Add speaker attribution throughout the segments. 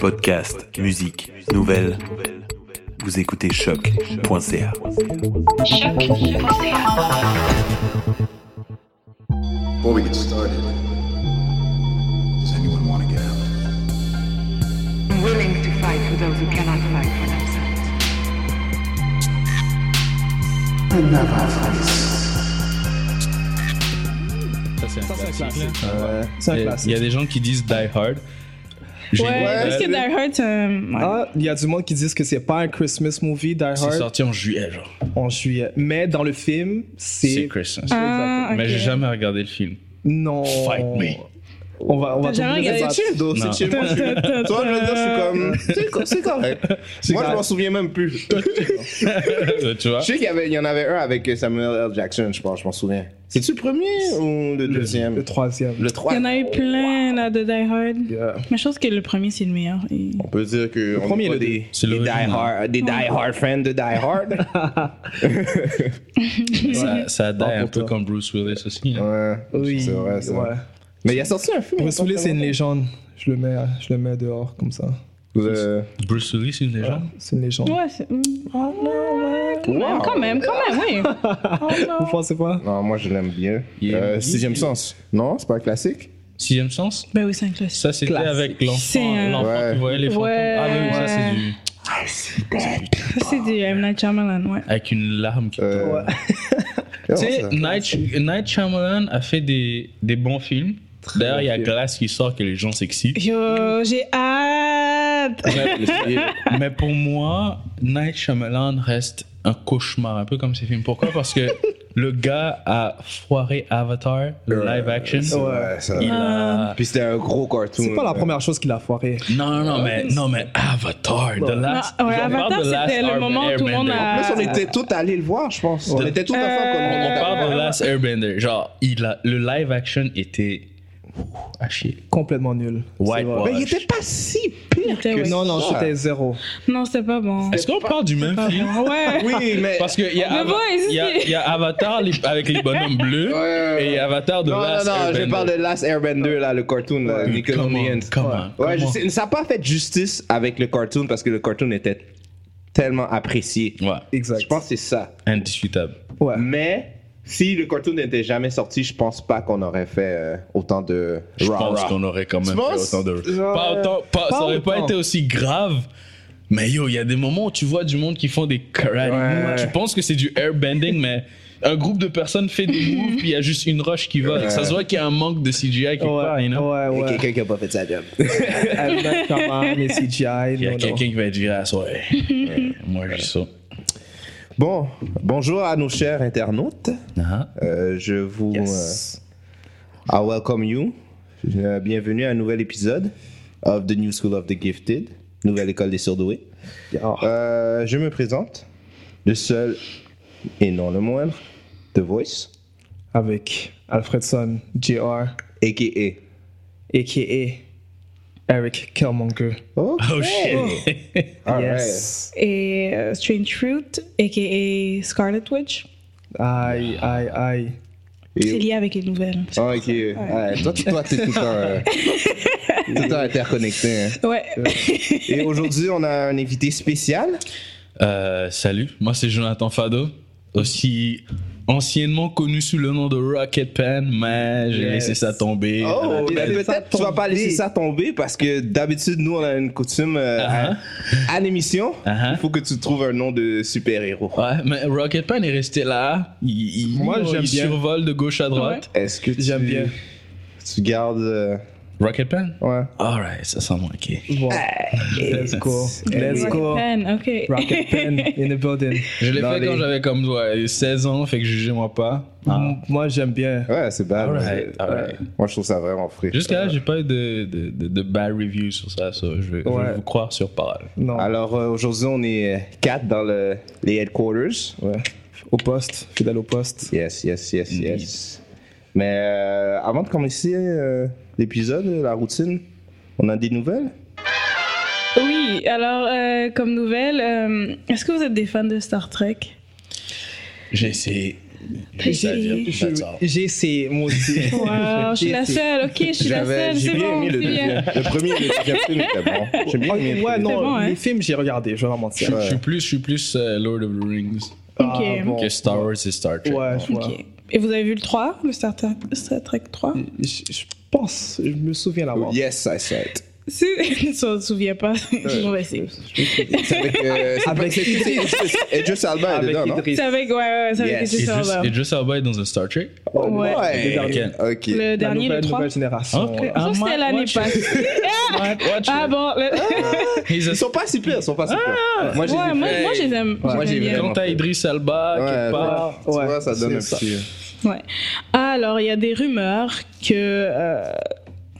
Speaker 1: Podcast, musique, nouvelles. Vous écoutez choc.ca.
Speaker 2: Before we get started, does anyone want to get out?
Speaker 3: I'm willing to fight for those who cannot fight for themselves.
Speaker 4: Ça, c'est un classique.
Speaker 5: C'est un
Speaker 4: Il y a-
Speaker 5: classique.
Speaker 4: Il y a des gens qui disent Die Hard. J'ai-
Speaker 6: Ouais, parce que Die Hard, euh, ouais.
Speaker 5: Ah, il y a du monde qui disent que c'est pas un Christmas movie, Die Hard,
Speaker 4: C'est sorti en juillet, genre.
Speaker 5: en juillet. Mais dans le film,
Speaker 4: C'est
Speaker 5: c'est.
Speaker 4: Christmas.
Speaker 6: Ah,
Speaker 4: Mais
Speaker 6: ok.
Speaker 4: j'ai jamais regardé le film.
Speaker 5: Non.
Speaker 4: Fight me.
Speaker 5: On va, on va
Speaker 6: T'as jamais
Speaker 5: tomber
Speaker 6: regardé
Speaker 5: dans un dos,
Speaker 4: Non.
Speaker 5: Ah, c'est chill.
Speaker 6: Ta, ta, ta,
Speaker 7: Toi, je veux dire,
Speaker 6: ta.
Speaker 7: je suis comme. c'est co- C'est correct.
Speaker 5: C'est
Speaker 7: Moi, je
Speaker 5: correct.
Speaker 7: m'en souviens même plus.
Speaker 4: tu vois
Speaker 7: Je sais qu'il y, avait- il y en avait un avec Samuel L. Jackson, je pense, je m'en souviens. C'est-tu le premier ou le deuxième
Speaker 5: Le troisième.
Speaker 7: Le
Speaker 6: Il y
Speaker 7: troisième.
Speaker 6: en a eu plein là, de Die Hard.
Speaker 5: Yeah.
Speaker 6: Mais je pense que le premier, c'est le meilleur. Et-
Speaker 7: On peut dire que. on est
Speaker 5: premier,
Speaker 7: pas
Speaker 5: le
Speaker 7: des,
Speaker 5: dé-
Speaker 4: c'est
Speaker 7: des die
Speaker 4: l'original.
Speaker 7: hard, des die hard fans de die hard.
Speaker 4: Ça, ça die
Speaker 5: Pas
Speaker 4: un
Speaker 5: pour
Speaker 4: peu
Speaker 5: toi.
Speaker 4: comme Bruce Willis aussi. hein. là.
Speaker 7: ouais,
Speaker 5: Oui.
Speaker 7: c'est vrai ça.
Speaker 5: ouais.
Speaker 7: Mais il y a sorti un film.
Speaker 5: Bruce Willis, c'est une légende. Je le mets, je le mets dehors comme ça.
Speaker 7: Euh,
Speaker 4: Bruce Willis, c'est une légende.
Speaker 5: C'est une légende.
Speaker 6: Ouais, c'est. mm. Quand même, quand même, quand même, oui. Oh,
Speaker 5: Vous pensez pas
Speaker 7: Non, moi je l'aime bien.
Speaker 4: Il est bien.
Speaker 7: Euh, sixième sens. Non, c'est pas un classique.
Speaker 4: Sixième sens
Speaker 6: Ben oui, c'est un classique.
Speaker 4: Ça, c'était
Speaker 5: Classique.
Speaker 4: avec l'enfant
Speaker 6: C'est un-
Speaker 4: l'enfant
Speaker 7: Ouais.
Speaker 4: qui voyait les fantômes.
Speaker 6: Ouais.
Speaker 4: Ah oui, ça, c'est du.
Speaker 6: Ça, c'est du M. Night Shyamalan, ouais.
Speaker 4: Avec une larme qui tombe.
Speaker 7: Euh,
Speaker 4: Tu sais,
Speaker 7: ça.
Speaker 4: Night, Night Shyamalan a fait des, des bons films. D'ailleurs, il y a Glass qui sort que les gens s'excitent.
Speaker 6: Yo, j'ai hâte!
Speaker 4: Mais pour moi, Night Shyamalan reste un cauchemar, un peu comme ces films. Pourquoi Parce que le gars a foiré Avatar, le
Speaker 7: Ouais,
Speaker 4: live action.
Speaker 7: c'est vrai, ça.
Speaker 4: Il a...
Speaker 7: Puis c'était un gros cartoon.
Speaker 5: C'est pas la
Speaker 7: là.
Speaker 5: première chose qu'il a foiré.
Speaker 4: Non, non, non, mais, non, mais Avatar, The Last.
Speaker 6: Non, ouais,
Speaker 4: je parle
Speaker 6: Avatar,
Speaker 4: de Last
Speaker 6: c'était le
Speaker 4: Air-
Speaker 6: moment où tout le monde
Speaker 4: Airbender.
Speaker 6: a-
Speaker 7: En plus, on était tous allés le voir, je pense. On était tous à faire comme
Speaker 4: On
Speaker 6: Euh,
Speaker 4: parle de Last Airbender. Genre, il a... le live action était. Ouh, à chier.
Speaker 5: Complètement nul.
Speaker 4: White Ah.
Speaker 5: C'est vrai.
Speaker 4: wash.
Speaker 7: Mais il était pas si
Speaker 6: Il
Speaker 7: pire.
Speaker 6: était- ouais.
Speaker 5: Non, non,
Speaker 7: Ouais.
Speaker 5: j'étais zéro.
Speaker 6: Non, c'était pas bon.
Speaker 4: Est-ce qu'on parle du même film
Speaker 6: Ah Ouais.
Speaker 7: Oui, mais.
Speaker 4: Parce qu'il y, a
Speaker 6: Mais
Speaker 4: Ava-
Speaker 6: bon, est-ce
Speaker 4: il y, a-
Speaker 6: que-
Speaker 4: il y a Avatar les- avec les bonhommes bleus
Speaker 7: Ouais, ouais, ouais.
Speaker 4: et il y a Avatar de
Speaker 7: Non, non,
Speaker 4: Last
Speaker 7: non, je
Speaker 4: Airbender.
Speaker 7: parle de Last Airbender, là, le cartoon, là, Nickelodeon.
Speaker 4: Come on,
Speaker 7: Ouais.
Speaker 4: come on,
Speaker 7: Ouais,
Speaker 4: come
Speaker 7: je
Speaker 4: on.
Speaker 7: sais, ça n'a pas fait justice avec le cartoon parce que le cartoon était tellement apprécié.
Speaker 4: Ouais,
Speaker 5: Exact.
Speaker 7: Je pense que c'est ça.
Speaker 4: indiscutable.
Speaker 5: Ouais.
Speaker 7: Mais si le cartoon n'était jamais sorti, je pense pas qu'on aurait fait euh, autant de
Speaker 4: Je
Speaker 7: rah-rah.
Speaker 4: pense qu'on aurait quand
Speaker 7: Tu
Speaker 4: même
Speaker 7: penses?
Speaker 4: fait autant de.
Speaker 5: Ouais.
Speaker 4: Pas autant, pas-
Speaker 5: Pas
Speaker 4: ça aurait pas
Speaker 5: autant.
Speaker 4: été aussi grave. Mais yo, il y a des moments où tu vois du monde qui font des karate
Speaker 7: Ouais.
Speaker 4: moves. Tu penses que c'est du airbending, mais un groupe de personnes fait des moves, puis il y a juste une roche qui va.
Speaker 7: Ouais.
Speaker 4: Ça se voit qu'il y a un manque de CGI quelque part, you know?
Speaker 5: ouais,
Speaker 7: Il y a
Speaker 5: ouais.
Speaker 7: quelqu'un qui a pas fait sa job.
Speaker 5: Avec la caméra, les CGI.
Speaker 4: Il y a
Speaker 5: non, non.
Speaker 4: quelqu'un qui va dire, ah, ouais. Ouais, Moi, je saute.
Speaker 7: bon, bonjour à nos chers internautes.
Speaker 4: Ah.
Speaker 7: Euh, je vous.
Speaker 5: Yes.
Speaker 7: euh, I welcome you. Euh, bienvenue à un nouvel épisode of The New School of the Gifted, nouvelle école des surdoués.
Speaker 5: Oh.
Speaker 7: Euh, je me présente, le seul et non le moindre, The Voice,
Speaker 5: Avec Alfredson, JR,
Speaker 7: a.k.a.
Speaker 5: a.k.a. Eric Killmonger.
Speaker 7: Oh,
Speaker 4: Oh, shit.
Speaker 5: yes.
Speaker 6: Et euh, Strange Fruit, a.k.a. Scarlet Witch.
Speaker 5: Aïe, aïe, aïe.
Speaker 6: C'est lié avec les nouvelles.
Speaker 7: Ah, ok. Ouais, toi, tu- toi, t'es tout le temps, euh, tout le temps interconnecté. hein.
Speaker 6: Ouais.
Speaker 7: Et aujourd'hui, on a un invité spécial.
Speaker 4: Euh, salut, moi c'est Jonathan Fado, aussi anciennement connu sous le nom de Rocket Pan, mais j'ai
Speaker 5: Yes.
Speaker 4: laissé ça tomber. Euh,
Speaker 7: Oh, ben,
Speaker 5: laissé ça
Speaker 7: peut-être tu vas pas laisser ça tomber parce que d'habitude, nous, on a une coutume euh,
Speaker 4: Uh-huh.
Speaker 7: à, à l'émission.
Speaker 4: Uh-huh.
Speaker 7: Il faut que tu trouves un nom de super-héros.
Speaker 5: Ah.
Speaker 4: Ouais, mais Rocket Pan est resté là. Il, il-
Speaker 5: Moi,
Speaker 4: il
Speaker 5: j'aime bien.
Speaker 4: survole de gauche à droite.
Speaker 7: Est-ce que tu,
Speaker 5: J'aime bien.
Speaker 7: tu gardes. euh,
Speaker 4: Rocket Pan
Speaker 7: ouais.
Speaker 4: Alright, ça sent moins ok.
Speaker 5: Bon. Let's go. Let's
Speaker 6: Rocket
Speaker 5: go.
Speaker 6: Pen, ok.
Speaker 5: Rocket pen in the building.
Speaker 4: Je l'ai
Speaker 7: Dans
Speaker 4: fait quand
Speaker 7: les-
Speaker 4: j'avais comme ouais, 16 ans, fait que jugez-moi pas. Mm.
Speaker 5: M- Ah. Moi, j'aime
Speaker 4: Ah.
Speaker 5: bien.
Speaker 7: Ouais, c'est bad.
Speaker 4: Alright, alright.
Speaker 7: Moi, je trouve ça vraiment frais.
Speaker 4: Jusqu'à
Speaker 5: Euh.
Speaker 4: là, j'ai pas eu de, de, de- de bad reviews sur ça, so je, vais, je vais
Speaker 5: Ouais.
Speaker 4: vous croire sur parole.
Speaker 5: Non.
Speaker 7: Alors, euh, aujourd'hui, on est euh, quatre dans le, les headquarters.
Speaker 5: Ouais. Au poste, fidèle au poste.
Speaker 7: Yes, yes, yes,
Speaker 4: Indeed.
Speaker 7: yes. Mais euh, avant de commencer euh, l'épisode, la routine, on a des nouvelles?
Speaker 6: Oui, alors, euh, comme nouvelle, euh, est-ce que vous êtes des fans de Star Trek
Speaker 4: J'ai essayé
Speaker 6: J'ai-
Speaker 5: Je-
Speaker 8: That's all.
Speaker 5: J'ai essayé, moi aussi.
Speaker 6: Wow, je suis la seule, ok, je suis la
Speaker 7: J'avais-
Speaker 6: seule,
Speaker 7: J'ai
Speaker 6: c'est
Speaker 7: bien
Speaker 6: bon,
Speaker 7: aimé le
Speaker 6: c'est bien.
Speaker 7: deuxième. Le premier et le deuxième film était bon. J'ai bien aimé. le
Speaker 5: ouais,
Speaker 7: premier.
Speaker 5: non,
Speaker 6: bon, hein?
Speaker 5: les films, j'ai regardé, je vais pas mentir.
Speaker 4: Je je suis plus, je suis plus euh, Lord of the Rings
Speaker 5: Ah,
Speaker 6: Ok.
Speaker 5: bon.
Speaker 4: que Star Wars et Star Trek.
Speaker 5: Ouais, je vois.
Speaker 6: Ok. Et vous avez vu le 3, le Star Trek, Star Trek 3
Speaker 7: Mm.
Speaker 5: Je je pense, je me souviens
Speaker 7: Oh,
Speaker 5: l'avoir.
Speaker 7: Yes, I said.
Speaker 6: Si tu te souviens pas, je vais essayer.
Speaker 7: C'est avec. euh, c'est
Speaker 5: Avec
Speaker 7: pas-
Speaker 5: les-
Speaker 7: c'est Idris- Idris Alba est
Speaker 5: Avec
Speaker 7: dedans, non?
Speaker 5: Idris.
Speaker 6: C'est avec, ouais, ouais, c'est avec
Speaker 7: Yes.
Speaker 6: Idris
Speaker 4: Et juste,
Speaker 6: Elba.
Speaker 4: et juste Alba est dans un Star Trek.
Speaker 5: Oh,
Speaker 6: Ouais.
Speaker 5: Le dernier.
Speaker 4: Ok.
Speaker 7: Ok.
Speaker 6: Le
Speaker 5: La
Speaker 6: dernier, le
Speaker 5: nouvelle,
Speaker 6: 3.
Speaker 5: nouvelle génération. ouais.
Speaker 4: Ok.
Speaker 6: Je
Speaker 4: Ah,
Speaker 6: trouve que c'était
Speaker 4: moi-
Speaker 6: l'année
Speaker 4: moi, je-
Speaker 6: passée. Ah bah. bon, le-
Speaker 4: He's a-
Speaker 7: Ils sont pas si pires, ils sont pas si pires. Moi, j'ai
Speaker 6: ouais, moi, moi, je les aime.
Speaker 7: Ouais,
Speaker 6: je
Speaker 7: moi,
Speaker 6: les aime
Speaker 7: j'ai
Speaker 6: bien.
Speaker 4: Quand t'as Idris
Speaker 7: Ah,
Speaker 4: Alba quelque part.
Speaker 7: tu vois, ça donne un
Speaker 5: c'est
Speaker 7: petit.
Speaker 6: Ouais. Alors, il y a des rumeurs que euh,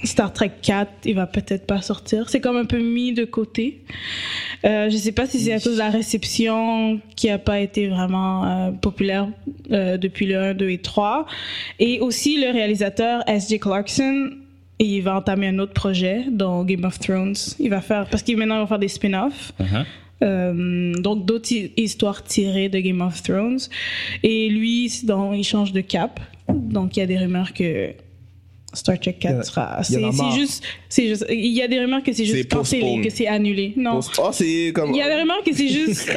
Speaker 6: Star Trek 4, il va peut-être pas sortir. C'est comme un peu mis de côté. Euh, je sais pas si c'est à cause de la réception qui a pas été vraiment euh, populaire euh, depuis le 1, 2 et 3. Et aussi, le réalisateur S.J. Clarkson, il va entamer un autre projet dans Game of Thrones. Il va faire, parce qu'il maintenant, il va faire des spin-offs.
Speaker 4: Uh-huh.
Speaker 6: Euh, donc d'autres hi- histoires tirées de Game of Thrones. Et lui, c'est dans, il change de cap. Donc il y a des rumeurs que Star Trek
Speaker 5: Il y en a-
Speaker 6: 4 sera.
Speaker 5: il y
Speaker 6: C'est
Speaker 5: en a
Speaker 6: c'est
Speaker 5: marre.
Speaker 6: juste, c'est juste. Il y a des rumeurs que c'est
Speaker 7: C'est
Speaker 6: juste cancellé,
Speaker 7: postponed.
Speaker 6: que c'est annulé. Non.
Speaker 7: Oh, c'est comme.
Speaker 6: Il y a des rumeurs que c'est juste.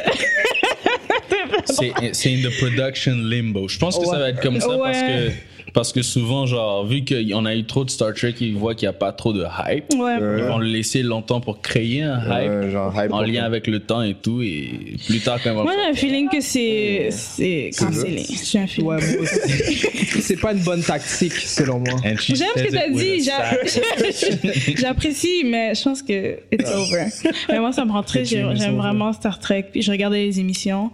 Speaker 4: C'est c'est in the production limbo. Je pense que ça va être comme ça parce que
Speaker 6: Ouais.
Speaker 4: parce que souvent genre vu qu'on a eu trop de Star Trek, ils voient qu'il n'y a pas trop de hype.
Speaker 6: ouais.
Speaker 4: Ils
Speaker 7: Ouais.
Speaker 4: vont le laisser longtemps pour créer un hype
Speaker 7: Ouais, genre hype
Speaker 4: en
Speaker 7: pour-
Speaker 4: lien avec le temps et tout et plus tard quand ils vont
Speaker 6: Moi j'ai un
Speaker 4: le faire.
Speaker 6: feeling que c'est c'est
Speaker 7: C'est
Speaker 6: cancellé. J'ai un feeling.
Speaker 5: Ouais, moi aussi. c'est pas une bonne tactique, selon moi.
Speaker 4: And she
Speaker 6: J'aime ce
Speaker 4: says
Speaker 6: que t'as
Speaker 4: it with
Speaker 6: dit,
Speaker 4: a sigh.
Speaker 6: j'a- j'apprécie, mais je pense que it's over. Mais moi, ça me rend triste, j'ai-
Speaker 5: It's
Speaker 6: j'aime
Speaker 5: over.
Speaker 6: vraiment Star Trek, puis je regardais les émissions.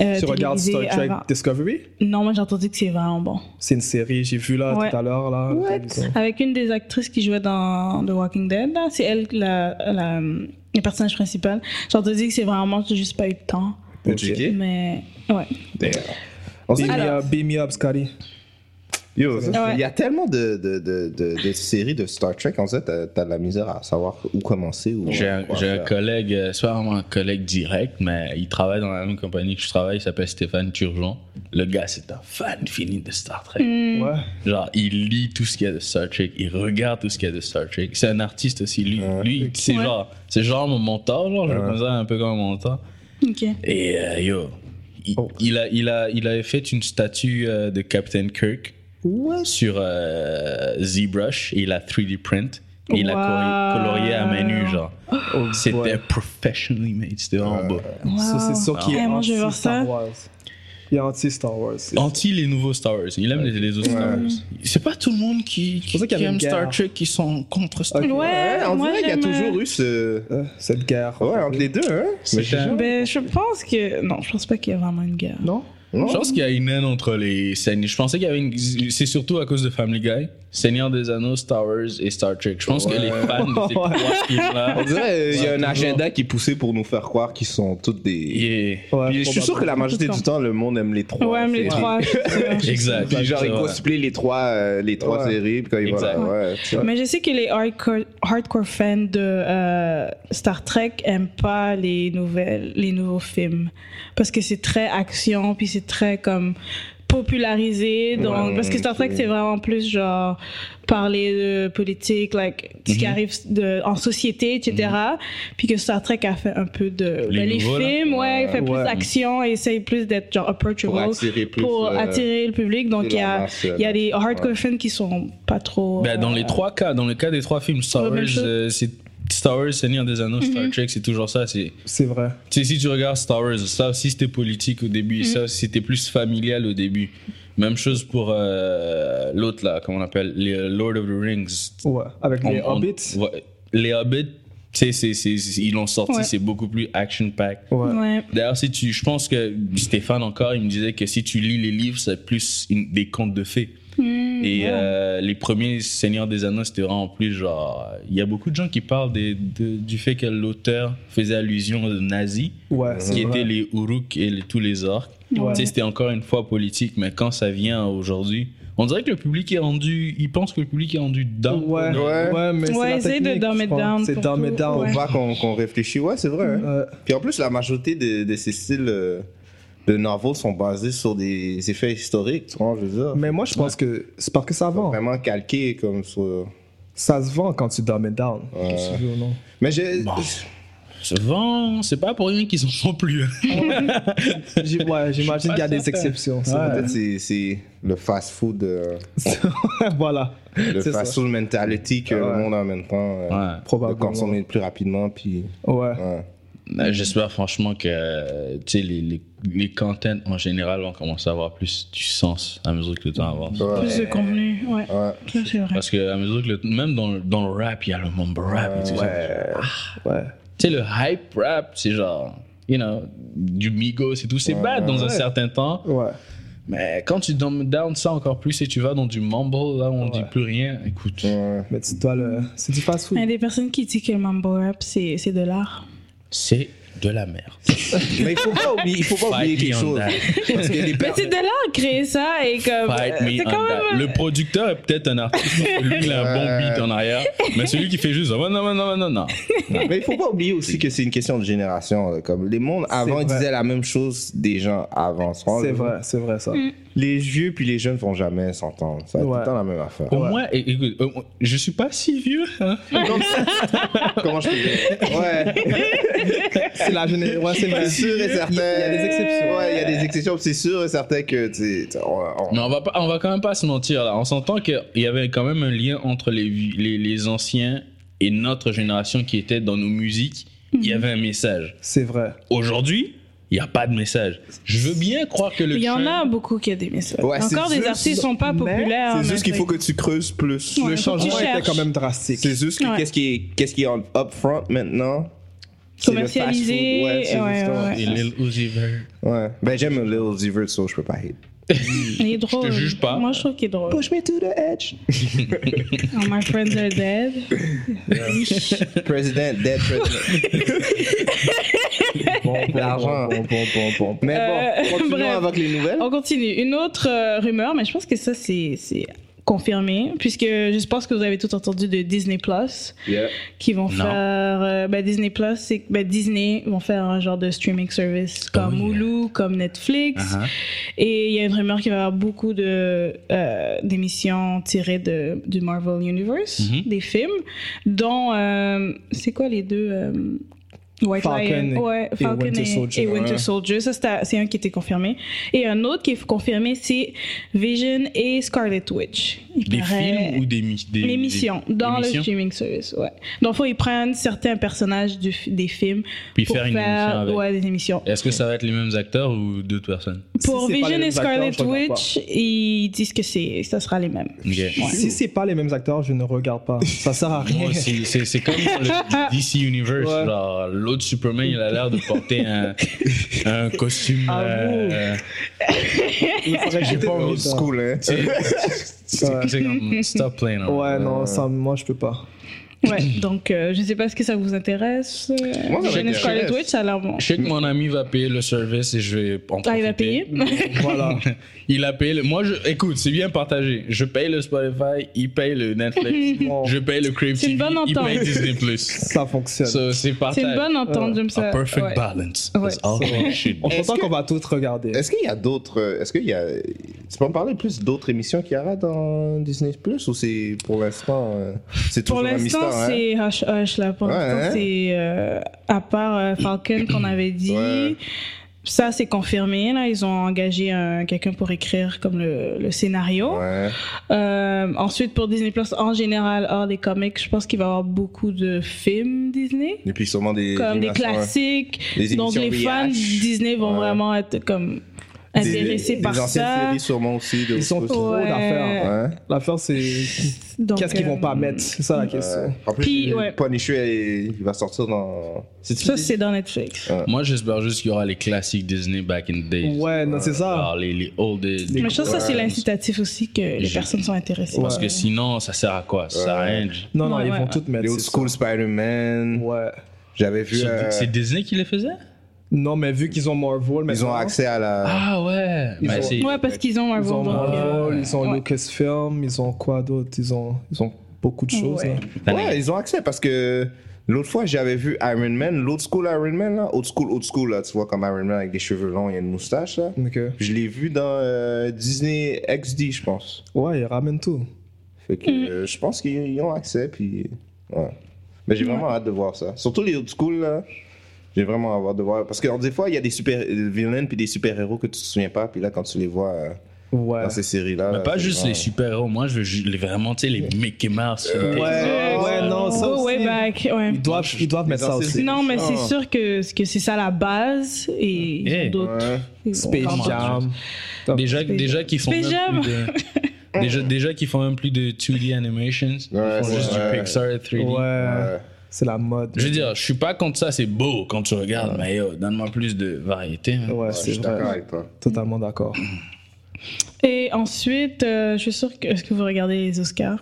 Speaker 6: euh,
Speaker 5: Tu regardes Star
Speaker 6: télévisées
Speaker 5: Trek
Speaker 6: avant.
Speaker 5: Discovery
Speaker 6: Non, moi j'ai entendu que c'est vraiment bon.
Speaker 5: C'est une série, j'ai vu là
Speaker 6: Ouais.
Speaker 5: tout à l'heure. là. euh,
Speaker 6: Avec une des actrices qui jouait dans The Walking Dead, là, c'est elle la, la, le personnage principal. J'ai entendu que c'est vraiment, j'ai juste pas eu le temps.
Speaker 7: T'as checké?
Speaker 6: Mais ouais.
Speaker 7: On
Speaker 5: Beam
Speaker 7: s'est-
Speaker 5: me
Speaker 6: Alors-
Speaker 5: up, beam me up, Scotty.
Speaker 7: Yo, ça, c'est-
Speaker 6: Ouais.
Speaker 7: Il y a tellement de, de, de, de, de séries de Star Trek, en fait, t'as t'as de la misère à savoir où commencer. Ou
Speaker 4: J'ai un,
Speaker 7: quoi
Speaker 4: j'ai un
Speaker 7: faire.
Speaker 4: collègue, euh, c'est pas vraiment un collègue direct, mais il travaille dans la même compagnie que je travaille, il s'appelle Stéphane Turgeon. Le gars, c'est un fan fini de Star Trek.
Speaker 6: Mm. Hmm.
Speaker 5: Ouais.
Speaker 4: Genre, il lit tout ce qu'il y a de Star Trek, il regarde tout ce qu'il y a de Star Trek. C'est un artiste aussi, lui. lui c'est
Speaker 6: Ouais.
Speaker 4: genre, c'est genre mon mentor, genre, je le considère un peu comme mon mentor.
Speaker 6: Ok.
Speaker 4: Et euh, yo, il,
Speaker 5: Oh.
Speaker 4: il a, il, a, il avait fait une statue euh, de Captain Kirk sur euh, ZBrush et il a 3D print. Et il a
Speaker 6: Wow.
Speaker 4: colori- colorié à main nue, genre. C'était
Speaker 5: Oh, ouais.
Speaker 4: professionally made, c'était vraiment beau.
Speaker 5: Ça,
Speaker 6: Wow.
Speaker 5: c'est sûr qu'il est
Speaker 6: Eh, moi, je vais voir
Speaker 5: anti-Star
Speaker 6: ça.
Speaker 5: Wars. Il est anti-Star Wars. c'est-
Speaker 4: Anti les nouveaux Star Wars, il aime les, les autres Star Wars. C'est pas tout le monde qui, qui,
Speaker 5: pour ça qu'il y avait
Speaker 4: qui
Speaker 5: une
Speaker 4: aime Star
Speaker 5: guerre.
Speaker 4: Trek qui sont contre Star
Speaker 6: Ouais,
Speaker 4: Wars.
Speaker 7: on
Speaker 6: moi
Speaker 7: dirait qu'il y a
Speaker 6: j'aime-
Speaker 7: toujours eu ce.
Speaker 5: Euh, Cette guerre.
Speaker 7: Ouais, entre les deux, hein? Mais
Speaker 4: C'est un-
Speaker 6: Ben, je pense que. Non, je pense pas qu'il y a vraiment une guerre.
Speaker 5: Non
Speaker 4: Je pense qu'il y a une haine entre les scènes. Je pensais qu'il y avait une. C'est surtout à cause de Family Guy, Seigneur des Anneaux, Star Wars et Star Trek. Je pense que les fans de ces trois films-là.
Speaker 7: On dirait qu'il y a un
Speaker 4: Ouais, toujours.
Speaker 7: agenda qui est poussé pour nous faire croire qu'ils sont toutes des.
Speaker 4: Yeah.
Speaker 5: Ouais,
Speaker 7: Puis je suis sûr que la majorité
Speaker 6: Tout le
Speaker 7: du temps, le monde aime les trois.
Speaker 6: Ouais, mais les
Speaker 7: séries.
Speaker 6: trois. je suis sûre.
Speaker 4: Exact.
Speaker 7: Puis genre,
Speaker 4: C'est
Speaker 7: ils
Speaker 4: vrai.
Speaker 7: cosplayent les trois, euh, les trois
Speaker 5: Ouais.
Speaker 7: séries, puis quand ils vont
Speaker 4: Exact.
Speaker 7: là, ouais. tu vois.
Speaker 6: Mais je sais que les hardcore, hardcore fans de euh, Star Trek aiment pas les nouvelles, les nouveaux films parce que c'est très action puis c'est très comme popularisé donc
Speaker 7: Ouais,
Speaker 6: parce que Star Trek
Speaker 7: c'est-
Speaker 6: c'est vraiment plus genre parler de politique like ce
Speaker 7: Mhm.
Speaker 6: qui arrive de, en société etc puis que Star Trek a fait un peu de
Speaker 4: Les
Speaker 6: ben,
Speaker 4: nouveaux, là.
Speaker 6: films ouais, il fait
Speaker 5: Ouais.
Speaker 6: plus action et essaye plus d'être genre approachable
Speaker 7: Pour attirer plus,
Speaker 6: pour
Speaker 7: euh,
Speaker 6: attirer le public donc
Speaker 7: la
Speaker 6: il y a
Speaker 7: masse, euh,
Speaker 6: il y a des hardcore
Speaker 7: ouais.
Speaker 6: fans qui sont pas trop
Speaker 4: Ben, dans les
Speaker 6: euh,
Speaker 4: trois cas, dans le cas des trois films, Star
Speaker 6: Ouais,
Speaker 4: Wars,
Speaker 6: même chose. Mhm.
Speaker 4: euh, c'est Star Wars, Seigneur des Anneaux, Star Trek, c'est toujours ça. C'est
Speaker 5: C'est vrai.
Speaker 4: Tu sais, si tu regardes Star Wars, ça aussi c'était politique au début,
Speaker 6: Mhm.
Speaker 4: ça aussi c'était plus familial au début. Même chose pour euh, l'autre là, comment on appelle, les euh, Lord of the Rings.
Speaker 5: Ouais. Avec les
Speaker 4: On- on-
Speaker 5: Hobbits.
Speaker 4: ouais. les Hobbits, tu sais, c'est- c'est- c'est- ils l'ont sorti,
Speaker 6: Ouais.
Speaker 4: c'est beaucoup plus action-pack.
Speaker 5: Ouais.
Speaker 6: ouais
Speaker 4: D'ailleurs, si tu, je pense que Stéphane encore, il me disait que si tu lis les livres, c'est plus une- des contes de fées.
Speaker 5: Hmm,
Speaker 4: Et euh, les premiers Seigneurs des Anneaux, c'était vraiment plus genre. Il y a beaucoup de gens qui parlent des- de- du fait que l'auteur faisait allusion aux nazis,
Speaker 5: Ouais,
Speaker 4: ce
Speaker 5: c'est
Speaker 4: qui
Speaker 5: vrai.
Speaker 4: étaient les Uruk et les- tous les orques.
Speaker 5: Ouais.
Speaker 4: Tu sais, c'était encore une fois politique, mais quand ça vient aujourd'hui, on dirait que le public est rendu. Il pense que le public est rendu dedans.
Speaker 5: Ouais,
Speaker 7: Ouais.
Speaker 5: ouais, mais
Speaker 6: Ouais,
Speaker 5: c'est la
Speaker 6: essaye de
Speaker 5: technique,
Speaker 6: dumb
Speaker 5: je
Speaker 6: it
Speaker 5: pense.
Speaker 6: down
Speaker 5: C'est
Speaker 6: pour
Speaker 5: dumb it
Speaker 6: tout,
Speaker 5: down.
Speaker 7: Faut
Speaker 6: ouais.
Speaker 7: pas qu'on qu'on réfléchit, ouais, c'est vrai. hein.
Speaker 5: Euh,
Speaker 7: Puis en plus, la majorité de, de ces styles euh, les novels sont basés sur des effets historiques, tu vois, je veux dire.
Speaker 5: Mais moi, je pense que c'est parce que ça vend.
Speaker 7: Vraiment calqué comme sur.
Speaker 5: Ça se vend quand tu dumb it down.
Speaker 7: Ouais.
Speaker 5: Si tu veux ou non.
Speaker 7: Mais j'ai.
Speaker 4: Bon. Se vend, c'est pas pour rien qu'ils en font plus.
Speaker 5: J'ai- ouais, J'imagine
Speaker 4: pas
Speaker 5: qu'il y a des
Speaker 4: certain.
Speaker 5: exceptions.
Speaker 7: c'est-
Speaker 5: ça.
Speaker 7: Peut-être c'est- c'est le fast-food, euh,
Speaker 5: voilà.
Speaker 7: le
Speaker 5: C'est ça.
Speaker 7: fast-food mentality que le monde en même temps euh,
Speaker 4: Ouais.
Speaker 7: de
Speaker 5: Probablement.
Speaker 7: consommer plus rapidement, puis
Speaker 5: Ouais.
Speaker 7: ouais.
Speaker 4: Ben, J'espère franchement que euh, tu sais, les, les, les content en général vont commencer à avoir plus du sens à mesure que le temps avance.
Speaker 7: Ouais.
Speaker 6: Plus de contenu, ouais.
Speaker 7: Ouais.
Speaker 6: Ça, c'est vrai.
Speaker 4: Parce que à mesure que le, même dans, le- dans le rap, il y a le monde rap et tout ça.
Speaker 5: Ouais.
Speaker 4: Tu sais, le hype rap, c'est genre, you know, du Migos et tout, c'est bad dans un certain temps.
Speaker 5: Ouais.
Speaker 4: Mais quand tu dumb down ça encore plus et tu vas dans du mumble, là, on dit plus rien, écoute.
Speaker 7: Ouais.
Speaker 5: Mais tu dois le. C'est du fast food.
Speaker 6: Il y a des personnes qui disent que le mambo rap, c'est c'est de l'art.
Speaker 4: C'est de la merde.
Speaker 7: Mais il faut pas oublier, il faut pas
Speaker 4: Fight
Speaker 7: oublier
Speaker 4: me
Speaker 7: quelque
Speaker 4: on
Speaker 7: chose.
Speaker 4: that.
Speaker 7: Parce que les
Speaker 6: Mais c'est de l'art, créer ça, et comme... euh,
Speaker 4: Fight
Speaker 6: C'est
Speaker 4: me on
Speaker 6: quand
Speaker 4: that.
Speaker 6: même...
Speaker 4: Le producteur est peut-être un artiste, lui il a un bon beat en arrière, mais celui qui fait juste, oh, non, non, non, non, non.
Speaker 7: Mais il faut pas oublier aussi que c'est une question de génération. là. Comme les mondes avant, ils
Speaker 5: vrai.
Speaker 7: disaient la même chose des gens avant. Tu vois,
Speaker 5: C'est
Speaker 7: je-
Speaker 5: vrai, c'est vrai ça.
Speaker 6: Mm.
Speaker 7: Les vieux puis les jeunes vont jamais s'entendre. Ça va
Speaker 5: Ouais.
Speaker 7: tout le temps la même affaire.
Speaker 4: Pour moi, é- écoute, euh, moi, je suis pas si vieux. hein.
Speaker 7: Comment je peux dire Ouais,
Speaker 5: C'est la génération. Ouais, c'est vrai.
Speaker 7: c'est sûr et certain.
Speaker 5: Il y a des exceptions.
Speaker 7: Ouais, il y a des exceptions. puis C'est sûr et certain que tu sais, on- on-
Speaker 4: Mais on va, pas, on va quand même pas se mentir là. On s'entend qu'il y avait quand même un lien entre les, vi- les, les anciens et notre génération qui était dans nos musiques. Il
Speaker 6: Mhm.
Speaker 4: y avait un message.
Speaker 5: C'est vrai.
Speaker 4: Aujourd'hui, il n'y a pas de message. Je veux bien croire que le
Speaker 6: Il y en
Speaker 4: trend-
Speaker 6: a beaucoup qui a des messages.
Speaker 7: Ouais, c'est
Speaker 6: Encore des
Speaker 7: juste-
Speaker 6: artistes sont pas
Speaker 5: mais
Speaker 6: populaires.
Speaker 7: C'est
Speaker 6: mais
Speaker 7: juste qu'il faut que tu creuses plus.
Speaker 6: Ouais,
Speaker 5: Le
Speaker 6: faut que tu
Speaker 5: changement était
Speaker 6: cherches.
Speaker 5: quand même drastique.
Speaker 7: C'est juste que
Speaker 6: Ouais.
Speaker 7: qu'est-ce qui est qu'est-ce qui est en upfront maintenant C'est le fast-food.
Speaker 6: Commercialisé,
Speaker 7: Ouais, c'est
Speaker 6: ouais,
Speaker 7: justement-
Speaker 6: ouais,
Speaker 4: Et Lil Uzi Vert.
Speaker 7: Ouais. Ben j'aime Lil Uzi Vert, so je peux pas hate.
Speaker 6: Il est drôle.
Speaker 4: juge pas.
Speaker 6: Moi, je trouve qu'il est drôle.
Speaker 7: Push me to the edge.
Speaker 6: Oh, my friends are dead.
Speaker 7: President, dead president.
Speaker 5: Bon, bon,
Speaker 7: L'argent.
Speaker 5: bon, bon, bon, bon, bon.
Speaker 7: Mais
Speaker 6: Euh,
Speaker 7: bon, continuons
Speaker 6: bref.
Speaker 7: avec les nouvelles.
Speaker 6: On continue. Une autre euh, rumeur, mais je pense que ça, c'est c'est confirmé, puisque je pense que vous avez tout entendu de Disney Plus, qui vont faire. euh, ben, Disney Plus, c'est. ben, Disney vont faire un genre de streaming service comme
Speaker 4: oui.
Speaker 6: Hulu, comme Netflix.
Speaker 4: Oh, Uh-huh.
Speaker 6: Et il y a une rumeur qu'il va y avoir beaucoup de, euh, d'émissions tirées de, du Marvel Universe,
Speaker 4: Mhm.
Speaker 6: des films, dont. euh, c'est quoi les deux euh, White
Speaker 5: Falcon
Speaker 6: Lion.
Speaker 5: et-
Speaker 6: ouais,
Speaker 5: et
Speaker 6: Falcon
Speaker 5: Winter Soldier.
Speaker 6: et Winter
Speaker 7: Ouais.
Speaker 6: Soldier. Ça, c'est à- c'est un qui était confirmé. Et un autre qui est confirmé, c'est Vision et Scarlet Witch. Il
Speaker 4: Des
Speaker 6: paraît-
Speaker 4: films ou des, mi- des
Speaker 6: Une émission
Speaker 4: des-
Speaker 6: dans
Speaker 4: émissions?
Speaker 6: le streaming service, ouais. Donc, il faut y prendre certains personnages du fi- des films
Speaker 4: Puis
Speaker 6: pour
Speaker 4: faire une émission avec.
Speaker 6: ouais, des émissions.
Speaker 4: Est-ce que ça va être les mêmes acteurs ou d'autres personnes
Speaker 5: Si
Speaker 6: Pour
Speaker 5: c'est pas
Speaker 6: Vision
Speaker 5: les
Speaker 6: et
Speaker 5: mêmes
Speaker 6: Scarlet
Speaker 5: acteurs, je regarde
Speaker 6: Witch, ils disent que c'est, ça sera les mêmes.
Speaker 4: Ok.
Speaker 5: Si c'est pas les mêmes acteurs, je ne regarde pas. Ça sert à rien.
Speaker 4: Moi, c'est- c'est c'est comme dans le DC Universe.
Speaker 5: Ouais.
Speaker 4: genre, L'autre Superman, il a l'air de porter un, un costume.
Speaker 5: Ah,
Speaker 4: euh,
Speaker 5: J'ai
Speaker 7: C'était old school, hein.
Speaker 4: c'est- c'est comme, Stop playing. hein.
Speaker 5: Ouais,
Speaker 7: Euh.
Speaker 5: non, ça, moi je peux pas.
Speaker 6: Ouais, donc euh, je sais pas ce que ça vous intéresse. euh,
Speaker 7: Moi, ça
Speaker 6: Vision et
Speaker 7: m'intéresse.
Speaker 6: Scarlet Witch, ça a l'air bon.
Speaker 4: Je sais que mon ami va payer le service et je vais en
Speaker 6: Ah, il va
Speaker 4: profiter.
Speaker 6: payer
Speaker 5: Voilà.
Speaker 4: Il a payé le. Moi, je... écoute, c'est bien partagé. Je paye le Spotify, il paye le Netflix,
Speaker 5: Bon,
Speaker 4: je paye le Crave
Speaker 6: C'est une
Speaker 4: TV,
Speaker 6: bonne
Speaker 4: il paye
Speaker 6: entente.
Speaker 4: Disney Plus.
Speaker 5: ça fonctionne.
Speaker 4: So, c'est
Speaker 6: C'est
Speaker 4: partagé.
Speaker 5: Ah,
Speaker 6: une bonne entente, j'aime ça.
Speaker 4: A perfect
Speaker 6: ouais.
Speaker 4: balance.
Speaker 6: Ouais.
Speaker 4: That's all that should be.
Speaker 5: On s'entend qu'on va tous regarder.
Speaker 7: Est-ce qu'il y a d'autres. euh, Est-ce qu'il y a. Tu peux en parler plus d'autres émissions qu'il y aura dans Disney Plus ou c'est pour l'instant. euh, c'est
Speaker 6: Pour
Speaker 7: toujours un
Speaker 6: l'instant,
Speaker 7: mystère, hein?
Speaker 6: c'est hush hush là. Pour
Speaker 7: Ouais,
Speaker 6: l'instant,
Speaker 7: hein.
Speaker 6: c'est euh, à part euh, Falcon qu'on avait dit.
Speaker 7: Ouais.
Speaker 6: Ça, c'est confirmé. Là, ils ont engagé un- quelqu'un pour écrire comme le, le scénario.
Speaker 7: Ouais.
Speaker 6: Euh, ensuite, pour Disney Plus en général, hors des comics, je pense qu'il va y avoir beaucoup de films Disney,
Speaker 7: Et puis sûrement des.
Speaker 6: comme des
Speaker 7: animations, hein.
Speaker 6: classiques.
Speaker 7: Des
Speaker 6: Donc
Speaker 7: émissions
Speaker 6: les fans
Speaker 7: VH.
Speaker 6: Disney vont
Speaker 7: Ouais.
Speaker 6: vraiment être comme
Speaker 7: Des-
Speaker 6: intéressés
Speaker 7: des
Speaker 6: par
Speaker 7: anciennes
Speaker 6: ça.
Speaker 7: séries sûrement aussi. de-
Speaker 5: Ils sont trop
Speaker 6: Ouais.
Speaker 5: d'affaires.
Speaker 7: Ouais.
Speaker 5: L'affaire, c'est
Speaker 6: Donc,
Speaker 5: qu'est-ce qu'ils
Speaker 6: euh,
Speaker 5: vont pas mettre C'est ça la
Speaker 7: Euh,
Speaker 5: question.
Speaker 7: en plus,
Speaker 6: Puis,
Speaker 7: le
Speaker 6: ouais.
Speaker 7: Punisher, elle- il va sortir dans.
Speaker 6: Ça, c'est dans Netflix.
Speaker 4: Moi, j'espère juste qu'il y aura les classiques Disney back in the days.
Speaker 5: Ouais, non, c'est ça.
Speaker 7: Ah.
Speaker 4: Alors, les, les old days.
Speaker 5: Les-
Speaker 6: Mais je pense que ça, c'est
Speaker 7: Ouais.
Speaker 6: l'incitatif aussi que les
Speaker 4: Je-
Speaker 6: personnes sont intéressées.
Speaker 4: Parce que sinon, ça sert à quoi Ça sert à rien.
Speaker 5: Non, non,
Speaker 6: Ouais,
Speaker 5: ils
Speaker 6: ouais.
Speaker 5: vont toutes
Speaker 7: Les
Speaker 5: mettre.
Speaker 7: old
Speaker 5: c'est
Speaker 7: school
Speaker 5: ça.
Speaker 7: Spider-Man.
Speaker 5: Ouais.
Speaker 7: J'avais vu. euh,
Speaker 4: C'est Disney qui les faisait
Speaker 5: Non, mais vu qu'ils ont Marvel,
Speaker 7: ils ont
Speaker 5: maintenant,
Speaker 7: accès à la.
Speaker 4: Ah ouais.
Speaker 5: Ils
Speaker 4: Bah,
Speaker 5: ont-
Speaker 4: c'est-
Speaker 6: Ouais, parce qu'ils ont un
Speaker 5: Ils ont
Speaker 6: robot.
Speaker 5: Marvel, ils ont
Speaker 6: Ouais.
Speaker 5: Lucasfilm, ils ont quoi d'autre Ils ont, ils ont beaucoup de choses.
Speaker 6: Ouais.
Speaker 5: hein.
Speaker 4: T'as
Speaker 7: ouais, ils ont accès parce que L'autre fois, j'avais vu Iron Man, l'autre school Iron Man, là, old school, old school, là, tu vois, comme Iron Man avec des cheveux longs et une moustache, là.
Speaker 5: Ok.
Speaker 7: Je l'ai vu dans euh, Disney XD, je pense.
Speaker 5: Ouais, il ramène tout.
Speaker 7: Fait que euh, je pense qu'ils ils ont accès, puis. Ouais. Mais j'ai vraiment hâte de voir ça. Surtout les old school, là. J'ai vraiment hâte de voir. Parce que alors, des fois, il y a des super euh, villains puis des super-héros que tu te souviens pas, puis là, quand tu les vois euh,
Speaker 5: Ouais.
Speaker 7: dans ces séries-là.
Speaker 4: Mais
Speaker 7: là,
Speaker 4: pas
Speaker 7: c'est
Speaker 4: juste
Speaker 7: vraiment-
Speaker 4: les super-héros. Moi, je veux ju- les, vraiment, tu sais, les Mickey Mouse.
Speaker 7: Ouais,
Speaker 5: ouais, non, ça
Speaker 6: Go
Speaker 5: aussi.
Speaker 6: way back, ouais.
Speaker 5: Ils doivent, ils doivent
Speaker 7: Les
Speaker 5: mettre ça
Speaker 7: anciennes
Speaker 5: aussi.
Speaker 7: séries.
Speaker 6: Non, mais c'est
Speaker 7: Ah.
Speaker 6: sûr que, que c'est ça la base et ils ont
Speaker 4: Eh,
Speaker 6: d'autres.
Speaker 7: Ouais.
Speaker 6: ils ont
Speaker 5: Space
Speaker 6: encore-
Speaker 5: Jam. Top.
Speaker 4: Déjà,
Speaker 6: Space
Speaker 4: déjà qu'ils font même
Speaker 6: Space Jam.
Speaker 4: plus de... déjà, déjà qu'ils font même plus de 2D animations.
Speaker 7: Ouais,
Speaker 4: Ils font
Speaker 7: c'est
Speaker 4: juste
Speaker 7: vrai.
Speaker 4: du Pixar 3D.
Speaker 5: Ouais.
Speaker 7: Ouais.
Speaker 5: C'est la mode.
Speaker 4: Je veux dire, je suis pas contre ça, c'est beau quand tu regardes, mais yo, donne-moi plus de variété. man.
Speaker 5: Ouais,
Speaker 7: Je
Speaker 5: c'est
Speaker 7: suis d'accord
Speaker 5: vrai.
Speaker 7: avec toi.
Speaker 5: Totalement d'accord.
Speaker 6: Et ensuite, euh, je suis sûre que. Est-ce que vous regardez les Oscars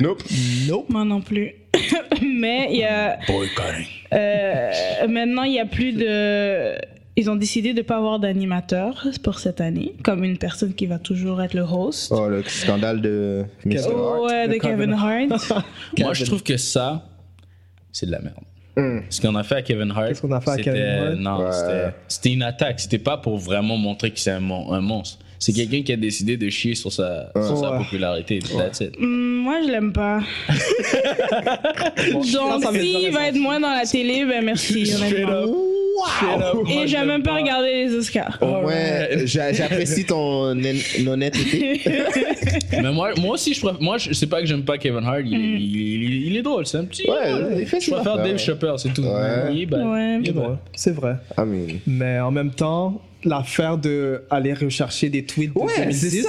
Speaker 7: Nope.
Speaker 5: Nope.
Speaker 6: Moi non plus. mais il y a.
Speaker 4: Boycotting.
Speaker 6: euh, maintenant, il n'y a plus de. Ils ont décidé de ne pas avoir d'animateur pour cette année, comme une personne qui va toujours être le host.
Speaker 7: Oh, le scandale de Mr.
Speaker 5: Kevin
Speaker 7: Hart.
Speaker 6: ouais, de
Speaker 5: de
Speaker 6: Kevin
Speaker 5: Kevin
Speaker 6: Hart.
Speaker 4: Moi, je trouve que ça, c'est de la merde. Ce qu'on a fait à Kevin Hart.
Speaker 5: Qu'est-ce qu'on a fait à
Speaker 4: c'était-
Speaker 5: Kevin Hart
Speaker 4: Non,
Speaker 7: Hmm. Ouais.
Speaker 4: c'était- c'était une attaque. C'était pas pour vraiment montrer que c'est un, mon- un monstre. C'est quelqu'un qui a décidé de chier sur sa, sur sa
Speaker 5: Ouais.
Speaker 4: popularité. That's it.
Speaker 6: Hum, Moi, je l'aime pas. Donc, s'il va être moins dans la télé, ben merci. honnêtement. Et j'ai même pas regardé les Oscars.
Speaker 7: Au moins, Oh, j'a- j'apprécie ton hon- honnêteté.
Speaker 4: Mais moi, moi aussi, je préfère. Moi, je sais pas que j'aime pas Kevin Hart. Il,
Speaker 5: Hmm.
Speaker 4: il- il- il est drôle. C'est un petit.
Speaker 7: Ouais, il fait
Speaker 4: je
Speaker 7: son
Speaker 4: préfère
Speaker 7: affaire,
Speaker 4: Dave
Speaker 7: ouais.
Speaker 4: Chappelle, c'est tout.
Speaker 7: Ouais.
Speaker 4: Il est bad.
Speaker 6: Ouais.
Speaker 4: Il est drôle.
Speaker 5: C'est vrai.
Speaker 7: I mean.
Speaker 5: Mais en même temps, l'affaire de aller rechercher des tweets. de 2006,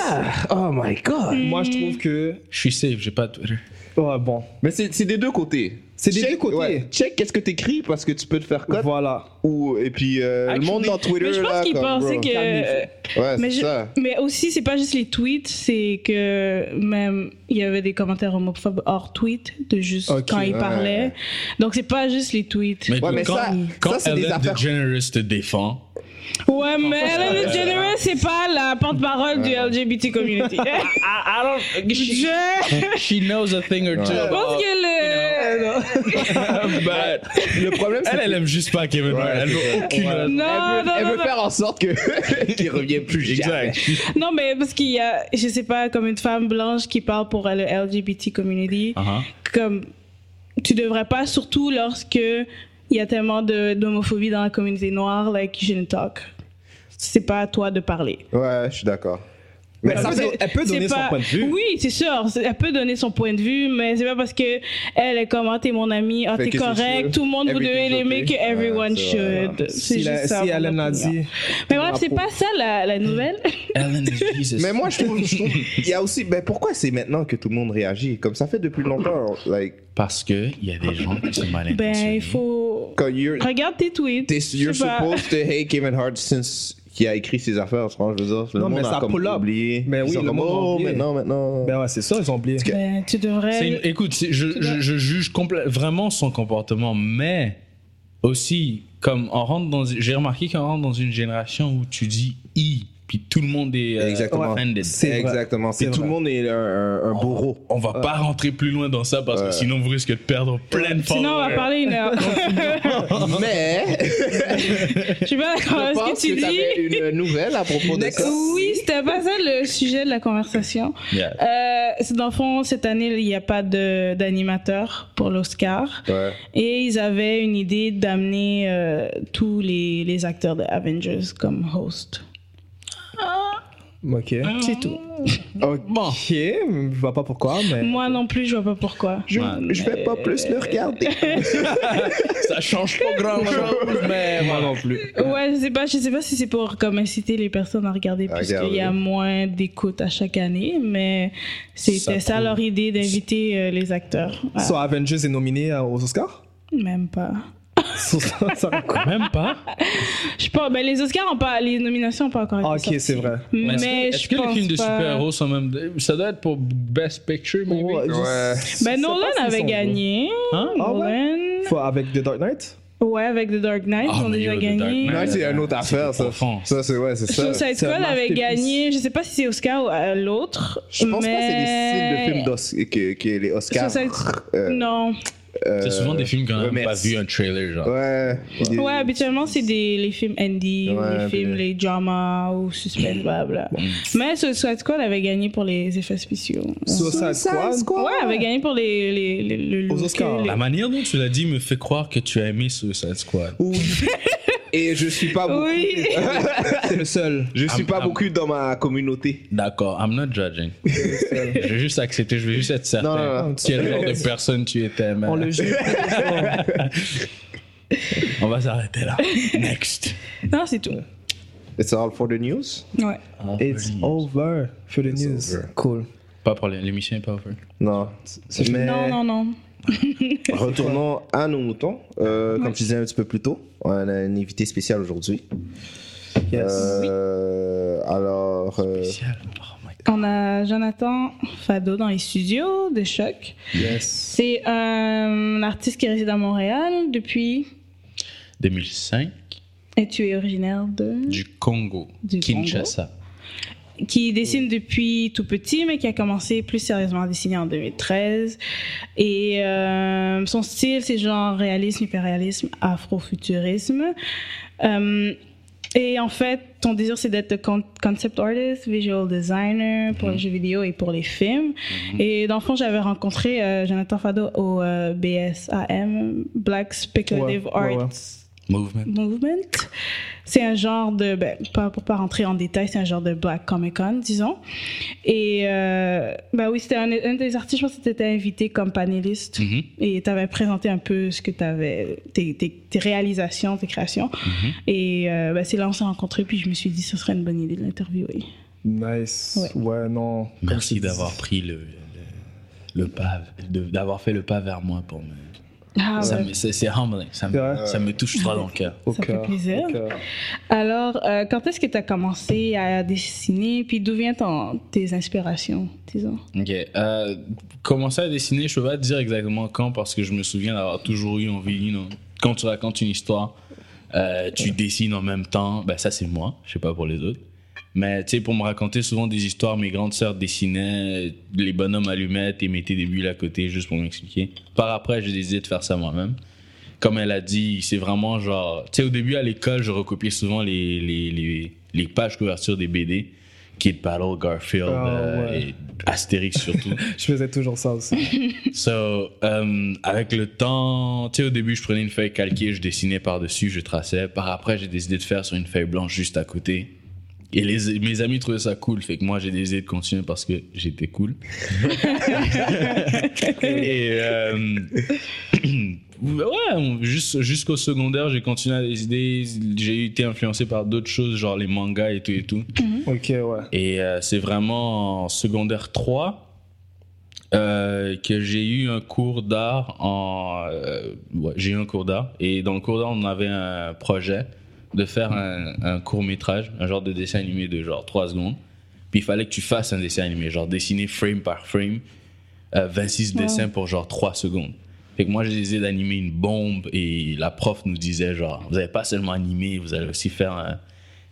Speaker 7: Oh my god.
Speaker 5: Moi, je trouve que.
Speaker 4: Je suis safe, j'ai pas Twitter.
Speaker 5: Ouais, bon.
Speaker 7: Mais c'est c'est des deux côtés.
Speaker 5: C'est des
Speaker 7: Check-
Speaker 5: deux côtés.
Speaker 7: ouais, Check qu'est-ce que t'écris parce que tu peux te faire cote.
Speaker 5: Voilà.
Speaker 7: Ou, et puis euh, le monde dans Twitter.
Speaker 6: Mais je pense
Speaker 7: là,
Speaker 6: qu'il
Speaker 7: comme,
Speaker 6: pensait
Speaker 7: bro.
Speaker 6: que. Euh,
Speaker 7: Ouais,
Speaker 6: Mais,
Speaker 7: c'est
Speaker 6: je-
Speaker 7: ça.
Speaker 6: mais aussi, c'est pas juste les tweets, c'est que même il y avait des commentaires homophobes hors tweet, de juste
Speaker 5: Ok,
Speaker 6: quand il
Speaker 7: ouais.
Speaker 6: parlait. Donc c'est pas juste les tweets.
Speaker 4: Mais,
Speaker 7: Ouais, mais
Speaker 4: quand,
Speaker 7: ça-
Speaker 4: quand
Speaker 7: ça, c'est des
Speaker 4: Ellen
Speaker 7: affaires-
Speaker 4: DeGeneres te défend,
Speaker 6: ouais, mais Ellen DeGeneres, c'est pas la porte-parole du LGBT community. Ah, je
Speaker 4: She knows a thing or two.
Speaker 5: Euh,
Speaker 7: Ouais.
Speaker 6: pense que le.
Speaker 4: But-
Speaker 7: Bah, Le problème, c'est
Speaker 4: Elle, elle aime juste pas Kevin Hart. Elle veut aucune raison.
Speaker 6: Ah, Non, non,
Speaker 7: Elle
Speaker 6: non,
Speaker 7: veut
Speaker 6: non.
Speaker 7: faire en sorte que qu'il revienne plus jamais.
Speaker 4: Exact.
Speaker 6: Non, mais parce qu'il y a, je sais pas, comme une femme blanche qui parle pour le LGBT community.
Speaker 5: Ah.
Speaker 4: Uh-huh.
Speaker 6: comme tu devrais pas surtout lorsque il y a tellement de- d'homophobie dans la communauté noire like you shouldn't talk c'est pas à toi de parler
Speaker 7: Ouais, je suis d'accord.
Speaker 5: Mais
Speaker 7: ça,
Speaker 5: ça,
Speaker 7: c'est-
Speaker 5: elle peut
Speaker 6: C'est
Speaker 5: donner
Speaker 6: pas-
Speaker 5: son point de vue.
Speaker 6: oui c'est sûr c'est- elle peut donner son point de vue mais c'est pas parce que elle est comme ah t'es mon ami ah
Speaker 7: Fait
Speaker 6: t'es
Speaker 7: que c'est
Speaker 6: correct
Speaker 7: sûr.
Speaker 6: tout le monde vous devez
Speaker 7: Everything's
Speaker 6: l'aimer
Speaker 7: okay.
Speaker 6: que everyone
Speaker 7: Ouais, c'est vrai,
Speaker 6: should C'est
Speaker 5: Si,
Speaker 6: juste
Speaker 5: la,
Speaker 6: ça,
Speaker 5: si
Speaker 6: mon
Speaker 5: Ellen l'a
Speaker 6: opinion.
Speaker 5: dit.
Speaker 6: mais bref c'est
Speaker 5: Rappro-
Speaker 6: pas ça la,
Speaker 4: Hmm.
Speaker 6: la nouvelle
Speaker 4: Ellen is Jesus.
Speaker 7: Mais moi, je trouve, je trouve- il y a aussi, ben pourquoi c'est maintenant que tout le monde réagit Comme ça fait depuis longtemps, like
Speaker 4: Parce qu'il y a des gens qui sont mal
Speaker 6: ben
Speaker 4: intentionnés.
Speaker 6: il faut
Speaker 7: quand you're,
Speaker 6: regarde tes tweets
Speaker 7: t'es-
Speaker 6: Je
Speaker 7: you're
Speaker 6: sais pas.
Speaker 7: supposed to hate Kevin Hart since qu'il a écrit ses affaires, tu vois, je veux dire, le
Speaker 5: Non,
Speaker 7: monde
Speaker 5: mais
Speaker 7: a
Speaker 5: ça
Speaker 7: comme
Speaker 5: pull up.
Speaker 7: oublié.
Speaker 5: Mais
Speaker 7: Ils
Speaker 5: oui,
Speaker 7: sont
Speaker 5: le
Speaker 7: comme,
Speaker 5: monde a
Speaker 7: oh,
Speaker 5: oublié.
Speaker 7: maintenant, maintenant.
Speaker 5: Ben ouais, c'est ça, ils ont oublié.
Speaker 6: Ben, tu devrais
Speaker 4: C'est une- écoute, c'est- je, je- je juge compla- vraiment son comportement, mais aussi, comme on rentre dans. J'ai remarqué qu'on rentre dans une génération où tu dis I, puis tout le monde est euh,
Speaker 7: Exactement.
Speaker 4: offended.
Speaker 5: C'est vrai.
Speaker 7: Exactement.
Speaker 5: C'est
Speaker 7: C'est tout
Speaker 5: vrai.
Speaker 7: le monde est un, un- un bourreau.
Speaker 4: On va pas rentrer plus loin dans ça parce que sinon vous risquez de perdre plein de
Speaker 6: Sinon, on va
Speaker 4: followers.
Speaker 6: parler une heure.
Speaker 7: Mais
Speaker 6: Je suis pas d'accord
Speaker 7: je
Speaker 6: avec
Speaker 7: pense
Speaker 6: ce que tu
Speaker 7: que t'avais
Speaker 6: dis.
Speaker 7: une nouvelle à propos de ça.
Speaker 6: Oui, c'était pas ça le sujet de la conversation.
Speaker 4: Yeah.
Speaker 6: Euh, c'est dans le fond, cette année, il n'y a pas de- d'animateur pour l'Oscar.
Speaker 7: Ouais.
Speaker 6: Et ils avaient une idée d'amener euh, tous les, les acteurs de Avengers comme host.
Speaker 5: Ok.
Speaker 6: C'est tout.
Speaker 4: Bon.
Speaker 5: Ok, je vois pas pourquoi, mais.
Speaker 6: Moi non plus, je vois pas pourquoi.
Speaker 7: Je,
Speaker 4: Ouais.
Speaker 7: je vais pas plus le regarder.
Speaker 4: Ça change pas grand chose, mais moi non plus.
Speaker 6: Ouais, je sais pas, je sais pas si c'est pour comme inciter les personnes à regarder
Speaker 7: À
Speaker 6: puisqu'il y
Speaker 7: regarder.
Speaker 6: a moins d'écoute à chaque année, mais c'était
Speaker 4: Ça
Speaker 6: ça,
Speaker 4: prouve.
Speaker 6: leur idée d'inviter euh, les acteurs. Ouais.
Speaker 5: So Avengers est nominé euh, aux Oscars
Speaker 6: Même pas.
Speaker 5: So, ça, ça va quoi
Speaker 4: Même pas.
Speaker 6: Je pense, ben les Oscars ont pas, les nominations ont pas encore été
Speaker 5: Ah, Ok,
Speaker 6: sorties.
Speaker 5: c'est vrai.
Speaker 6: Mais
Speaker 4: Est-ce que, est-ce
Speaker 6: je
Speaker 4: que
Speaker 6: pense
Speaker 4: les films de
Speaker 6: pas-
Speaker 4: super-héros sont même. Ça doit être pour Best Picture, maybe?
Speaker 5: Ouais, je
Speaker 7: Ouais.
Speaker 5: sais pas
Speaker 6: Ben Nolan
Speaker 5: s'ils
Speaker 6: avait
Speaker 5: sont
Speaker 6: gagné.
Speaker 4: Hein?
Speaker 5: Ah ouais?
Speaker 6: Nolan.
Speaker 5: bons. Faut- avec The Dark Knight
Speaker 6: Ouais, avec The Dark Knight,
Speaker 4: Ah,
Speaker 6: ils ont
Speaker 4: mais
Speaker 6: déjà
Speaker 4: yo, The Dark
Speaker 6: gagné.
Speaker 4: Knight.
Speaker 7: Non, Ah, c'est une autre
Speaker 4: C'est
Speaker 7: affaire, ça.
Speaker 4: profond.
Speaker 7: Ça, c'est ouais, c'est ça.
Speaker 6: Suicide
Speaker 5: c'est un
Speaker 6: Squad avait
Speaker 5: masterpiece.
Speaker 6: gagné, je sais pas si c'est Oscar ou à l'autre.
Speaker 7: Je pense pas que c'est
Speaker 6: mais-
Speaker 7: les styles de films d'Os- que, que les Oscars.
Speaker 6: Suicide-
Speaker 7: euh,
Speaker 6: Non,
Speaker 7: Euh,
Speaker 4: C'est souvent des films qu'on n'a
Speaker 7: ouais,
Speaker 4: même pas
Speaker 7: merci.
Speaker 4: vu un trailer, genre.
Speaker 7: Ouais. puis des-
Speaker 6: Ouais, habituellement, c'est des, les films indie, ou
Speaker 7: Ouais,
Speaker 6: les films,
Speaker 7: puis-
Speaker 6: les dramas, ou suspense, blablabla. Mais Suicide Squad avait gagné pour les effets spéciaux.
Speaker 5: Suicide Squad.
Speaker 6: Ouais, avait gagné pour les, les, les- le
Speaker 5: Aux
Speaker 6: look,
Speaker 5: Oscars.
Speaker 6: les-
Speaker 4: La manière dont tu l'as dit me fait croire que tu as aimé Suicide Squad.
Speaker 5: Oui,
Speaker 7: Et je suis pas beaucoup.
Speaker 6: Oui.
Speaker 5: c'est le seul.
Speaker 7: Je suis
Speaker 4: Ah,
Speaker 7: pas
Speaker 4: ah.
Speaker 7: beaucoup dans ma communauté.
Speaker 4: D'accord, I'm not judging. je vais juste accepter, je vais juste être certain.
Speaker 7: Non, non, non.
Speaker 4: Quel genre de personne tu étais, man.
Speaker 5: On le joue.
Speaker 4: On va s'arrêter là. Next.
Speaker 6: Non, c'est tout.
Speaker 7: It's all for the news?
Speaker 6: Ouais.
Speaker 5: It's over for the news.
Speaker 7: over.
Speaker 5: Cool.
Speaker 4: Pas pour les- l'émission, est pas over.
Speaker 7: Non. Mais
Speaker 6: Non, non, non.
Speaker 7: retournons à nos moutons. Euh, Comme je disais un petit peu plus tôt, on a un invité spécial aujourd'hui.
Speaker 5: Yes.
Speaker 7: Euh, alors, euh,
Speaker 4: oh
Speaker 6: On a Jonathan Fado dans les studios de Choc.
Speaker 5: Yes.
Speaker 6: C'est un artiste qui réside à Montréal depuis.
Speaker 4: 2005,
Speaker 6: Et tu es originaire de.
Speaker 4: du Congo,
Speaker 6: Du
Speaker 4: Kinshasa.
Speaker 6: qui dessine
Speaker 5: Mm.
Speaker 6: depuis tout petit, mais qui a commencé plus sérieusement à dessiner en 2013. Et euh, son style, c'est genre réalisme, hyperréalisme, afrofuturisme. Euh, et en fait, ton désir, c'est d'être con- concept artist, visual designer pour les
Speaker 5: Mm.
Speaker 6: jeux vidéo et pour les films.
Speaker 5: Mm-hmm.
Speaker 6: Et dans le fond, j'avais rencontré euh, Jonathan Fado au euh, BSAM, Black Speculative
Speaker 5: Ouais, ouais,
Speaker 6: Arts
Speaker 5: ouais.
Speaker 4: Movement.
Speaker 6: Movement. C'est un genre de, ben, pas, pour pas rentrer en détail, c'est un genre de Black Comic Con, disons. Et euh, ben oui, c'était un, un des artistes, je pense que tu étais invité comme panéliste
Speaker 5: Mm-hmm.
Speaker 4: Mhm.
Speaker 6: et tu avais présenté un peu ce que tu avais, tes, tes- tes réalisations, tes créations.
Speaker 5: Mm-hmm.
Speaker 6: Et euh, ben, c'est là qu'on s'est rencontrés, puis je me suis dit ce serait une bonne idée de l'interviewer.
Speaker 5: Nice. Ouais, non. comme je
Speaker 4: Merci
Speaker 5: dis.
Speaker 4: d'avoir pris le, le, le pas, de- d'avoir fait le pas vers moi pour me.
Speaker 6: Ah,
Speaker 4: ça
Speaker 6: ouais.
Speaker 4: me- c'est, c'est humbling, ça
Speaker 5: C'est
Speaker 4: me,
Speaker 5: vrai.
Speaker 4: ça me touche droit dans le cœur.
Speaker 5: Au
Speaker 6: Ça fait
Speaker 5: cœur,
Speaker 6: plaisir.
Speaker 5: au cœur.
Speaker 6: Alors, euh, quand est-ce que tu as commencé à dessiner, puis d'où viennent ton- tes inspirations, disons?
Speaker 4: Ok. Euh, commencer à dessiner, je peux pas te dire exactement quand parce que je me souviens d'avoir toujours eu envie. you know, quand tu racontes une histoire, euh, tu dessines en même temps. Ben, ça, c'est moi. Je sais pas pour les autres. Mais tu sais, pour me raconter souvent des histoires, mes grandes sœurs dessinaient les bonhommes allumettes et mettaient des bulles à côté juste pour m'expliquer. Par après, j'ai décidé de faire ça moi-même. Comme elle a dit, c'est vraiment genre. Tu sais, au début à l'école, je recopiais souvent les, les, les, les pages couvertures des BD. Kid Battle, Garfield
Speaker 5: Ah,
Speaker 4: euh,
Speaker 5: ouais.
Speaker 4: et Astérix surtout.
Speaker 5: Je faisais toujours ça aussi.
Speaker 4: So, euh, avec le temps, tu sais, au début, je prenais une feuille calquée, je dessinais par-dessus, je traçais. Par après, j'ai décidé de faire sur une feuille blanche juste à côté. Et les, mes amis trouvaient ça cool, fait que moi, j'ai décidé de continuer parce que j'étais cool. Et euh, ouais, on- juste- jusqu'au secondaire, j'ai continué à dessiner. J'ai été influencé par d'autres choses, genre les mangas et tout et tout.
Speaker 6: Mm-hmm.
Speaker 5: ok, ouais.
Speaker 4: Et euh, c'est vraiment en secondaire 3 euh, que j'ai eu un cours d'art en... euh, ouais, j'ai eu un cours d'art. Et dans le cours d'art, on avait un projet de faire un, un court-métrage, un genre de dessin animé de genre 3 secondes. Puis il fallait que tu fasses un dessin animé, genre dessiner frame par frame, euh, 26
Speaker 6: Wow.
Speaker 4: dessins pour genre 3 secondes. Fait que moi, j'ai décidé d'animer une bombe et la prof nous disait genre, vous n'allez pas seulement animer, vous allez aussi faire un-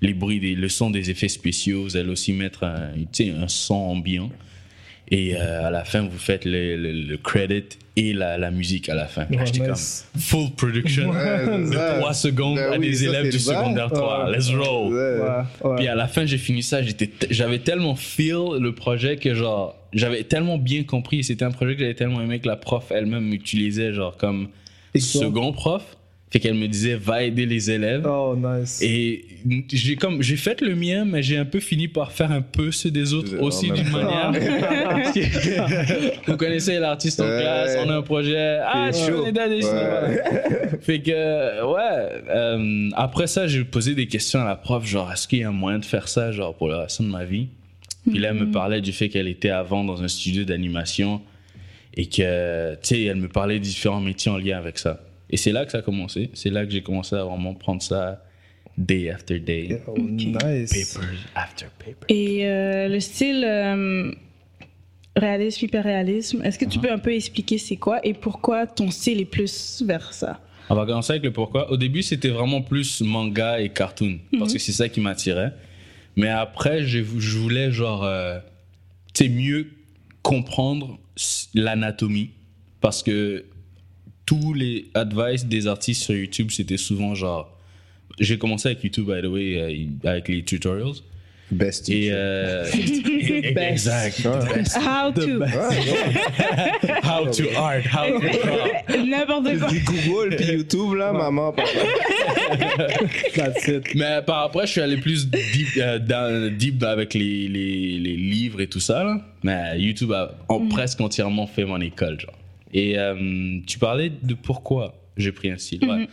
Speaker 4: les bruits, des, le son des effets spéciaux, vous allez aussi mettre un, tu sais, un son ambiant. Et euh, à la fin, vous faites le, le- le credit et la, la musique à la fin.
Speaker 5: Ouais,
Speaker 4: J'étais
Speaker 5: nice.
Speaker 4: comme full production
Speaker 7: Ouais, c'est ça.
Speaker 4: de 3 secondes
Speaker 7: Ben
Speaker 4: à
Speaker 7: oui,
Speaker 4: des
Speaker 7: ça,
Speaker 4: élèves
Speaker 7: c'est
Speaker 4: du
Speaker 7: le bail.
Speaker 4: secondaire 3.
Speaker 5: Ouais.
Speaker 4: Let's roll!
Speaker 7: ouais.
Speaker 5: Ouais, ouais.
Speaker 4: Puis à la fin, j'ai fini ça. j'étais t- J'avais tellement feel le projet que genre, j'avais tellement bien compris. C'était un projet que j'avais tellement aimé que la prof elle-même m'utilisait genre comme
Speaker 5: Et toi?
Speaker 4: second prof. Fait qu'elle me disait, va aider les élèves.
Speaker 7: Ah.
Speaker 5: Oh, nice.
Speaker 4: Et j'ai comme j'ai fait le mien, mais j'ai un peu fini par faire un peu ceux des autres
Speaker 7: Euh,
Speaker 4: aussi
Speaker 7: en même
Speaker 4: d'une
Speaker 7: temps.
Speaker 4: manière. Vous connaissez l'artiste en
Speaker 7: Ouais.
Speaker 4: classe, on a un projet. Ah,
Speaker 7: C'est
Speaker 4: tu
Speaker 7: chaud.
Speaker 4: connais d'aller
Speaker 7: Ouais.
Speaker 4: Fait que ouais. euh, après ça, j'ai posé des questions à la prof, genre est-ce qu'il y a un moyen de faire ça, genre pour le reste de ma vie. Puis là, elle me parlait du fait qu'elle était avant dans un studio d'animation et que, tu sais, elle me parlait de différents métiers en lien avec ça. Et c'est là que ça a commencé. C'est là que j'ai commencé à vraiment prendre ça day after day.
Speaker 5: Oh, nice.
Speaker 4: Papers after papers.
Speaker 6: Et euh, le style euh, réalisme, hyperréalisme, est-ce que
Speaker 5: Ah.
Speaker 6: tu peux un peu expliquer c'est quoi et pourquoi ton style est plus vers ça
Speaker 4: On va commencer avec le pourquoi. Au début, c'était vraiment plus manga et cartoon parce que c'est ça qui m'attirait. Mais après, j'ai vou- je voulais genre, euh, tu sais, mieux comprendre s- l'anatomie parce que tous les advice des artistes sur YouTube, c'était souvent genre. J'ai commencé avec YouTube, by the way, euh, avec les tutorials.
Speaker 7: Best
Speaker 4: Et.
Speaker 7: teacher.
Speaker 4: euh, exact.
Speaker 6: How to.
Speaker 4: euh,
Speaker 7: Ah,
Speaker 4: How to art, how to draw.
Speaker 6: Eh, N'importe quoi.
Speaker 7: Du Google puis YouTube là, maman, papa.
Speaker 5: That's it.
Speaker 4: Mais par après, je suis allé plus deep, euh, dans- deep avec les, les, les livres et tout ça. là. Mais YouTube a en- presque entièrement fait mon école. Genre. Et euh, tu parlais de pourquoi j'ai pris un style. ouais.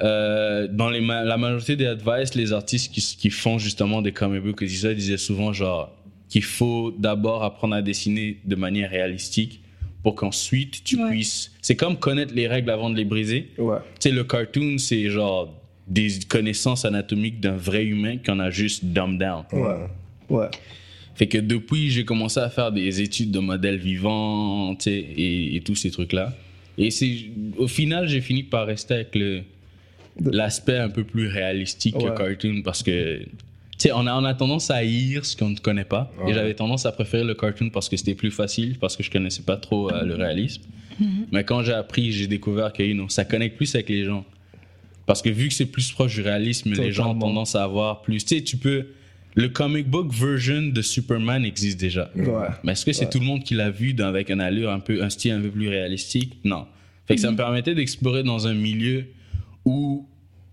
Speaker 4: Euh, dans les ma- la majorité des advice, les artistes qui, s- qui font justement des comic books, et tout ça, ils disaient souvent genre qu'il faut d'abord apprendre à dessiner de manière réalistique pour qu'ensuite tu
Speaker 6: Ouais.
Speaker 4: puisses. C'est comme connaître les règles avant de les briser.
Speaker 7: Ouais.
Speaker 4: Tu sais, le cartoon, c'est genre des connaissances anatomiques d'un vrai humain qu'on a juste dumbed down.
Speaker 7: Ouais.
Speaker 5: Ouais.
Speaker 4: Fait que depuis, j'ai commencé à faire des études de modèles vivants, tu sais, et, et tous ces trucs-là. Et c'est, au final, j'ai fini par rester avec le, l'aspect un peu plus réalistique que
Speaker 5: Ouais.
Speaker 4: cartoon parce que, tu sais, on a, on a tendance à haïr ce qu'on ne connaît pas. Et j'avais tendance à préférer le cartoon parce que c'était plus facile, parce que je connaissais pas trop euh, le réalisme. Mais quand j'ai appris, j'ai découvert que, you know, ça connecte plus avec les gens. Parce que vu que c'est plus proche du réalisme, les gens ont
Speaker 5: Totalement.
Speaker 4: tendance à avoir plus. Tu sais, tu peux. Le comic book version de Superman existe déjà.
Speaker 5: Ouais.
Speaker 4: Mais est-ce que c'est tout le monde qui l'a vu dans- avec un allure un peu, un style un peu plus réalistique Non. Fait que ça me permettait d'explorer dans un milieu où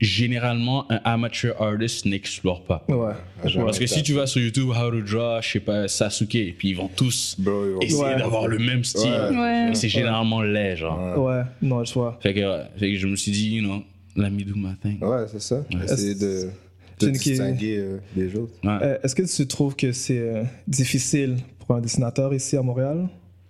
Speaker 4: généralement un amateur artist n'explore pas.
Speaker 5: Ouais.
Speaker 4: Parce que si tu vas sur YouTube, How to Draw, je sais pas, Sasuke, puis ils vont tous
Speaker 7: Bro, yo.
Speaker 4: essayer
Speaker 5: Ouais.
Speaker 4: d'avoir le même style.
Speaker 7: Ouais.
Speaker 6: Ouais.
Speaker 4: Mais c'est généralement laid, genre.
Speaker 5: Ouais. Non, je vois.
Speaker 4: Fait, que, ouais. Fait que je me suis dit, you know, let me do my thing.
Speaker 7: Ouais, c'est ça. Essayer de, de
Speaker 5: C'est une qui-
Speaker 7: distinguer euh, des autres.
Speaker 4: Ouais.
Speaker 5: Euh, Est-ce que tu trouves que c'est euh, difficile pour un dessinateur ici à Montréal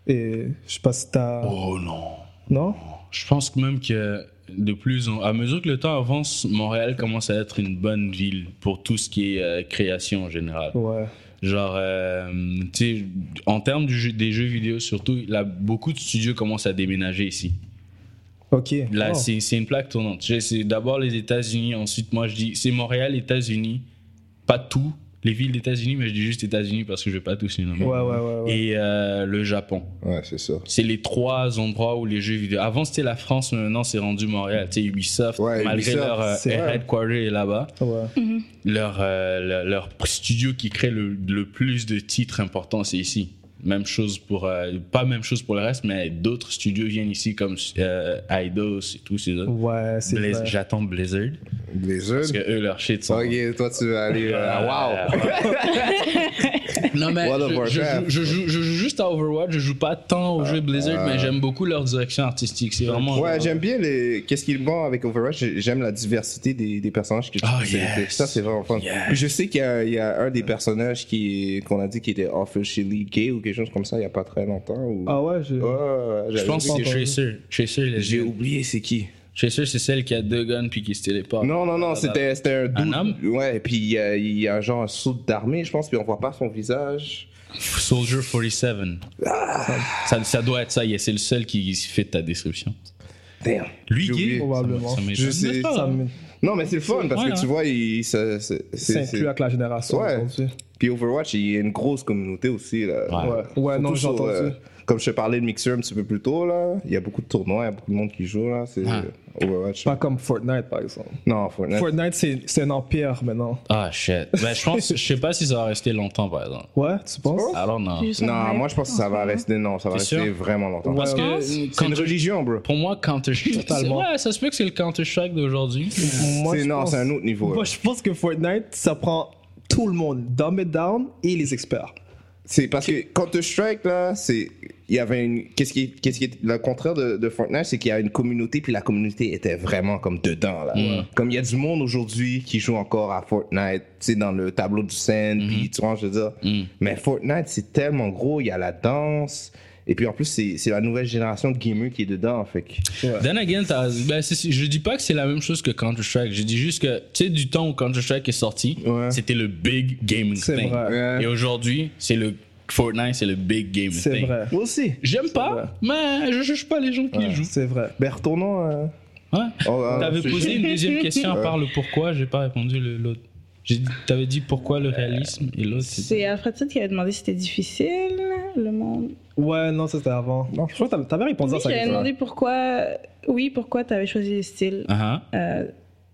Speaker 5: Et je sais pas si t'as.
Speaker 4: Oh non.
Speaker 5: Non
Speaker 4: Je pense que même que de plus en... à mesure que le temps avance, Montréal commence à être une bonne ville pour tout ce qui est euh, création en général.
Speaker 5: Ouais.
Speaker 4: Genre, euh, tu sais, en termes du jeu- des jeux vidéo surtout, là, beaucoup de studios commencent à déménager ici.
Speaker 5: Ok.
Speaker 4: Là,
Speaker 5: Oh.
Speaker 4: c'est c'est une plaque tournante. Je- C'est d'abord les États-Unis, ensuite, moi, je dis, c'est Montréal, États-Unis, pas tout, les villes d'États-Unis, mais je dis juste États-Unis parce que je vais pas tous les nommer.
Speaker 5: Ouais, ouais, ouais. ouais.
Speaker 4: Et euh, le Japon.
Speaker 7: Ouais, c'est ça.
Speaker 4: C'est les trois endroits où les jeux vidéo. Avant, c'était la France, mais maintenant, c'est rendu Montréal. Tu sais, Ubisoft,
Speaker 7: Ouais,
Speaker 4: malgré
Speaker 7: Ubisoft,
Speaker 4: leur euh,
Speaker 5: c'est vrai.
Speaker 4: headquarter est là-bas,
Speaker 5: Ouais.
Speaker 4: leur, euh, leur, leur studio qui crée le, le plus de titres importants, c'est ici. Même chose pour. euh, pas même chose pour le reste, mais d'autres studios viennent ici, comme euh, Eidos et tous ces autres.
Speaker 5: Ouais, c'est
Speaker 4: Blaz-
Speaker 5: vrai.
Speaker 4: J'attends Blizzard,
Speaker 7: Les autres.
Speaker 4: parce que eux, leur shit sont.
Speaker 7: Ok, toi, tu vas aller.
Speaker 4: Euh,
Speaker 7: euh, wow!
Speaker 4: Non, mais
Speaker 7: World of
Speaker 4: je- je,
Speaker 7: Warcraft. Ah,
Speaker 4: joue, je joue- je joue juste à Overwatch, je joue pas tant aux jeux Blizzard, mais j'aime beaucoup leur direction artistique. C'est vraiment. euh,
Speaker 7: Ouais, j'aime bien les. Qu'est-ce qui est bon avec Overwatch? j'ai- J'aime la diversité des, des personnages que tu
Speaker 4: Oh,
Speaker 7: peux sélecter.
Speaker 4: yes.
Speaker 7: Ça, c'est vraiment fun.
Speaker 4: Yes.
Speaker 7: Puis je sais qu'il y, a- il y a un des personnages qui est- qu'on a dit qui était officially gay ou quelque chose comme ça il y a pas très longtemps. Ou...
Speaker 5: Ah ouais, je.
Speaker 7: Ouais,
Speaker 4: Je
Speaker 7: j'avais
Speaker 4: pense
Speaker 7: vu
Speaker 4: que c'est
Speaker 7: quelque chose.
Speaker 4: Tracer. Tracer, il est
Speaker 7: J'ai
Speaker 4: jeune.
Speaker 7: oublié c'est qui.
Speaker 4: Tracer, c'est celle qui a deux guns puis qui se téléporte.
Speaker 7: Non, non, non, c'était c'était un dude.
Speaker 4: Ah, homme?
Speaker 7: Ouais, et puis il y, a- il y a un genre un saut d'armée, je pense, puis on voit pas son visage.
Speaker 4: Soldier 47.
Speaker 7: Ah.
Speaker 4: Ça, ça doit être ça, yes, c'est le seul qui fait ta description.
Speaker 7: Damn.
Speaker 4: Lui,
Speaker 7: J'ai
Speaker 4: gay
Speaker 7: oublié.
Speaker 5: Probablement.
Speaker 4: Ça m'étonne.
Speaker 7: Je sais.
Speaker 4: Mais c'est pas
Speaker 5: Ça
Speaker 4: grave.
Speaker 5: me-
Speaker 7: Non, mais c'est le fun parce
Speaker 4: Ouais,
Speaker 7: que
Speaker 4: hein.
Speaker 7: tu vois, il ça- c'est- c'est- c'est-
Speaker 5: s'inclut avec la génération
Speaker 7: Ouais.
Speaker 5: aujourd'hui.
Speaker 7: Puis Overwatch, il y a une grosse communauté aussi. Là.
Speaker 4: Ouais.
Speaker 5: Ouais. Ouais, non,
Speaker 7: Surtout
Speaker 5: j'ai
Speaker 7: sur, euh,
Speaker 5: entendu.
Speaker 7: comme je te parlais de Mixer un petit peu plus tôt, là, il y a beaucoup de tournois, il y a beaucoup de monde qui joue. Là, c'est
Speaker 4: Ah.
Speaker 7: Overwatch.
Speaker 5: Pas comme Fortnite, par exemple.
Speaker 7: Non, Fortnite.
Speaker 5: Fortnite, c'est c'est un empire maintenant.
Speaker 4: Ah, shit. Ben, je pense, je sais pas si ça va rester longtemps, par exemple.
Speaker 5: Ouais, tu penses
Speaker 7: penses
Speaker 4: Alors, non.
Speaker 6: Juste un
Speaker 7: Non,
Speaker 6: hype
Speaker 7: moi je pense que
Speaker 6: en
Speaker 7: ça
Speaker 6: ce
Speaker 7: va
Speaker 6: moment.
Speaker 7: rester, non, ça va
Speaker 4: T'es
Speaker 7: rester
Speaker 4: sûr
Speaker 7: vraiment longtemps.
Speaker 4: Parce
Speaker 5: Ouais.
Speaker 4: que.
Speaker 6: penses
Speaker 4: euh,
Speaker 7: C'est une
Speaker 4: Counter-
Speaker 7: religion, bro.
Speaker 4: Pour moi, Counter-Strike.
Speaker 5: Totalement.
Speaker 4: Ouais, ça se peut que c'est le Counter-Strike d'aujourd'hui.
Speaker 5: Moi,
Speaker 7: C'est-
Speaker 5: je
Speaker 7: non,
Speaker 5: pense-
Speaker 7: c'est un autre niveau,
Speaker 5: Moi,
Speaker 7: là.
Speaker 5: je pense que Fortnite, ça prend tout le monde, dumb it down et les experts.
Speaker 7: C'est parce que Counter-Strike, là, c'est. Il y avait une. Qu'est-ce qui, est- qu'est-ce qui est. Le contraire de, de Fortnite, c'est qu'il y a une communauté, puis la communauté était vraiment comme dedans, là. Comme il y a du monde aujourd'hui qui joue encore à Fortnite, tu sais, dans le tableau du scène, puis tu vois, je veux dire. Mais Fortnite, c'est tellement gros, il y a la danse. Et puis en plus, c'est c'est la nouvelle génération de gamers qui est dedans, fait que.
Speaker 4: Then again, t'as- ben, c'est- je dis pas que c'est la même chose que Counter-Strike. Je dis juste que, tu sais, du temps où Counter-Strike est sorti,
Speaker 7: Ouais.
Speaker 4: c'était le big gaming
Speaker 5: C'est
Speaker 4: thing.
Speaker 5: vrai.
Speaker 7: Ouais.
Speaker 4: Et aujourd'hui, c'est le Fortnite, c'est le big gaming thing.
Speaker 5: C'est vrai.
Speaker 7: Aussi.
Speaker 4: J'aime pas, mais je juge pas les gens qui y jouent.
Speaker 5: C'est vrai.
Speaker 7: Ben retournons. euh,
Speaker 4: Ouais.
Speaker 7: oh, euh,
Speaker 5: Ah,
Speaker 4: T'avais
Speaker 7: c'est-
Speaker 4: posé une deuxième question à part le pourquoi, j'ai pas répondu le- l'autre. J'ai dit- T'avais dit pourquoi le réalisme et l'autre. c'était-
Speaker 6: C'est Alfredson qui avait demandé si c'était difficile, le monde.
Speaker 5: Ouais, non, ça c'était avant. Non, je crois que t'avais- t'avais répondu
Speaker 6: Oui,
Speaker 5: à ça.
Speaker 6: j'avais
Speaker 5: quelque part.
Speaker 6: demandé pourquoi, oui, pourquoi tu avais choisi les styles
Speaker 4: Ah ah,
Speaker 6: euh,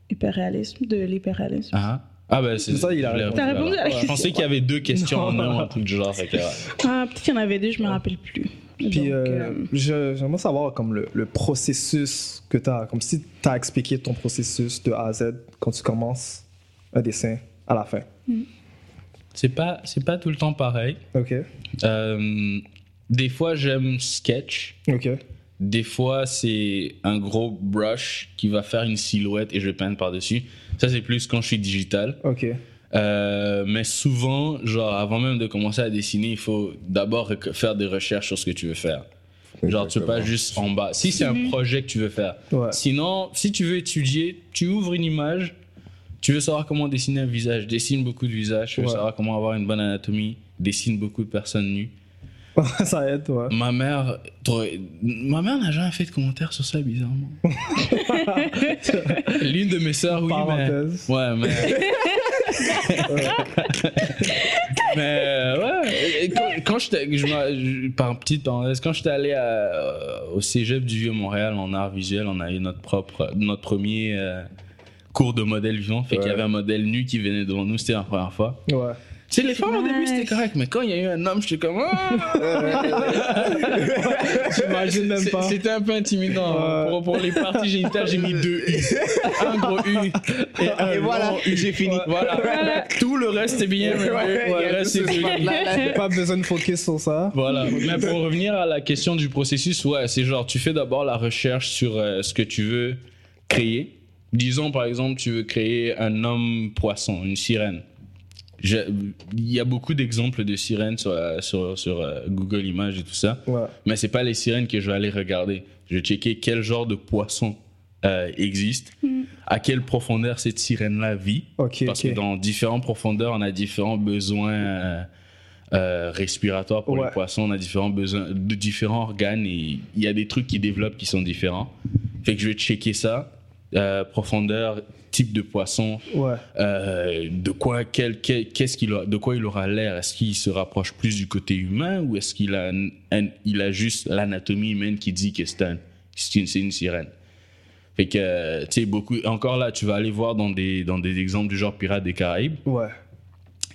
Speaker 6: hyperréalisme, de l'hyperréalisme.
Speaker 4: ah ah. Ah ben c'est
Speaker 5: Ça, il a
Speaker 4: je l'ai
Speaker 5: répondu.
Speaker 6: T'as répondu à la
Speaker 4: Je pensais
Speaker 6: question.
Speaker 4: qu'il y avait deux questions en
Speaker 5: Non.
Speaker 4: un, un truc du genre. fait que, ouais.
Speaker 6: Ah, peut-être qu'il y en avait deux, je me rappelle plus.
Speaker 5: Puis
Speaker 6: Donc,
Speaker 5: euh,
Speaker 6: euh,
Speaker 5: je- j'aimerais savoir comme le, le processus que t'as, comme si t'as expliqué ton processus de A à Z quand tu commences un dessin à la fin.
Speaker 4: C'est pas, c'est pas tout le temps pareil.
Speaker 5: Ok.
Speaker 4: Euh, des fois j'aime sketch.
Speaker 5: Ok.
Speaker 4: Des fois c'est un gros brush qui va faire une silhouette et je vais peindre par-dessus. Ça c'est plus quand je suis digital.
Speaker 5: Ok.
Speaker 4: Euh, mais souvent, genre, avant même de commencer à dessiner, il faut d'abord rec- faire des recherches sur ce que tu veux faire. Genre, tu peux pas juste en bas. Si c'est un projet que tu veux faire.
Speaker 5: Mhm. Ouais.
Speaker 4: Sinon, si tu veux étudier, tu ouvres une image, tu veux savoir comment dessiner un visage, dessine beaucoup de visages, tu veux
Speaker 5: Ouais.
Speaker 4: savoir comment avoir une bonne anatomie, dessine beaucoup de personnes nues.
Speaker 5: ça aide, ouais.
Speaker 4: Ma mère, t'aurais- ma mère n'a jamais fait de commentaire sur ça, bizarrement. L'une de mes sœurs, oui, mais...
Speaker 5: Parenthèse.
Speaker 4: Ouais, mais. mais euh, ouais, et quand, quand j'étais. je me- je- Par petite parenthèse, quand j'étais allé à, euh, au cégep du Vieux-Montréal en art visuel, on a eu notre, propre, notre premier euh, cours de modèle vivant. Fait qu'il y
Speaker 7: Ouais.
Speaker 4: avait un modèle nu qui venait devant nous, c'était la première fois.
Speaker 5: Ouais.
Speaker 4: Tu sais, les femmes au début c'était
Speaker 6: Nice.
Speaker 4: correct, mais quand il y a eu un homme, j'étais comme. Ah!
Speaker 5: J'imagine même
Speaker 4: C'est-
Speaker 5: pas.
Speaker 4: C'était un peu intimidant. hein.
Speaker 5: Ouais.
Speaker 4: Pour, pour les parties génitales, j'ai mis deux U. Un gros U et un
Speaker 7: Et voilà,
Speaker 4: long U.
Speaker 7: j'ai fini.
Speaker 4: Voilà. Tout le reste est bien. mais le
Speaker 7: il y a
Speaker 4: reste
Speaker 7: tout
Speaker 4: est
Speaker 7: ce
Speaker 4: deux U.
Speaker 5: Pas besoin de focus sur ça.
Speaker 4: Voilà. Mais pour revenir à la question du processus, ouais, c'est genre, tu fais d'abord la recherche sur euh, ce que tu veux créer. Disons, par exemple, tu veux créer un homme poisson, une sirène. Je- Il y a beaucoup d'exemples de sirènes sur, la- sur, sur euh, Google Images et tout ça.
Speaker 5: Ouais.
Speaker 4: Mais c'est pas les sirènes que je vais aller regarder. Je vais checker quel genre de poisson euh, existe, à quelle profondeur cette sirène-là vit.
Speaker 5: Ok.
Speaker 4: Parce
Speaker 5: ok.
Speaker 4: que dans différentes profondeurs, on a différents besoins euh, euh, respiratoires pour
Speaker 5: Ouais.
Speaker 4: les poissons, on a différents besoins de différents organes et il y a des trucs qui développent qui sont différents. Fait que je vais checker ça. euh, profondeur, type de poisson,
Speaker 5: Ouais.
Speaker 4: euh, de quoi quel, quel- qu'est-ce qu'il a- de quoi il aura l'air est-ce qu'il se rapproche plus du côté humain ou est-ce qu'il a un- un- il a juste l'anatomie humaine qui dit que c'est un- c'est une, c'est une sirène fait que euh, tu sais beaucoup encore là tu vas aller voir dans des dans des exemples du genre Pirates des Caraïbes
Speaker 5: Ouais.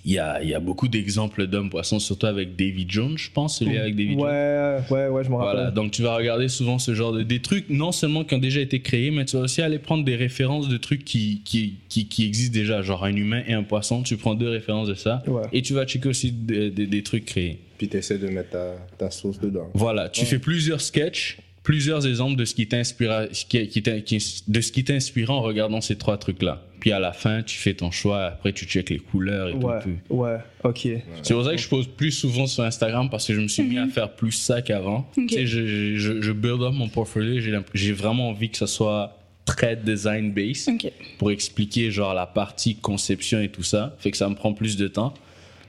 Speaker 4: il y a, il y a beaucoup d'exemples d'hommes poissons surtout avec David Jones je pense celui avec David Jones
Speaker 5: Ouais, ouais, ouais, je me rappelle.
Speaker 4: voilà, donc tu vas regarder souvent ce genre de des trucs, non seulement qui ont déjà été créés, mais tu vas aussi aller prendre des références de trucs qui, qui, qui, qui existent déjà, genre un humain et un poisson, tu prends deux références de ça,
Speaker 5: Ouais.
Speaker 4: et tu vas checker aussi des- des- des trucs créés.
Speaker 7: Puis t'essaies de mettre ta, ta sauce dedans.
Speaker 4: Voilà, tu fais plusieurs sketchs, plusieurs exemples de ce qui t'inspira, qui, qui t'in- qui- de ce qui t'inspire en regardant ces trois trucs-là. Puis à la fin, tu fais ton choix, après tu checkes les couleurs et tout,
Speaker 5: Ouais,
Speaker 4: tout.
Speaker 5: ouais, ok.
Speaker 4: C'est pour ça que je pose plus souvent sur Instagram parce que je me suis mis à faire plus ça qu'avant. Tu sais, je, je- je, je build up mon portfolio. J'ai l'imp- J'ai vraiment envie que ça soit très design based
Speaker 6: Ok.
Speaker 4: pour expliquer genre la partie conception et tout ça. Fait que ça me prend plus de temps.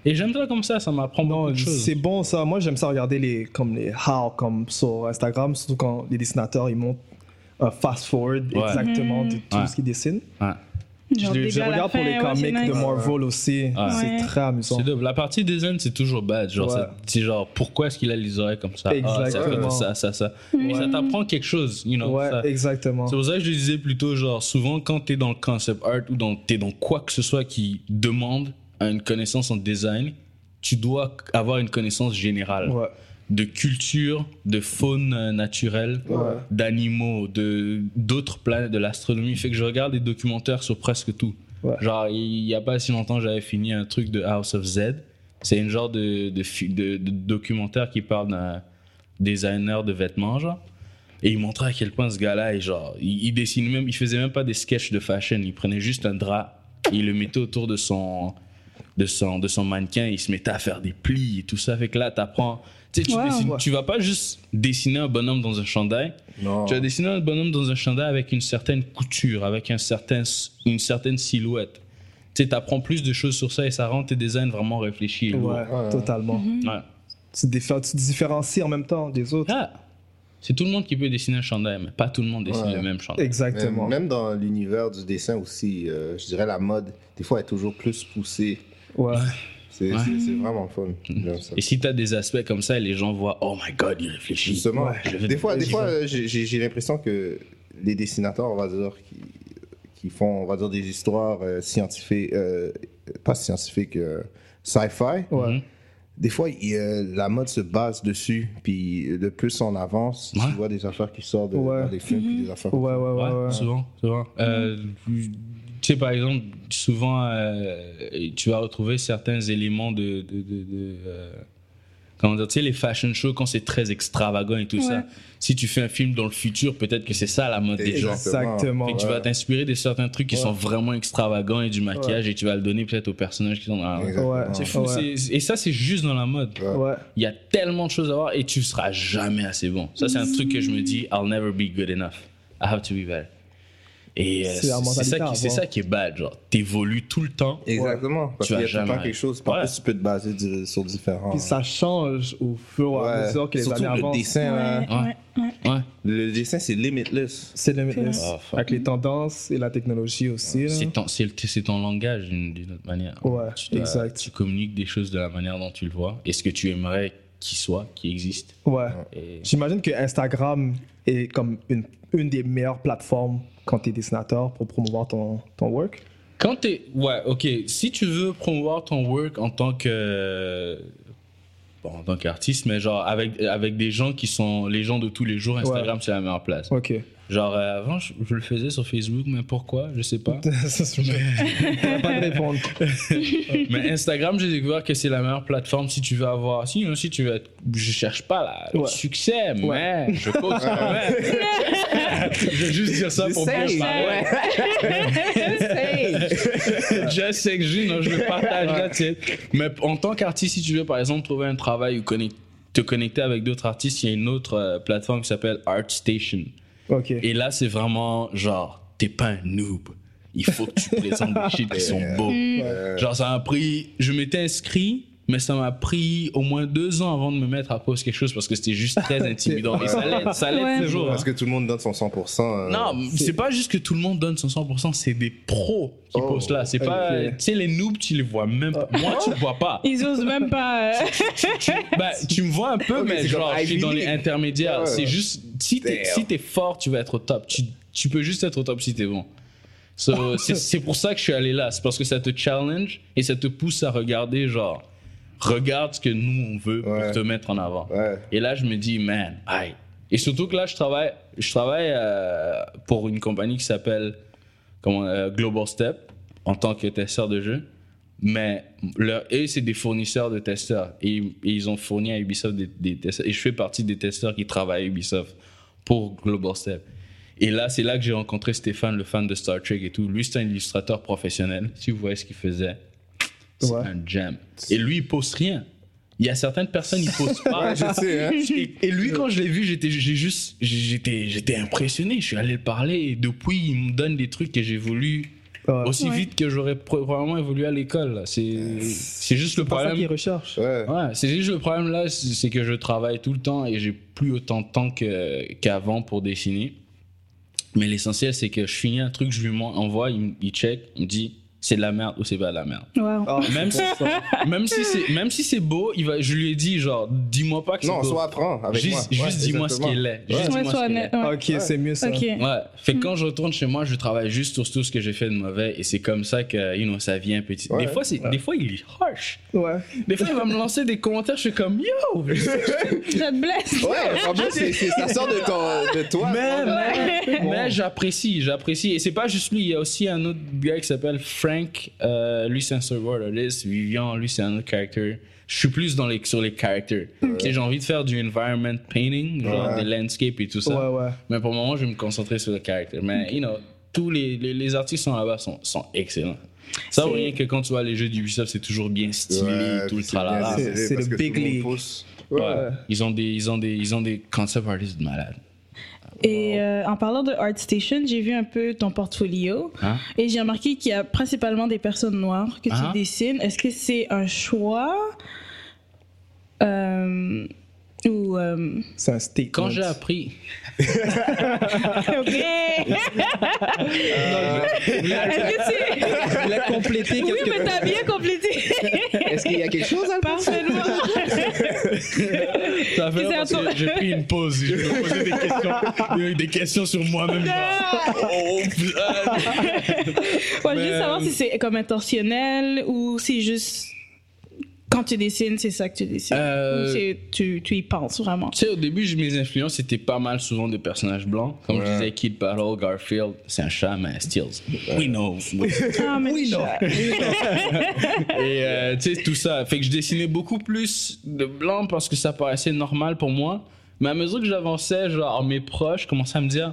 Speaker 4: Et j'aime ça comme ça, ça m'apprend beaucoup
Speaker 5: Non,
Speaker 4: de choses.
Speaker 5: c'est bon ça. Moi, j'aime ça regarder les, comme les how, comme sur Instagram, surtout quand les dessinateurs, ils montrent un fast-forward
Speaker 4: Ouais.
Speaker 5: exactement de tout
Speaker 4: Ouais.
Speaker 5: ce qu'ils dessinent.
Speaker 4: Ouais.
Speaker 6: genre
Speaker 5: je les-
Speaker 6: début
Speaker 5: je
Speaker 6: à la
Speaker 5: regarde pour
Speaker 6: fin,
Speaker 5: les
Speaker 6: ouais,
Speaker 5: comics
Speaker 6: c'est
Speaker 5: de
Speaker 6: nice.
Speaker 5: Marvel aussi. C'est
Speaker 6: Ouais.
Speaker 5: très amusant.
Speaker 4: C'est dope. La partie design, c'est toujours bad. Genre,
Speaker 5: Ouais.
Speaker 4: c'est- c'est genre, pourquoi est-ce qu'il a les oreilles comme ça Ah, ça,
Speaker 5: Exactement.
Speaker 4: ça, ça, ça. Mais ça t'apprend quelque chose, you know.
Speaker 5: ouais,
Speaker 4: hein, ça-
Speaker 5: exactement.
Speaker 4: C'est pour ça que je disais plutôt, genre, souvent quand t'es dans le concept art ou dans, t'es dans quoi que ce soit qui demande à une connaissance en design, tu dois avoir une connaissance générale
Speaker 5: Ouais.
Speaker 4: de culture, de faune euh, naturelle,
Speaker 5: Ouais.
Speaker 4: d'animaux, de d'autres planètes, de l'astronomie. Fait que je regarde des documentaires sur presque tout.
Speaker 5: Ouais.
Speaker 4: Genre, il y a pas si longtemps, j'avais fini un truc de House of Z. C'est une genre de, de, fi- de- de documentaire qui parle d'un designer de vêtements, genre. Et il montrait à quel point ce gars-là, est genre, il, il dessine même, il faisait même pas des sketchs de fashion. Il prenait juste un drap, il le mettait autour de son, de son, de son mannequin, il se mettait à faire des plis et tout ça. Fait que là, t'apprends. Tu sais, tu
Speaker 6: Wow.
Speaker 4: dessines-
Speaker 5: Ouais.
Speaker 4: tu vas pas juste dessiner un bonhomme dans un chandail.
Speaker 7: Non.
Speaker 4: Tu vas dessiner un bonhomme dans un chandail avec une certaine couture, avec un certain, une certaine silhouette. Tu sais, t'apprends plus de choses sur ça et ça rend tes designs vraiment réfléchis. et
Speaker 5: Ouais,
Speaker 4: lourds.
Speaker 6: Mhm.
Speaker 5: totalement.
Speaker 4: Ouais.
Speaker 5: Tu, diffé- tu te différencies en même temps des autres.
Speaker 4: Ah. C'est tout le monde qui peut dessiner un chandail, mais pas tout le monde dessine
Speaker 7: Ouais.
Speaker 4: le même chandail.
Speaker 5: Exactement.
Speaker 7: Même, même dans l'univers du dessin aussi, euh, je dirais la mode, des fois, elle est toujours plus poussée.
Speaker 5: Ouais.
Speaker 7: C'est
Speaker 4: Ouais. Mm.
Speaker 7: c'est- c'est vraiment fun. J'aime ça.
Speaker 4: Et si t'as des aspects comme ça, les gens voient, oh my god, il réfléchit.
Speaker 7: Justement,
Speaker 4: je vais-
Speaker 7: des fois, des
Speaker 4: j'y
Speaker 7: fois
Speaker 4: vais.
Speaker 7: euh, j'ai j'ai- j'ai l'impression que les dessinateurs, on va dire, qui, qui font, on va dire, des histoires euh, scientifiques, euh, pas scientifiques, euh, sci-fi,
Speaker 5: Ouais.
Speaker 4: Mhm.
Speaker 7: des fois, il, euh, la mode se base dessus, puis de plus on avance,
Speaker 4: Ouais.
Speaker 7: tu vois des affaires qui sortent de-
Speaker 5: Ouais.
Speaker 7: dans des films, puis des affaires.
Speaker 5: Ouais, ouais, ouais.
Speaker 4: Ouais,
Speaker 5: ouais.
Speaker 4: souvent, souvent. Euh, tu sais, par exemple, souvent, euh, tu vas retrouver certains éléments de. de, de- de, euh, comment dire, tu sais, les fashion shows, quand c'est très extravagant et tout
Speaker 6: Ouais.
Speaker 4: ça. Si tu fais un film dans le futur, peut-être que c'est ça la mode des gens.
Speaker 7: Exact.
Speaker 5: Exactement.
Speaker 4: Fait que tu vas t'inspirer de certains trucs qui
Speaker 7: Ouais.
Speaker 4: sont vraiment extravagants et du maquillage et tu vas le donner peut-être aux personnages qui sont dans la-
Speaker 7: Exactement.
Speaker 5: Ouais.
Speaker 4: C'est fou.
Speaker 5: Ouais.
Speaker 4: c'est- Et ça, c'est juste dans la mode.
Speaker 7: Ouais.
Speaker 5: Ouais.
Speaker 4: Il y a tellement de choses à voir et tu seras jamais assez bon. Ça, c'est un truc que je me dis, I'll never be good enough. I have to be better. Et euh,
Speaker 5: C'est la
Speaker 4: c'est c'est
Speaker 5: mentalité hein, à
Speaker 4: ça, qui-
Speaker 5: avoir.
Speaker 4: c'est ça qui est bad. Genre, t'évolues tout le temps.
Speaker 7: Exactement. Parce
Speaker 4: Tu
Speaker 7: qu'il y
Speaker 4: vas
Speaker 7: a tout le temps
Speaker 4: jamais-
Speaker 7: quelque chose. Par
Speaker 4: Ouais.
Speaker 7: plus, tu peux te baser du- sur différents.
Speaker 5: Puis ça change au fur et à
Speaker 7: Ouais.
Speaker 5: mesure que les
Speaker 7: Surtout
Speaker 5: années
Speaker 7: le
Speaker 5: avancent.
Speaker 7: dessin, là.
Speaker 6: Ouais, ouais, ouais.
Speaker 4: Ouais.
Speaker 7: le dessin, c'est limitless.
Speaker 5: C'est le limitless.
Speaker 4: Ah, fuck.
Speaker 5: Avec les tendances et la technologie aussi. là.
Speaker 4: C'est ton, c'est le- c'est ton langage d'une d'une autre manière.
Speaker 5: Ouais,
Speaker 4: tu, dois-
Speaker 5: exact.
Speaker 4: tu communiques des choses de la manière dont tu le vois et ce que tu aimerais qu'il soit, qu'il existe.
Speaker 5: Ouais.
Speaker 4: Et-
Speaker 5: J'imagine que Instagram est comme une, une des meilleures plateformes quand tu es dessinateur pour promouvoir ton, ton work.
Speaker 4: Quand t'es. Ouais, ok. Si tu veux promouvoir ton work en tant que. Bon, en tant qu'artiste, mais genre avec, avec des gens qui sont les gens de tous les jours, Instagram, c'est la meilleure place.
Speaker 5: Ok.
Speaker 4: Genre, euh, avant, je, je le faisais sur Facebook, mais pourquoi Je sais pas.
Speaker 5: Ça, c'est- T'as pas de répondre.
Speaker 4: mais Instagram, j'ai découvert que c'est la meilleure plateforme si tu veux avoir. Si, hein, si tu veux être- Je cherche pas là, le
Speaker 5: Ouais.
Speaker 4: succès,
Speaker 5: Ouais.
Speaker 4: mais je coach quand même. je vais juste dire ça pour bien
Speaker 7: J'essaye.
Speaker 4: parler. Just Sex Jean, hein, je le partage là, tu sais. Mais en tant qu'artiste, si tu veux par exemple trouver un travail ou connect- te connecter avec d'autres artistes, il y a une autre euh, plateforme qui s'appelle ArtStation.
Speaker 5: Ok.
Speaker 4: Et là, c'est vraiment genre, t'es pas un noob. Il faut que tu présentes des shit qui sont beaux.
Speaker 7: Euh,
Speaker 4: Genre, ça m'a pris. Je m'étais inscrit. Mais ça m'a pris au moins deux ans avant de me mettre à poser quelque chose parce que c'était juste très intimidant. Et ça l'aide, ça l'aide
Speaker 6: Ouais.
Speaker 4: toujours. hein.
Speaker 7: Parce que tout le monde donne son 100%. euh,
Speaker 4: Non, c'est pas juste que tout le monde donne son 100%, c'est des pros qui
Speaker 7: Oh,
Speaker 4: postent là. C'est pas.
Speaker 5: ok.
Speaker 4: Tu sais, les noobs, tu les vois même pas. Moi, tu le vois pas.
Speaker 6: Ils osent même pas. euh,
Speaker 4: Bah, tu me vois un peu,
Speaker 7: Ok,
Speaker 4: mais
Speaker 7: c'est
Speaker 4: genre,
Speaker 7: comme
Speaker 4: je suis
Speaker 7: Ivy
Speaker 4: dans les
Speaker 7: League. Ah
Speaker 4: intermédiaires.
Speaker 7: Ouais.
Speaker 4: C'est juste. Si
Speaker 7: Damn.
Speaker 4: t'es si t'es fort, tu vas être au top. Tu, tu peux juste être au top si t'es bon. So, c'est- c'est pour ça que je suis allé là. C'est parce que ça te challenge et ça te pousse à regarder, genre, regarde ce que nous on veut
Speaker 7: Ouais.
Speaker 4: pour te mettre en avant.
Speaker 7: Ouais.
Speaker 4: Et là, je me dis, man, aïe. Et surtout que là, je travaille, je travaille euh, pour une compagnie qui s'appelle comment, euh, Global Step en tant que testeur de jeu. Mais leur, eux, c'est des fournisseurs de testeurs. Et, et ils ont fourni à Ubisoft des, des testeurs. Et je fais partie des testeurs qui travaillent à Ubisoft pour Global Step. Et là, c'est là que j'ai rencontré Stéphane, le fan de Star Trek et tout. Lui, c'est un illustrateur professionnel. Si vous voyez ce qu'il faisait, c'est
Speaker 5: Ouais.
Speaker 4: un jam. Et lui, il poste rien. Il y a certaines personnes, ils postent pas.
Speaker 7: Ouais, je sais, hein.
Speaker 4: Et, et lui, quand je l'ai vu, j'étais j'ai juste, j'étais, j'étais impressionné. Je suis allé le parler et depuis, il me donne des trucs que j'ai voulu
Speaker 5: Ouais.
Speaker 4: aussi
Speaker 6: Ouais.
Speaker 4: vite que j'aurais pro- probablement évolué à l'école. là. C'est, c'est juste le
Speaker 5: C'est pas ça qu'ils
Speaker 4: problème.
Speaker 5: recherchent.
Speaker 7: Ouais.
Speaker 4: Ouais, c'est juste le problème là, c'est c'est que je travaille tout le temps et j'ai plus autant de temps que- qu'avant pour dessiner. Mais l'essentiel, c'est que je finis un truc, je lui m'en- envoie, il, me- il check, il me dit c'est de la merde ou c'est pas de la merde.
Speaker 6: wow.
Speaker 5: Ah, c'est
Speaker 4: Même
Speaker 5: bon, ça.
Speaker 4: Même si c'est, même si c'est beau, il va, je lui ai dit genre, dis-moi pas que c'est
Speaker 7: Non,
Speaker 4: beau.
Speaker 7: soit apprends avec moi.
Speaker 4: Juste, juste dis-moi ce qu'il est. Juste
Speaker 6: Ouais,
Speaker 4: dis-moi
Speaker 6: sois
Speaker 4: ce qu'il est.
Speaker 6: honnête. Mm. ouais.
Speaker 5: Ok, c'est mieux ça.
Speaker 6: Ok.
Speaker 4: Ouais. Fait que quand je retourne chez moi, je travaille juste sur tout ce que j'ai fait de mauvais et c'est comme ça que you know, ça vient petit.
Speaker 7: Ouais.
Speaker 4: Des fois, c'est, des fois, il est harsh.
Speaker 5: Ouais.
Speaker 4: Des fois, il va me lancer des commentaires. Je suis comme yo.
Speaker 6: Je te blesse.
Speaker 7: Ouais, en plus, c'est- c'est- ça sort de, ton, de toi.
Speaker 4: Mais, mais, mais j'apprécie, j'apprécie. Et c'est pas juste lui, il y a aussi un autre gars qui s'appelle Frank. euh, lui, c'est un survival artist. Vivian, lui, c'est un autre character. Je suis plus dans les, sur les characters. Tu sais, J'ai envie de faire du environment painting, genre
Speaker 7: Ouais.
Speaker 4: des landscapes et tout ça.
Speaker 5: Ouais, ouais.
Speaker 4: Mais pour le moment, je vais me concentrer sur le caractère. Mais, you know, tous les, les, les artistes sont là-bas sont, sont excellents. Ça, ou
Speaker 6: C'est-
Speaker 4: rien que quand tu vois les jeux d'Ubisoft, c'est toujours bien stylé, tout le tralala.
Speaker 5: c'est- c'est le big league.
Speaker 7: Ouais.
Speaker 4: Ouais. Ils, ont des, ils, ont des, ils ont des concept artists de malades.
Speaker 6: Et euh, en parlant de ArtStation, j'ai vu un peu ton portfolio
Speaker 4: Hein?
Speaker 6: et j'ai remarqué qu'il y a principalement des personnes noires que
Speaker 4: Hein?
Speaker 6: tu dessines. Est-ce que c'est un choix euh, Ou. euh,
Speaker 5: C'est un statement.
Speaker 4: Quand j'ai appris.
Speaker 6: Ok! Est-ce que c'est.
Speaker 8: Il a complété
Speaker 6: Oui,
Speaker 8: qu'est-ce
Speaker 6: mais
Speaker 8: que...
Speaker 6: t'as bien complété
Speaker 8: Est-ce qu'il y a quelque chose à
Speaker 6: parfaitement.
Speaker 4: Ça fait
Speaker 6: Puis
Speaker 4: parce
Speaker 6: c'est à toi.
Speaker 4: que j'ai pris une pause. Je me posais des questions, il y a eu des questions sur moi-même. genre, oh, putain.
Speaker 6: Ouais,
Speaker 4: Mais,
Speaker 6: juste savoir
Speaker 4: euh,
Speaker 6: si c'est comme intentionnel ou si juste quand tu dessines, c'est ça que tu dessines.
Speaker 4: Euh,
Speaker 6: Ou c'est- tu, tu y penses vraiment.
Speaker 4: Tu sais, au début, j- mes influences, c'était pas mal souvent des personnages blancs. Comme je disais, Kid Battle, Garfield, c'est un chat, mais Steels. We know.
Speaker 6: Ah, mais
Speaker 8: Oui, non.
Speaker 4: Et euh, tu sais, tout ça. Fait que je dessinais beaucoup plus de blanc parce que ça paraissait normal pour moi. Mais à mesure que j'avançais, genre, mes proches commençaient à me dire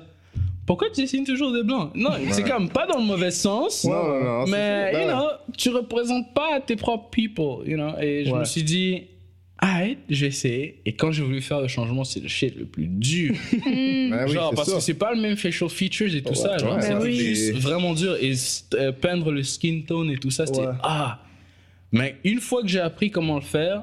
Speaker 4: Pourquoi tu dessines toujours des blancs Non, c'est comme pas dans le mauvais sens.
Speaker 7: Non, non, non. c'est-
Speaker 4: mais,
Speaker 7: ben
Speaker 4: you
Speaker 7: ouais.
Speaker 4: know, tu représentes pas tes propres people, you know. Et je
Speaker 5: Ouais.
Speaker 4: me suis dit, arrête, j'ai essayé. Et quand j'ai voulu faire le changement, c'est le shit le plus dur.
Speaker 7: Ben oui,
Speaker 4: Hmm. genre,
Speaker 7: c'est
Speaker 4: parce
Speaker 7: ça.
Speaker 4: que c'est pas le même facial features et tout ça.
Speaker 7: Ouais,
Speaker 4: Genre,
Speaker 7: ouais,
Speaker 4: c'est
Speaker 6: Ben
Speaker 7: ça,
Speaker 6: oui.
Speaker 7: c'est-
Speaker 4: juste vraiment dur. Et euh, peindre le skin tone et tout ça, c'était
Speaker 5: Ouais.
Speaker 4: ah. Mais une fois que j'ai appris comment le faire,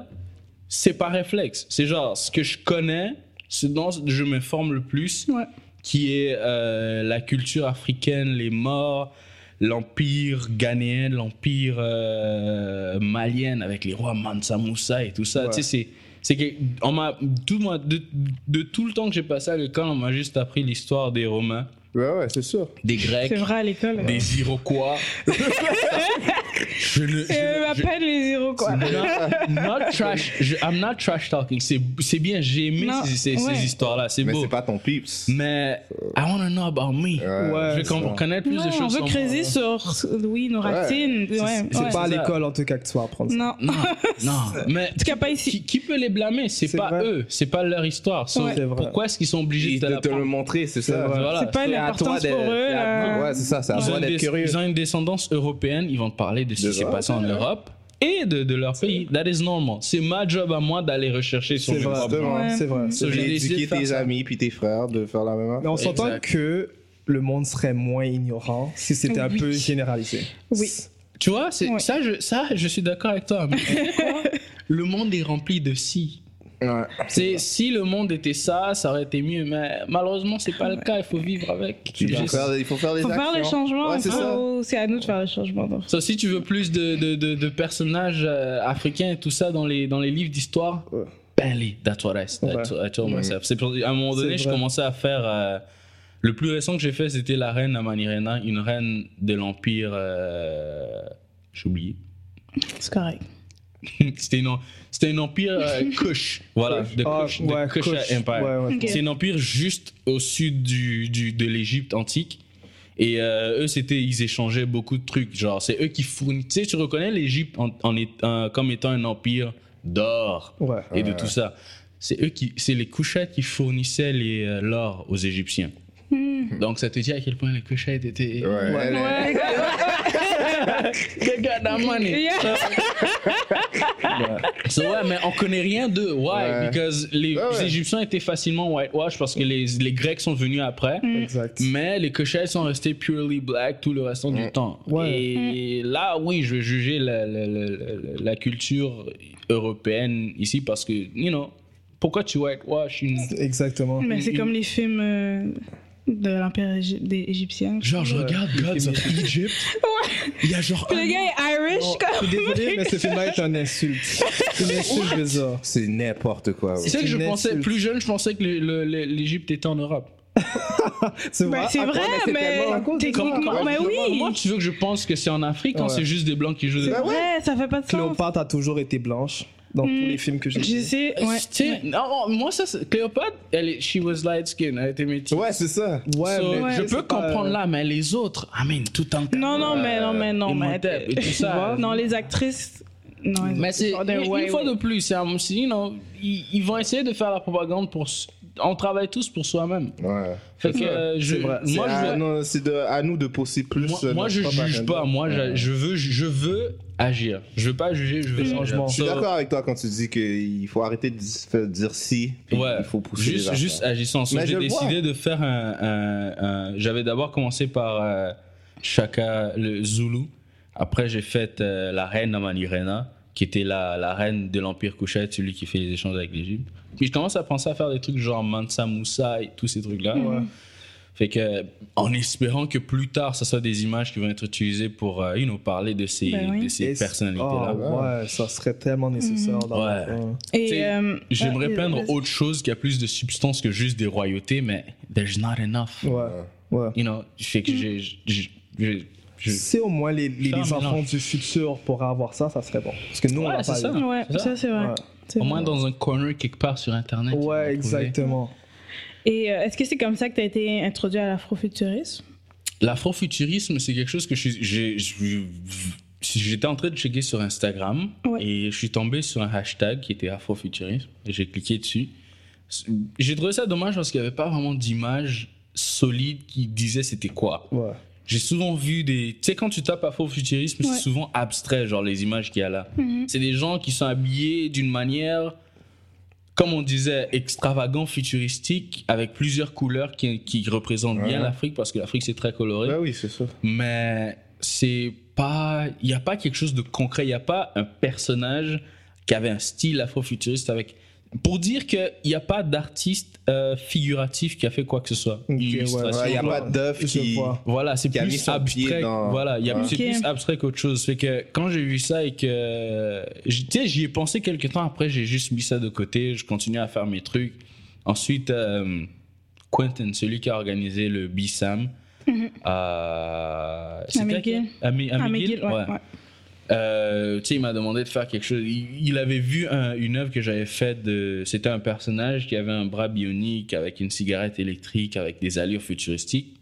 Speaker 4: c'est par réflexe. C'est genre ce que je connais, ce dont je me forme le plus,
Speaker 6: Ouais.
Speaker 4: qui est euh, la culture africaine, les morts, l'empire ghanéen, l'empire euh, malien avec les rois Mansa Moussa et tout ça.
Speaker 5: Ouais.
Speaker 4: Tu sais, c'est c'est que on m'a tout moi de, de tout le temps que j'ai passé à l'école, on m'a juste appris l'histoire des Romains,
Speaker 7: Ouais, ouais, c'est sûr.
Speaker 4: des Grecs,
Speaker 6: C'est vrai à l'école. hein.
Speaker 4: des Iroquois. je ne, je
Speaker 6: C'est
Speaker 4: ne-
Speaker 6: euh, à
Speaker 4: je-
Speaker 6: peine les héros, quoi.
Speaker 4: Not, not trash. je- I'm not trash talking. C'est c'est bien, j'ai aimé
Speaker 6: Non,
Speaker 4: ces, ces- ces
Speaker 6: ouais.
Speaker 4: histoires-là. C'est
Speaker 7: Mais
Speaker 4: beau.
Speaker 7: c'est pas ton peeps.
Speaker 4: Mais I wanna know about me. je veux
Speaker 7: c'est
Speaker 4: qu'on
Speaker 7: ça.
Speaker 4: connaître plus
Speaker 6: Non,
Speaker 4: de choses.
Speaker 6: on veut
Speaker 4: sur
Speaker 6: creuser
Speaker 4: moi.
Speaker 6: sur, oui, nos racines. Ouais,
Speaker 5: C'est
Speaker 6: ouais.
Speaker 5: pas à
Speaker 4: c'est ça.
Speaker 5: l'école, en tout cas, que tu vas apprendre ça.
Speaker 6: Non.
Speaker 4: Non, non. Mais
Speaker 6: tout cas, pas ici.
Speaker 4: qui, qui peut les blâmer C'est
Speaker 5: C'est
Speaker 4: pas
Speaker 5: vrai.
Speaker 4: eux, c'est pas leur histoire. So,
Speaker 5: Ouais. C'est vrai.
Speaker 4: Pourquoi est-ce qu'ils sont obligés
Speaker 7: Et
Speaker 4: de te
Speaker 7: de
Speaker 4: la
Speaker 7: te le
Speaker 4: prendre
Speaker 7: montrer, c'est
Speaker 5: C'est
Speaker 7: ça.
Speaker 5: vrai.
Speaker 4: Voilà.
Speaker 6: C'est pas une
Speaker 7: C'est à toi
Speaker 6: importance
Speaker 7: d'être-
Speaker 6: pour eux.
Speaker 7: c'est à-
Speaker 6: euh,
Speaker 7: Ouais, c'est ça, c'est à
Speaker 4: Ils ont,
Speaker 7: toi
Speaker 4: une
Speaker 7: d'être
Speaker 4: des-
Speaker 7: Ah, curieux.
Speaker 4: ils ont une descendance européenne, ils vont te parler de ce
Speaker 7: De
Speaker 4: qui s'est
Speaker 7: ça,
Speaker 4: passé en
Speaker 7: ouais.
Speaker 4: Europe et de, de leur pays. That is normal. C'est ma job à moi d'aller rechercher sur
Speaker 5: C'est
Speaker 4: mes
Speaker 5: vrai,
Speaker 4: propres-
Speaker 6: Ouais.
Speaker 5: c'est vrai.
Speaker 4: So, j'ai décidé
Speaker 7: d'éduquer
Speaker 4: de faire
Speaker 7: tes
Speaker 4: ça.
Speaker 7: amis puis tes frères de faire la même
Speaker 5: Mais
Speaker 7: affaire.
Speaker 5: on s'entend
Speaker 4: Exact.
Speaker 5: que le monde serait moins ignorant si c'était un
Speaker 6: Oui.
Speaker 5: peu généralisé.
Speaker 6: Oui.
Speaker 4: Tu vois, c'est
Speaker 6: Ouais.
Speaker 4: ça, je, ça, je suis d'accord avec toi. Mais pourquoi le monde est rempli de si.
Speaker 7: Ouais.
Speaker 4: C'est si le monde était ça, ça aurait été mieux. Mais malheureusement, c'est pas le cas. Il faut vivre avec.
Speaker 7: Il faut
Speaker 4: Juste-
Speaker 7: faire- Il faut faire des
Speaker 6: Faut faire les
Speaker 7: actions.
Speaker 6: changements.
Speaker 7: Ouais, c'est ça.
Speaker 4: hein.
Speaker 6: faut- C'est à nous de faire les changements. donc.
Speaker 4: Ça, si tu veux plus de, de, de, de personnages euh, africains et tout ça dans les, dans les livres d'histoire,
Speaker 5: Ouais.
Speaker 4: ben les, that's what I, that's
Speaker 5: Ouais.
Speaker 4: what I told myself. C'est pour- à un moment
Speaker 5: C'est
Speaker 4: donné, je
Speaker 5: vrai.
Speaker 4: commençais à faire. euh, le plus récent que j'ai fait, c'était la reine Amanirena, une reine de l'Empire. euh, j'ai oublié.
Speaker 6: C'est correct.
Speaker 4: c'était une- c'était un empire euh, Kush. Voilà, de
Speaker 5: Ah,
Speaker 4: Kush, de
Speaker 5: ouais,
Speaker 4: Kush
Speaker 5: Kush.
Speaker 4: Empire.
Speaker 5: Ouais, ouais.
Speaker 6: Ok.
Speaker 4: C'est un empire juste au sud du, du- de l'Égypte antique. Et euh, eux, c'était, ils échangeaient beaucoup de trucs. Genre, c'est eux qui fournissent. Tu sais, tu reconnais l'Égypte en, en est- en- comme étant un empire d'or
Speaker 5: Ouais.
Speaker 4: et de tout ça. C'est eux qui, c'est les Kushites qui fournissaient les, euh, l'or aux Égyptiens. Donc ça te dit à quel point les Kushites étaient.
Speaker 7: Ouais, elle est-
Speaker 6: Ouais,
Speaker 4: They got that money.
Speaker 6: yeah.
Speaker 4: So, ouais, mais on connaît rien d'eux. Why?
Speaker 7: Ouais.
Speaker 4: Because les
Speaker 7: Ouais, ouais.
Speaker 4: Égyptiens étaient facilement whitewashed parce que les, les Grecs sont venus après.
Speaker 5: Exact.
Speaker 4: Mais les Cochelles sont restés purely black tout le restant du temps.
Speaker 5: Ouais.
Speaker 4: Et
Speaker 6: Mm.
Speaker 4: là, oui, je vais juger la, la- la- la- la culture européenne ici parce que, you know, pourquoi tu whitewash une.
Speaker 5: Exactement.
Speaker 6: Mais c'est
Speaker 4: Une-
Speaker 6: comme les films euh, de l'Empire égy- des Égyptiens.
Speaker 4: Genre, je
Speaker 5: Ouais.
Speaker 4: regarde Gods of Egypt. Il y a genre.
Speaker 6: Puis le gars est Irish,
Speaker 7: Oh.
Speaker 5: Bon,
Speaker 6: comme.
Speaker 5: Oh, je suis désolé, mais ce film-là est une insulte. C'est une insulte, bizarre.
Speaker 7: C'est n'importe quoi. ouais.
Speaker 4: C'est ça que je
Speaker 5: une
Speaker 4: pensais,
Speaker 5: insulte.
Speaker 4: plus jeune, je pensais que le- le- le- l'Égypte était en Europe.
Speaker 5: C'est
Speaker 6: Ben, c'est vrai, mais techniquement, mais oui.
Speaker 4: Comment tu veux que je pense que c'est en Afrique quand
Speaker 5: Ouais.
Speaker 4: c'est juste des blancs qui jouent des
Speaker 6: C'est vrai, ça fait pas de sens.
Speaker 5: Cléopâtre a toujours été blanche dans tous
Speaker 6: Mm.
Speaker 5: les films que j'ai
Speaker 6: Je
Speaker 5: vus.
Speaker 6: sais, ouais.
Speaker 4: Tu sais, non, moi, ça, c'est- Cléopâtre, elle, est- she was light skin, elle était métisse.
Speaker 7: Ouais, c'est ça.
Speaker 5: Ouais,
Speaker 4: So,
Speaker 5: mais
Speaker 4: je
Speaker 5: sais
Speaker 4: peux
Speaker 5: pas,
Speaker 4: comprendre
Speaker 5: euh,
Speaker 4: là, mais les autres, I mean, tout en
Speaker 6: Non, non, mais non, mais non, mais.
Speaker 4: Imhotep et tout
Speaker 6: Tu
Speaker 4: ça.
Speaker 6: vois, Non, les actrices. Non, elles-
Speaker 4: Mais c'est
Speaker 6: Oh,
Speaker 4: une,
Speaker 6: they're
Speaker 4: une
Speaker 6: way-
Speaker 4: fois de plus, c'est un- c'est, you know, ils, ils vont essayer de faire la propagande pour. s- On travaille tous pour soi-même.
Speaker 7: Ouais.
Speaker 4: Fait que euh, je,
Speaker 5: C'est vrai.
Speaker 7: C'est
Speaker 4: moi, je
Speaker 7: à,
Speaker 4: veux-
Speaker 7: non, c'est de- à nous de pousser plus.
Speaker 4: moi-
Speaker 7: euh,
Speaker 4: moi,
Speaker 7: notre
Speaker 4: je
Speaker 7: propre
Speaker 4: juge
Speaker 7: agenda.
Speaker 4: pas. Moi, je, je veux, je veux agir. Je veux pas juger. Je veux changement.
Speaker 7: Je suis d'accord avec toi quand tu dis qu'il faut arrêter de se faire dire si. puis
Speaker 4: Ouais.
Speaker 7: Il faut pousser. les
Speaker 4: Juste,
Speaker 7: affaires.
Speaker 4: juste agissant. So,
Speaker 7: Mais je
Speaker 4: J'ai
Speaker 7: le
Speaker 4: décidé de faire un. un- un- J'avais d'abord commencé par euh, Chaka, le Zulu. Après, j'ai fait euh, la reine Amanirena. qui était la, la reine de l'Empire Kouchet, celui qui fait les échanges avec l'Égypte. Puis je commence à penser à faire des trucs genre Mansa Moussa et tous ces trucs-là. Fait que, en espérant que plus tard, ce soit des images qui vont être utilisées pour euh, you know, parler de ces,
Speaker 6: Ben oui.
Speaker 4: de ces
Speaker 5: Et-
Speaker 4: personnalités-là.
Speaker 5: Oh, ouais, ça serait tellement nécessaire
Speaker 6: Mm-hmm.
Speaker 5: d'avoir
Speaker 4: Ouais.
Speaker 5: ça.
Speaker 6: Et
Speaker 4: T'sais,
Speaker 6: euh,
Speaker 4: J'aimerais
Speaker 6: ah,
Speaker 4: peindre
Speaker 6: vas-y.
Speaker 4: autre chose qui a plus de substance que juste des royautés, mais there's not enough.
Speaker 5: Ouais, ouais.
Speaker 4: You know, fait que j'ai- j'ai- j'ai. j'ai-
Speaker 5: Si au moins les, les,
Speaker 4: Faire un
Speaker 5: les enfants
Speaker 4: mélange.
Speaker 5: du futur pourraient avoir ça, ça serait bon. Parce que nous, on
Speaker 4: Ouais,
Speaker 5: l'a
Speaker 4: c'est
Speaker 5: pas
Speaker 4: ça.
Speaker 5: eu.
Speaker 6: Ouais,
Speaker 4: C'est ça.
Speaker 6: ça c'est vrai.
Speaker 5: Ouais.
Speaker 6: C'est
Speaker 4: Au
Speaker 6: vrai.
Speaker 4: moins dans un corner quelque part sur Internet. on va
Speaker 5: Ouais,
Speaker 4: trouver.
Speaker 5: exactement.
Speaker 6: Et euh, est-ce que c'est comme ça que tu as été introduit à l'afrofuturisme
Speaker 4: L'afrofuturisme, c'est quelque chose que je suis- j'ai- je- je- J'étais en train de checker sur Instagram
Speaker 6: Ouais.
Speaker 4: et je suis tombé sur un hashtag qui était afrofuturisme et j'ai cliqué dessus. J'ai trouvé ça dommage parce qu'il n'y avait pas vraiment d'image solide qui disait c'était quoi.
Speaker 5: Ouais.
Speaker 4: J'ai souvent vu des. Tu sais, quand tu tapes afrofuturisme,
Speaker 6: Ouais.
Speaker 4: c'est souvent abstrait, genre les images qu'il y a là. C'est des gens qui sont habillés d'une manière, comme on disait, extravagant, futuristique, avec plusieurs couleurs qui, qui représentent bien
Speaker 7: Ouais.
Speaker 4: l'Afrique, parce que l'Afrique, c'est très coloré.
Speaker 7: Ben oui, c'est ça.
Speaker 4: Mais c'est pas. Il n'y a pas quelque chose de concret. Il n'y a pas un personnage qui avait un style afrofuturiste avec. Pour dire qu'il n'y a pas d'artiste euh, figuratif qui a fait quoi que ce soit.
Speaker 5: Ok, ouais,
Speaker 4: Illustration,
Speaker 7: Il n'y a
Speaker 5: Je
Speaker 7: pas
Speaker 5: vois.
Speaker 7: d'œuf
Speaker 5: Je
Speaker 7: qui.
Speaker 5: vois.
Speaker 4: voilà, c'est
Speaker 7: qui a mis
Speaker 4: plus
Speaker 7: son
Speaker 4: abstrait.
Speaker 7: pied dans-
Speaker 4: Voilà, il y a
Speaker 7: Ouais.
Speaker 4: c'est
Speaker 6: Ok.
Speaker 4: plus abstrait qu'autre chose. Fait que quand j'ai vu ça et que j'- tu sais, j'y ai pensé quelques temps après, j'ai juste mis ça de côté. Je continue à faire mes trucs. Ensuite, euh, Quentin, celui qui a organisé le BSAM,
Speaker 6: Mhm.
Speaker 4: euh, c'était à
Speaker 6: McGill.
Speaker 4: quel- à Mi- à
Speaker 6: Ah,
Speaker 4: McGill,
Speaker 6: McGill, ouais,
Speaker 4: ouais.
Speaker 6: ouais.
Speaker 4: Euh, tu sais, il m'a demandé de faire quelque chose. Il, il avait vu un- une œuvre que j'avais faite de. C'était un personnage qui avait un bras bionique avec une cigarette électrique, avec des allures futuristiques,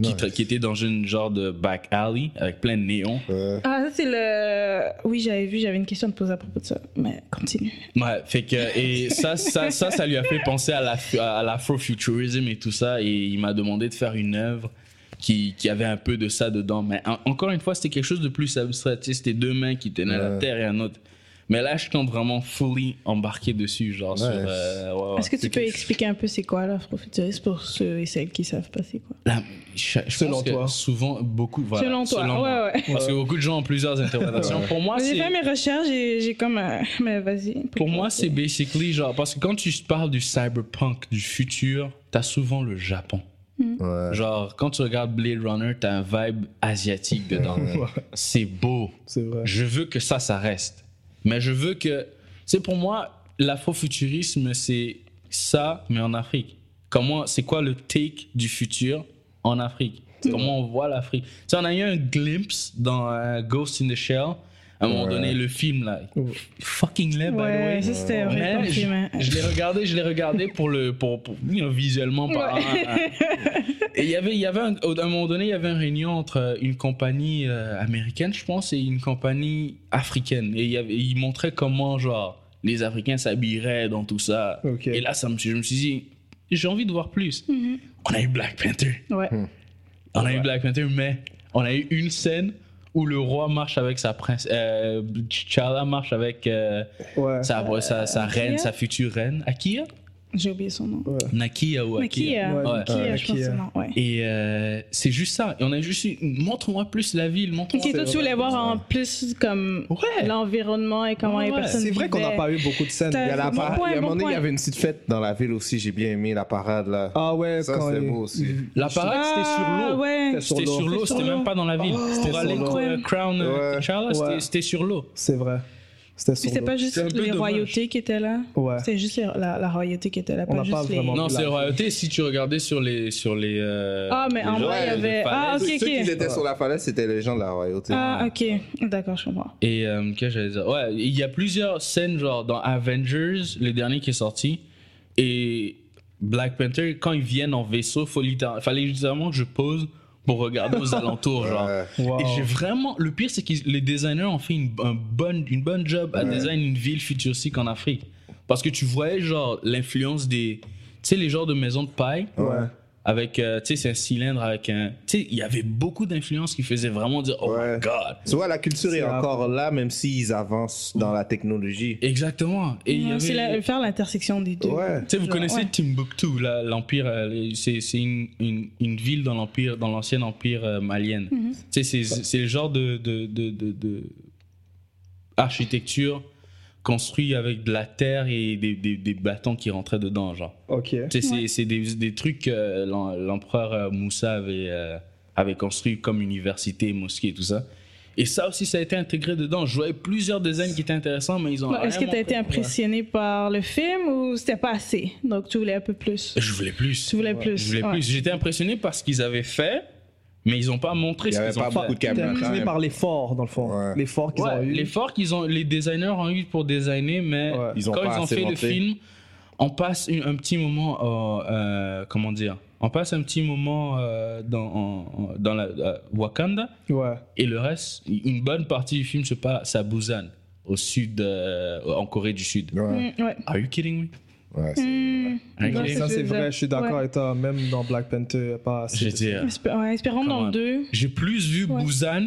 Speaker 4: qui, tra- qui était dans une genre de back alley avec plein de néons.
Speaker 7: Ouais.
Speaker 6: Ah, ça c'est le. Oui, j'avais vu, j'avais une question à te poser à propos de ça. Mais continue.
Speaker 4: Ouais, fait que. Et ça, ça, ça, ça lui a fait penser à l'af- à l'afrofuturisme et tout ça. Et il m'a demandé de faire une œuvre. Qui, qui avait un peu de ça dedans. Mais en- encore une fois, c'était quelque chose de plus abstrait. Tu sais, C'était deux mains qui tenaient la
Speaker 7: Ouais.
Speaker 4: terre et un autre. Mais là, je compte vraiment fully embarqué dessus. Genre, sur, euh, ouais, ouais.
Speaker 6: Est-ce que tu
Speaker 4: C'est
Speaker 6: peux
Speaker 4: quelque-
Speaker 6: expliquer un peu c'est quoi l'afrofuturisme pour ceux et celles qui savent pas c'est quoi
Speaker 4: Là, je- je
Speaker 5: Selon
Speaker 4: pense que
Speaker 5: toi.
Speaker 4: Souvent, beaucoup. voilà,
Speaker 6: Selon toi,
Speaker 4: selon moi.
Speaker 6: ouais, ouais.
Speaker 4: Parce que beaucoup de gens ont plusieurs interprétations. Pour moi,
Speaker 6: j'ai
Speaker 4: Ah, c'est.
Speaker 6: fait mes recherches et j'ai comme. euh, Mais vas-y.
Speaker 4: Pour moi, c'est basically genre. Parce que quand tu parles du cyberpunk, du futur, t'as souvent le Japon.
Speaker 7: Ouais.
Speaker 4: Genre, quand tu regardes Blade Runner, t'as un vibe asiatique dedans. C'est beau.
Speaker 5: C'est vrai.
Speaker 4: Je veux que ça, ça reste. Mais je veux que. C'est pour moi, l'afrofuturisme, c'est ça, mais en Afrique. Comment, c'est quoi le take du futur en Afrique C'est Comment on voit l'Afrique Tu sais, on a eu un glimpse dans euh, Ghost in the Shell. À un moment
Speaker 7: Ouais.
Speaker 4: donné, le film, là.
Speaker 5: Ouais.
Speaker 4: Fucking laid, by the way. Euh,
Speaker 6: Ouais, ça c'était
Speaker 4: Mais
Speaker 6: vrai. comme
Speaker 4: je,
Speaker 6: film, hein.
Speaker 4: je l'ai regardé, je l'ai regardé pour le pour, pour- you know, visuellement parlant. hein. Et il y avait il y avait un, à un moment donné il y avait une réunion entre euh, une compagnie euh, américaine je pense et une compagnie africaine et il y avait- ils montraient comment genre les Africains s'habilleraient dans tout ça.
Speaker 5: Ok.
Speaker 4: Et là ça me, je me suis dit j'ai envie de voir plus.
Speaker 6: Mhm.
Speaker 4: On a eu Black Panther.
Speaker 6: Ouais.
Speaker 4: On a eu Black Panther, mais on a eu une scène où le roi marche avec sa princesse. Euh, T'Challa marche avec euh,
Speaker 5: Ouais.
Speaker 4: sa, sa,
Speaker 6: Euh,
Speaker 4: sa reine,
Speaker 6: Nakia?
Speaker 4: sa future reine. Akia
Speaker 6: J'ai oublié son nom.
Speaker 5: Ouais.
Speaker 4: Nakia ou Akia.
Speaker 6: Nakia.
Speaker 5: Ouais,
Speaker 6: Nakia, euh, je pense que
Speaker 5: Nakia.
Speaker 6: c'est non. Ouais.
Speaker 4: Et euh, c'est juste ça. Et on a juste eu. Montre-moi plus la ville, montre-moi.
Speaker 6: Ok, toi, tu voulais voir en plus comme
Speaker 4: Ouais.
Speaker 6: l'environnement et comment
Speaker 4: Ouais,
Speaker 6: les
Speaker 4: ouais.
Speaker 6: personnes
Speaker 5: C'est vrai qu'on n'a
Speaker 6: vivaient.
Speaker 5: pas eu beaucoup de scènes.
Speaker 6: T'as-
Speaker 7: Il y a la
Speaker 6: Bon
Speaker 7: parade.
Speaker 6: point,
Speaker 7: il y a un
Speaker 6: bon
Speaker 7: moment donné, il y
Speaker 6: point.
Speaker 7: avait une petite fête dans la ville aussi. J'ai bien aimé la parade là.
Speaker 5: Ah ouais,
Speaker 7: Ça,
Speaker 5: quand
Speaker 7: c'était
Speaker 5: il-
Speaker 7: beau aussi.
Speaker 5: il-
Speaker 4: La parade, c'était sur
Speaker 6: Ah,
Speaker 4: l'eau.
Speaker 6: Ouais.
Speaker 5: C'était
Speaker 6: Oh,
Speaker 5: sur
Speaker 4: C'était
Speaker 5: l'eau.
Speaker 4: sur l'eau,
Speaker 6: C'était sur
Speaker 4: c'était même
Speaker 6: l'eau.
Speaker 4: pas dans la ville. c'était
Speaker 5: sur
Speaker 4: sur aller
Speaker 5: l'eau.
Speaker 4: euh, Crown euh,
Speaker 7: Ouais.
Speaker 4: T'Challa, c'était-
Speaker 5: Ouais.
Speaker 4: c'était sur l'eau.
Speaker 5: C'est vrai. C'était sur
Speaker 6: C'était
Speaker 5: le-
Speaker 6: pas juste
Speaker 4: C'est un
Speaker 6: les
Speaker 4: peu dommage.
Speaker 6: royautés qui étaient là.
Speaker 5: Ouais.
Speaker 6: C'était juste les- la, la royauté qui était là,
Speaker 5: On
Speaker 6: pas
Speaker 5: n'a
Speaker 6: juste
Speaker 5: pas
Speaker 6: les.
Speaker 5: vraiment-
Speaker 4: Non, c'est
Speaker 5: Black.
Speaker 4: royauté. Si tu regardais sur les. Sur les euh,
Speaker 6: Ah, mais
Speaker 4: les
Speaker 6: en
Speaker 4: gens,
Speaker 6: vrai, il y
Speaker 4: les
Speaker 6: avait-
Speaker 4: falaises.
Speaker 6: Ah, ok,
Speaker 7: Ceux qui
Speaker 6: ok.
Speaker 7: étaient sur la falaise, c'était les gens de la royauté.
Speaker 6: Ah, ok. D'accord, je comprends.
Speaker 4: Et euh, qu'est-ce que j'allais dire Ouais, il y a plusieurs scènes, genre dans Avengers, le dernier qui est sorti, et Black Panther, quand ils viennent en vaisseau, faut littéral- fallait littéralement que je pose pour regarder aux alentours, genre.
Speaker 7: Ouais.
Speaker 5: Wow.
Speaker 4: Et j'ai vraiment. Le pire, c'est que les designers ont fait une, un bonne, une bonne job à
Speaker 7: Ouais.
Speaker 4: design une ville futuristique en Afrique. Parce que tu voyais, genre, l'influence des. Tu sais, les genres de maisons de paille
Speaker 5: Ouais.
Speaker 4: avec, euh, tu sais, c'est un cylindre avec un. Tu sais, il y avait beaucoup d'influences qui faisaient vraiment dire, oh
Speaker 7: Ouais.
Speaker 4: my god.
Speaker 7: Tu vois, la culture est,
Speaker 5: C'est la-
Speaker 7: encore là, même s'ils avancent dans la technologie.
Speaker 4: Exactement. Et il y
Speaker 6: Ouais, C'est
Speaker 4: avait-
Speaker 6: la- faire l'intersection des deux.
Speaker 7: Ouais.
Speaker 4: Tu sais, vous
Speaker 6: Genre,
Speaker 4: connaissez
Speaker 6: ouais.
Speaker 4: Timbuktu, là, l'empire, euh, les- c'est c'est une, une- une ville dans l'empire, dans l'ancien
Speaker 6: Mhm.
Speaker 4: empire euh, malien. Tu sais, c'est- c'est le genre de, de, de, de- de architecture construite avec de la terre et des, des- des bâtons qui rentraient dedans, genre.
Speaker 5: Ok.
Speaker 4: Tu sais, C'est c'est des, des trucs que l'en- l'empereur euh, Moussa avait, euh, avait construit comme université, mosquée et tout ça. Et ça aussi, ça a été intégré dedans. Je voyais plusieurs designs qui étaient intéressants, mais ils ont.
Speaker 6: Bon, Est-ce que
Speaker 4: rien
Speaker 6: tu as été
Speaker 4: montré.
Speaker 6: impressionné par le film ou c'était pas assez Donc tu voulais un peu plus.
Speaker 4: Ouais. Je voulais plus.
Speaker 6: Tu voulais plus.
Speaker 4: Je voulais
Speaker 6: ouais.
Speaker 4: plus. J'étais impressionné par ce qu'ils avaient fait, mais ils n'ont pas montré
Speaker 7: Il y
Speaker 4: ce
Speaker 7: avait
Speaker 4: qu'ils
Speaker 7: pas
Speaker 4: ont fait.
Speaker 7: beaucoup de
Speaker 5: T'es
Speaker 7: caméras. quand
Speaker 5: amusé
Speaker 7: même.
Speaker 5: par l'effort, dans le fond.
Speaker 7: Ouais.
Speaker 5: L'effort qu'ils
Speaker 4: Ouais,
Speaker 5: ont eu.
Speaker 4: L'effort qu'ils ont, les designers ont eu pour designer, mais
Speaker 5: Ouais.
Speaker 7: Ils ont
Speaker 4: quand
Speaker 7: pas
Speaker 4: ils ont
Speaker 7: assez
Speaker 4: fait le
Speaker 7: montré.
Speaker 4: film, on passe une- un petit moment, euh, euh, comment dire, on passe un petit moment euh, dans, en- en- dans la, la Wakanda
Speaker 5: Ouais.
Speaker 4: et le reste, une bonne partie du film se passe à Busan, au sud, euh, en Corée du Sud.
Speaker 7: Ouais,
Speaker 6: Mm, ouais.
Speaker 4: Are you kidding me?
Speaker 7: ouais, c'est-
Speaker 6: Mm,
Speaker 4: Are you
Speaker 6: Ouais,
Speaker 4: kidding me?
Speaker 5: Ça,
Speaker 6: je
Speaker 5: c'est
Speaker 6: veux
Speaker 5: vrai,
Speaker 6: dire,
Speaker 5: je suis d'accord
Speaker 6: ouais.
Speaker 5: avec toi. Même dans Black Panther, il n'y a pas assez.
Speaker 4: Je veux
Speaker 5: de-
Speaker 4: dire,
Speaker 6: espé- ouais, espérons
Speaker 4: Come
Speaker 6: dans
Speaker 4: on.
Speaker 6: le 2.
Speaker 4: J'ai plus vu
Speaker 6: Ouais. Mm.
Speaker 4: Busan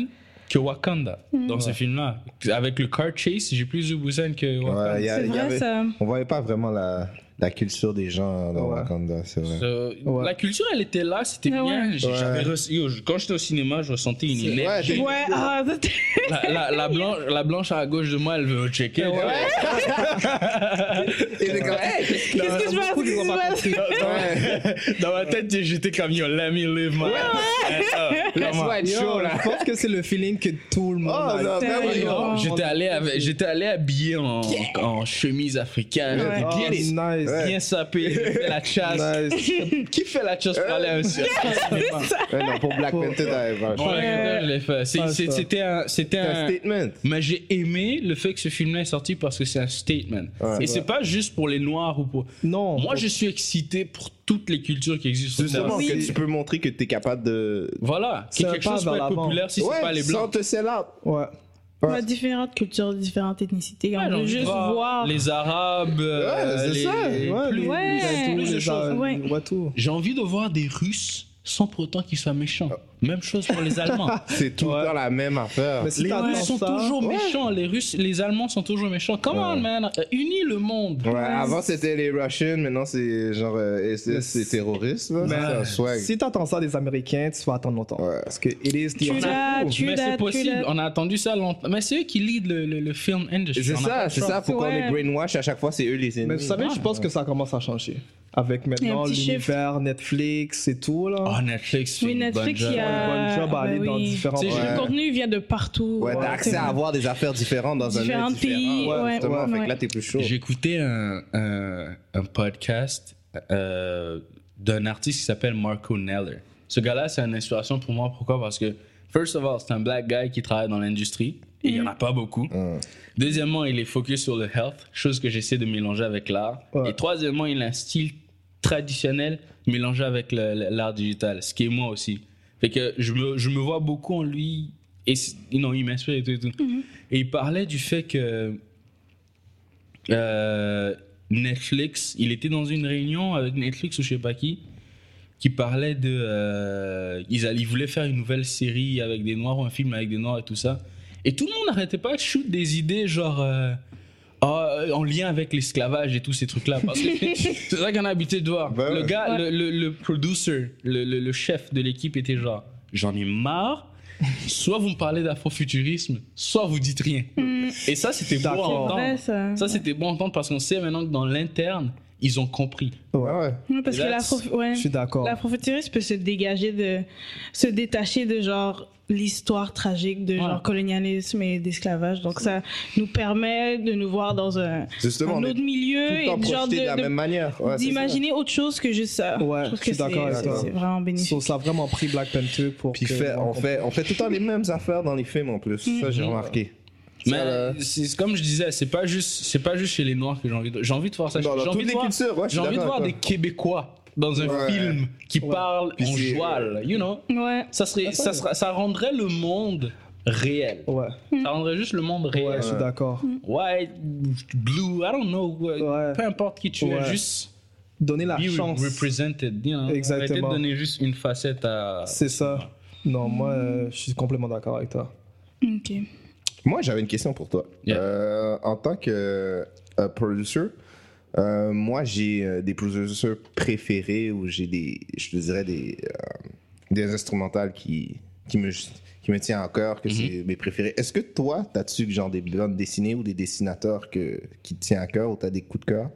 Speaker 4: que Wakanda dans ce film-là. Avec le car chase, j'ai plus vu Busan que Wakanda.
Speaker 7: Ouais, il y a-
Speaker 6: C'est
Speaker 7: il y
Speaker 6: vrai,
Speaker 7: avait-
Speaker 6: ça.
Speaker 7: On voyait pas vraiment la, la culture des gens dans
Speaker 5: Ouais.
Speaker 7: Wakanda, c'est vrai.
Speaker 4: Euh,
Speaker 5: Ouais.
Speaker 4: La culture, elle était là, c'était
Speaker 6: Ah
Speaker 4: bien.
Speaker 6: ouais.
Speaker 4: J'ai-
Speaker 7: Ouais.
Speaker 4: j'avais reçu- yo, je- quand j'étais au cinéma, je ressentais une
Speaker 7: C'est-
Speaker 4: énergie.
Speaker 7: ouais,
Speaker 6: Ouais, ah, c'était-
Speaker 4: la, la- la blanche, la blanche à gauche de moi, elle veut checker.
Speaker 6: qu'est-ce que je
Speaker 5: Beaucoup, ils ont pas
Speaker 6: vois
Speaker 5: compris.
Speaker 4: Dans ma tête, j'étais comme yo, let me live my
Speaker 8: Let's watch show,
Speaker 5: Yo,
Speaker 8: là.
Speaker 5: je pense que c'est le feeling que tout le monde
Speaker 7: Oh,
Speaker 5: a.
Speaker 7: non,
Speaker 6: ben oui,
Speaker 5: Yo,
Speaker 6: non.
Speaker 4: J'étais allé, avec- j'étais allé habillé en, en chemise africaine,
Speaker 5: Ouais. Oh,
Speaker 4: bien,
Speaker 5: nice. Ouais.
Speaker 4: bien sapé, j'ai fait la chasse.
Speaker 5: Nice.
Speaker 4: Qui fait la chasse pour aller à un
Speaker 7: Ouais, non, pour Black
Speaker 5: Faut-
Speaker 7: Panther, t'avais pas le choix.
Speaker 4: Ouais,
Speaker 6: Ouais.
Speaker 4: je l'ai fait. C'est-
Speaker 5: Ah,
Speaker 4: c'est-
Speaker 5: ça.
Speaker 4: C'était un, c'était
Speaker 7: C'est
Speaker 4: un-
Speaker 7: un statement.
Speaker 4: Mais j'ai aimé le fait que ce film-là est sorti parce que c'est un statement.
Speaker 7: Ouais.
Speaker 4: Et c'est pas juste pour les noirs ou pour.
Speaker 5: Non.
Speaker 4: Moi, je suis excité pour toutes les cultures qui existent.
Speaker 7: C'est
Speaker 4: sur Terre.
Speaker 7: justement
Speaker 5: Oui.
Speaker 7: que tu peux montrer que t'es capable de.
Speaker 4: Voilà,
Speaker 5: C'est
Speaker 4: que
Speaker 5: un
Speaker 4: quelque
Speaker 5: pas
Speaker 4: chose
Speaker 5: vers
Speaker 4: peut être
Speaker 5: l'avant.
Speaker 4: populaire si c'est pas les
Speaker 7: sans
Speaker 4: blancs.
Speaker 7: te sell out.
Speaker 5: Ouais.
Speaker 6: On a différentes cultures, différentes ethnicités.
Speaker 4: Ouais, j'ai
Speaker 6: on veut
Speaker 4: envie de
Speaker 6: juste
Speaker 4: voir
Speaker 6: voir.
Speaker 4: les Arabes, euh,
Speaker 7: Ouais, c'est
Speaker 4: les-
Speaker 7: ça.
Speaker 4: les
Speaker 5: Ouais,
Speaker 4: plus-
Speaker 5: les-
Speaker 6: Ouais.
Speaker 5: les-
Speaker 4: plus de
Speaker 5: les-
Speaker 4: choses.
Speaker 5: les-
Speaker 6: Ouais.
Speaker 5: ouais, tout.
Speaker 4: J'ai envie de voir des Russes sans pour autant qu'ils soient méchants.
Speaker 7: Ah.
Speaker 4: Même chose pour les Allemands.
Speaker 7: C'est tout
Speaker 5: Ouais.
Speaker 7: le temps la même affaire.
Speaker 5: Mais si
Speaker 4: les
Speaker 5: t'attends
Speaker 4: Russes sont
Speaker 5: ça-
Speaker 4: toujours
Speaker 5: Ouais.
Speaker 4: méchants. Les Russes, les Allemands sont toujours méchants. Comment
Speaker 7: Ouais.
Speaker 4: man, Euh, unis le monde.
Speaker 7: Ouais, avant c'était les Russians, maintenant c'est genre euh,
Speaker 5: Mais
Speaker 7: SS, c'est
Speaker 5: c'est-
Speaker 7: terroriste. là.
Speaker 5: Mais
Speaker 7: C'est un swag.
Speaker 5: Si t'attends ça des Américains, tu vas attendre longtemps.
Speaker 7: Ouais.
Speaker 5: Parce que it is the
Speaker 6: Tu l'as, tu
Speaker 4: mais
Speaker 6: l'as,
Speaker 4: c'est
Speaker 6: tu
Speaker 4: possible,
Speaker 6: l'as.
Speaker 4: on a attendu ça longtemps. Mais c'est eux qui lead le, le, le film industry.
Speaker 7: C'est
Speaker 4: On a pas
Speaker 7: ça,
Speaker 4: le
Speaker 7: c'est
Speaker 4: choix.
Speaker 7: ça. Pourquoi on
Speaker 6: Ouais.
Speaker 7: est brainwash à chaque fois, c'est eux les ennemis.
Speaker 5: Mais vous savez, je pense que ça commence à changer. Avec maintenant
Speaker 6: petit shift.
Speaker 5: l'univers, Netflix et tout, là.
Speaker 4: Oh, Netflix, fait
Speaker 6: Oui,
Speaker 4: une bonne
Speaker 6: Netflix,
Speaker 4: job.
Speaker 6: il y a.
Speaker 5: Bonne job à
Speaker 6: Ah,
Speaker 5: aller
Speaker 6: bah
Speaker 5: dans
Speaker 6: oui.
Speaker 5: différents.
Speaker 4: Tu sais, j'ai-
Speaker 6: Le
Speaker 7: Ouais.
Speaker 6: contenu vient de partout.
Speaker 7: Ouais, t'as accès à avoir des affaires différentes dans un
Speaker 6: Différents
Speaker 7: monde
Speaker 6: pays,
Speaker 7: différent.
Speaker 6: ouais,
Speaker 7: justement.
Speaker 6: ouais.
Speaker 7: Fait que là, t'es plus chaud.
Speaker 4: J'écoutais un, un, un podcast euh, d'un artiste qui s'appelle Marco Neller. Ce gars-là, c'est une inspiration pour moi. Pourquoi Parce que, first of all, c'est un black guy qui travaille dans l'industrie. et Il n'y en a pas beaucoup.
Speaker 7: Hum.
Speaker 4: Deuxièmement, il est focus sur le health, chose que j'essaie de mélanger avec l'art.
Speaker 5: Ouais.
Speaker 4: Et troisièmement, il a un style traditionnel mélangé avec le- le- l'art digital, ce qui est moi aussi. Fait que je me, je me vois beaucoup en lui. Et c- non, il m'inspire et tout. Et, tout. et il parlait du fait que euh, Netflix, il était dans une réunion avec Netflix ou je sais pas qui, qui parlait de. euh, ils, allaient- ils voulaient faire une nouvelle série avec des noirs ou un film avec des noirs et tout ça. Et tout le monde n'arrêtait pas de shoot des idées genre. euh, Ah, en lien avec l'esclavage et tous ces trucs-là. Parce que c'est ça qu'on a habitué de voir.
Speaker 7: Ben
Speaker 4: le
Speaker 7: ouais.
Speaker 4: gars, le, le, le producer, le, le- le chef de l'équipe était genre J'en ai marre. Soit vous me parlez d'afrofuturisme, soit vous dites rien. Et ça, c'était beau à
Speaker 5: D'accord.
Speaker 4: entendre.
Speaker 6: Ouais, Hmm, ça.
Speaker 4: Oh, Ça, c'était bon à entendre parce qu'on sait maintenant que dans l'interne, ils ont compris.
Speaker 7: Ouais, ouais.
Speaker 6: Ouais, parce
Speaker 4: Et
Speaker 6: que
Speaker 4: là,
Speaker 6: l'afro. Ouais.
Speaker 5: Je suis d'accord.
Speaker 6: L'afrofuturisme peut se dégager de. se détacher de genre l'histoire tragique de
Speaker 4: Ouais.
Speaker 6: genre colonialisme et d'esclavage. Donc ça nous permet de nous voir dans un,
Speaker 7: Justement,
Speaker 6: un
Speaker 7: on est
Speaker 6: autre
Speaker 7: tout
Speaker 6: milieu
Speaker 7: le
Speaker 6: et
Speaker 7: temps
Speaker 6: de genre
Speaker 7: projeté de, la
Speaker 6: de-
Speaker 7: même manière. Ouais, c'est ça.
Speaker 6: d'imaginer autre chose que juste ça.
Speaker 5: Ouais,
Speaker 6: trouve
Speaker 5: je suis
Speaker 6: que
Speaker 5: d'accord
Speaker 6: c'est-
Speaker 5: avec toi.
Speaker 6: C'est vraiment bénéfique.
Speaker 5: So, ça a vraiment pris Black Panther pour.
Speaker 7: Puis
Speaker 5: que-
Speaker 7: fait- on, fait, on fait tout le temps les mêmes affaires dans les films en plus.
Speaker 6: Mm-hmm.
Speaker 7: Ça, j'ai
Speaker 4: Mhm.
Speaker 7: remarqué.
Speaker 4: Mais
Speaker 7: Ça, là,
Speaker 4: c'est comme je disais, c'est pas juste, c'est pas juste chez les noirs que j'ai envie de. J'ai envie de voir ça.
Speaker 7: dans, dans
Speaker 4: j'ai
Speaker 7: toutes
Speaker 4: envie de
Speaker 7: les
Speaker 4: voir,
Speaker 7: cultures, ouais, je suis
Speaker 4: j'ai envie de
Speaker 7: d'accord
Speaker 4: voir des
Speaker 7: avec
Speaker 4: Québécois dans un
Speaker 7: Ouais.
Speaker 4: film qui
Speaker 5: Ouais.
Speaker 4: parle
Speaker 7: Puis
Speaker 4: en
Speaker 7: c'est- euh, Ah,
Speaker 4: joual, you know.
Speaker 6: Ouais.
Speaker 4: Ça serait, ça, sera- ça rendrait le monde réel.
Speaker 5: Ouais,
Speaker 4: Ça rendrait juste le monde
Speaker 5: ouais,
Speaker 4: réel.
Speaker 5: je suis d'accord.
Speaker 6: Mm.
Speaker 4: White, blue, I don't know.
Speaker 5: Ouais.
Speaker 4: Peu importe qui tu
Speaker 5: Ouais.
Speaker 4: es, juste
Speaker 5: Donner la
Speaker 4: be
Speaker 5: chance.
Speaker 4: represented, you know.
Speaker 5: Exactement.
Speaker 4: Arrêtez de donner juste une facette à.
Speaker 5: C'est ça. Non, moi,
Speaker 6: Mm.
Speaker 5: euh, je suis complètement d'accord avec toi.
Speaker 6: Ok.
Speaker 7: toi. Moi, j'avais une question pour toi.
Speaker 4: Yeah.
Speaker 7: Euh, en tant que euh, producer, euh, moi, j'ai euh, des producers préférés ou j'ai des, je te dirais, des, euh, des instrumentales qui, qui me, qui me tient à cœur, que c'est mes préférés. Est-ce que toi, t'as-tu genre des bandes dessinées ou des dessinateurs que, qui te tiennent à cœur ou t'as des coups de cœur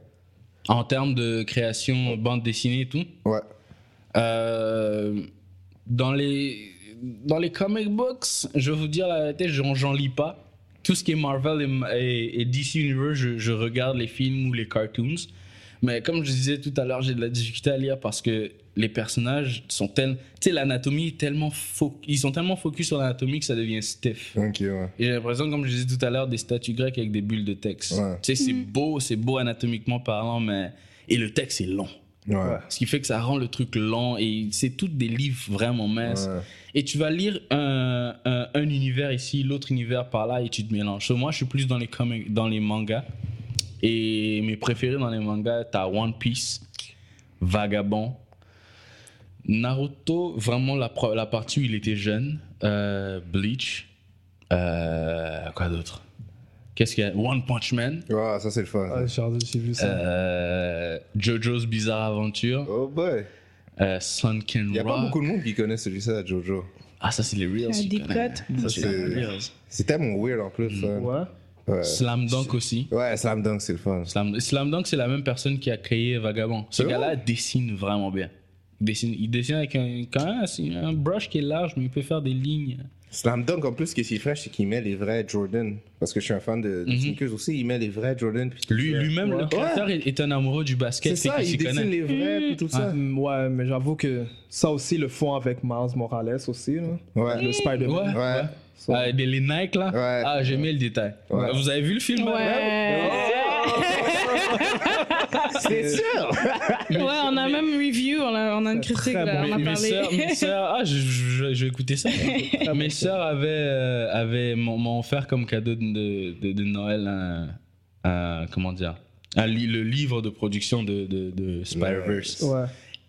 Speaker 4: En termes de création, bande dessinée et tout,
Speaker 7: Ouais.
Speaker 4: euh, dans les dans les comic books, je vais vous dire la vérité, j'en j'en lis pas. Tout ce qui est Marvel et, et- et DC Universe, je, je regarde les films ou les cartoons. Mais comme je disais tout à l'heure, j'ai de la difficulté à lire parce que les personnages sont tels, tu sais, l'anatomie est tellement fo- ils sont tellement focus sur l'anatomie que ça devient stiff.
Speaker 7: Ok, ouais.
Speaker 4: Et j'ai l'impression, comme je disais tout à l'heure, des statues grecques avec des bulles de texte.
Speaker 7: Ouais.
Speaker 4: Tu sais, c'est beau, c'est beau anatomiquement parlant, mais et le texte est long.
Speaker 7: Ouais.
Speaker 4: Ce qui fait que ça rend le truc lent et c'est toutes des livres vraiment minces.
Speaker 7: Ouais.
Speaker 4: Et tu vas lire un, un- un univers ici, l'autre univers par là et tu te mélanges. So, moi, je suis plus dans les, comic- dans les mangas. Et mes préférés dans les mangas, t'as One Piece, Vagabond, Naruto, vraiment la, pro- la partie où il était jeune, euh, Bleach, euh, quoi d'autre Qu'est-ce qu'il y a One Punch Man,
Speaker 7: Ouais, ça c'est le fun.
Speaker 5: Ah, j'ai j'ai vu ça.
Speaker 4: euh, JoJo's Bizarre Aventure,
Speaker 7: Oh boy.
Speaker 4: euh, Sunken
Speaker 7: Il y a pas
Speaker 4: Rock.
Speaker 7: beaucoup de monde qui connaît celui-là, Jojo.
Speaker 4: Ah, ça, c'est les Reels.
Speaker 6: La
Speaker 4: tu
Speaker 6: deep
Speaker 4: connais.
Speaker 6: cut.
Speaker 7: Ça,
Speaker 4: Ça, c'est les
Speaker 7: c'est-
Speaker 4: Reels.
Speaker 7: C'est tellement weird en plus. ça.
Speaker 5: Mm. ouais.
Speaker 7: Ouais.
Speaker 4: Slam Dunk aussi.
Speaker 7: Ouais, Slam Dunk, c'est le fun.
Speaker 4: Slam, Slam Dunk, c'est la même personne qui a créé Vagabond. Ce
Speaker 7: C'est
Speaker 4: gars-là dessine vraiment bien. Il dessine, il dessine avec un, quand même, c'est un brush qui est large, mais il peut faire des lignes.
Speaker 7: Slam Dunk, en plus, ce qui est fraîche, c'est qu'il met les vrais Jordan. Parce que je suis un fan de, de
Speaker 4: Mhm.
Speaker 7: sneakers aussi, il met les vrais Jordan. puis tout
Speaker 4: Lui-
Speaker 7: ça.
Speaker 4: Lui-même, le
Speaker 7: Ouais.
Speaker 4: créateur est, est un amoureux du basket,
Speaker 7: C'est
Speaker 4: c'est
Speaker 7: ça,
Speaker 4: qu'il
Speaker 7: il
Speaker 4: s'y
Speaker 7: dessine
Speaker 4: connaît.
Speaker 7: les vrais, puis tout ça.
Speaker 5: Mm, ouais, mais j'avoue que ça aussi, le font avec Miles Morales aussi. Là.
Speaker 7: Ouais.
Speaker 5: Le Spider-Man.
Speaker 4: Ouais.
Speaker 7: Ouais.
Speaker 5: Ça-
Speaker 4: Ah, des- les Nike, là.
Speaker 7: Ouais.
Speaker 4: Ah, j'ai mis le détail.
Speaker 7: Ouais.
Speaker 4: Vous avez vu le film Marvel
Speaker 6: Ouais.
Speaker 7: C'est sûr!
Speaker 6: Ouais, on a même review, on a, on a une critique,
Speaker 5: très
Speaker 6: là,
Speaker 5: bon.
Speaker 6: on a
Speaker 4: mes, mes
Speaker 6: parlé.
Speaker 4: sœurs, mes sœurs- ah, je, je- je- je vais écouter ça. mes sœurs avaient, euh, avaient m'ont m'ont offert comme cadeau de, de, de Noël un, un- comment dire, un li- le livre de production de, de, de Spider-Verse.
Speaker 5: Ouais.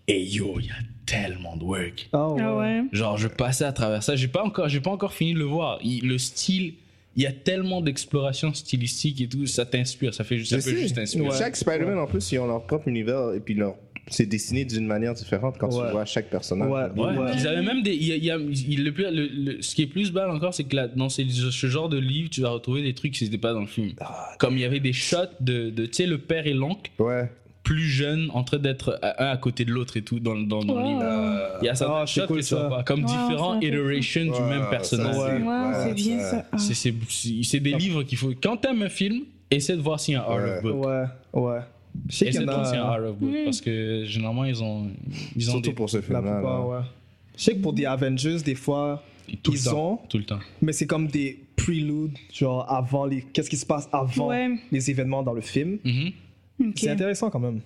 Speaker 4: Et yo, il y a tellement de work.
Speaker 5: Ah ouais.
Speaker 6: Ah ouais.
Speaker 4: Genre, je passais à travers ça. J'ai pas encore, j'ai pas encore fini de le voir. Il- le style, il y a tellement d'exploration stylistique et tout. Ça t'inspire. Ça fait, ça
Speaker 7: Je
Speaker 4: peut
Speaker 7: sais.
Speaker 4: juste t'inspirer.
Speaker 7: Chaque Spider-Man, en plus, ils ont leur propre univers et puis leur... c'est dessiné d'une manière différente quand
Speaker 5: Ouais.
Speaker 7: tu vois chaque personnage.
Speaker 5: Ouais.
Speaker 4: Ouais, Ils avaient même des. il y a- il y a- il- le plus- le- le- ce qui est plus bal encore, c'est que là, dans ces- ce genre de livre, tu vas retrouver des trucs qui n'étaient pas dans le film. Comme il y avait des shots de, de, tu sais, le père et l'oncle,
Speaker 7: Ouais.
Speaker 4: plus jeunes, en train d'être à- un à côté de l'autre et tout, dans, dans, dans le
Speaker 6: Wow.
Speaker 4: livre. Il y a certains
Speaker 5: Ah, c'est
Speaker 4: shots
Speaker 5: cool,
Speaker 4: que tu
Speaker 5: ça.
Speaker 4: vois pas, comme
Speaker 6: Wow,
Speaker 4: différents
Speaker 6: ça, c'est
Speaker 4: iterations du
Speaker 7: Ouais,
Speaker 4: même
Speaker 7: ça,
Speaker 4: personnage.
Speaker 5: ouais.
Speaker 6: Wow,
Speaker 7: Ouais,
Speaker 6: c'est bien
Speaker 7: ça-
Speaker 6: ça. Ah.
Speaker 4: C'est- C'est c'est- c'est des livres qu'il faut. Quand t'aimes un film, essaie de voir s'il y a un art
Speaker 7: Ouais.
Speaker 4: of book.
Speaker 5: Ouais, ouais. Je sais qu'il
Speaker 4: Essaie
Speaker 5: y
Speaker 4: de
Speaker 5: en
Speaker 4: voir s'il y a un
Speaker 5: a. euh,
Speaker 4: art of book. Parce que généralement, ils ont. Ils ont
Speaker 7: Surtout
Speaker 4: des.
Speaker 7: pour ce
Speaker 5: La
Speaker 7: film-là. là.
Speaker 5: plupart, ouais. Je sais que pour des Avengers, des fois,
Speaker 4: Tout le
Speaker 5: ils ont,
Speaker 4: temps. Tout le temps.
Speaker 5: mais c'est comme des preludes, genre avant les. Qu'est-ce qui se passe avant
Speaker 6: Ouais.
Speaker 5: les événements dans le film.
Speaker 4: Mhm.
Speaker 6: Ok. Mm.
Speaker 5: C'est intéressant quand même.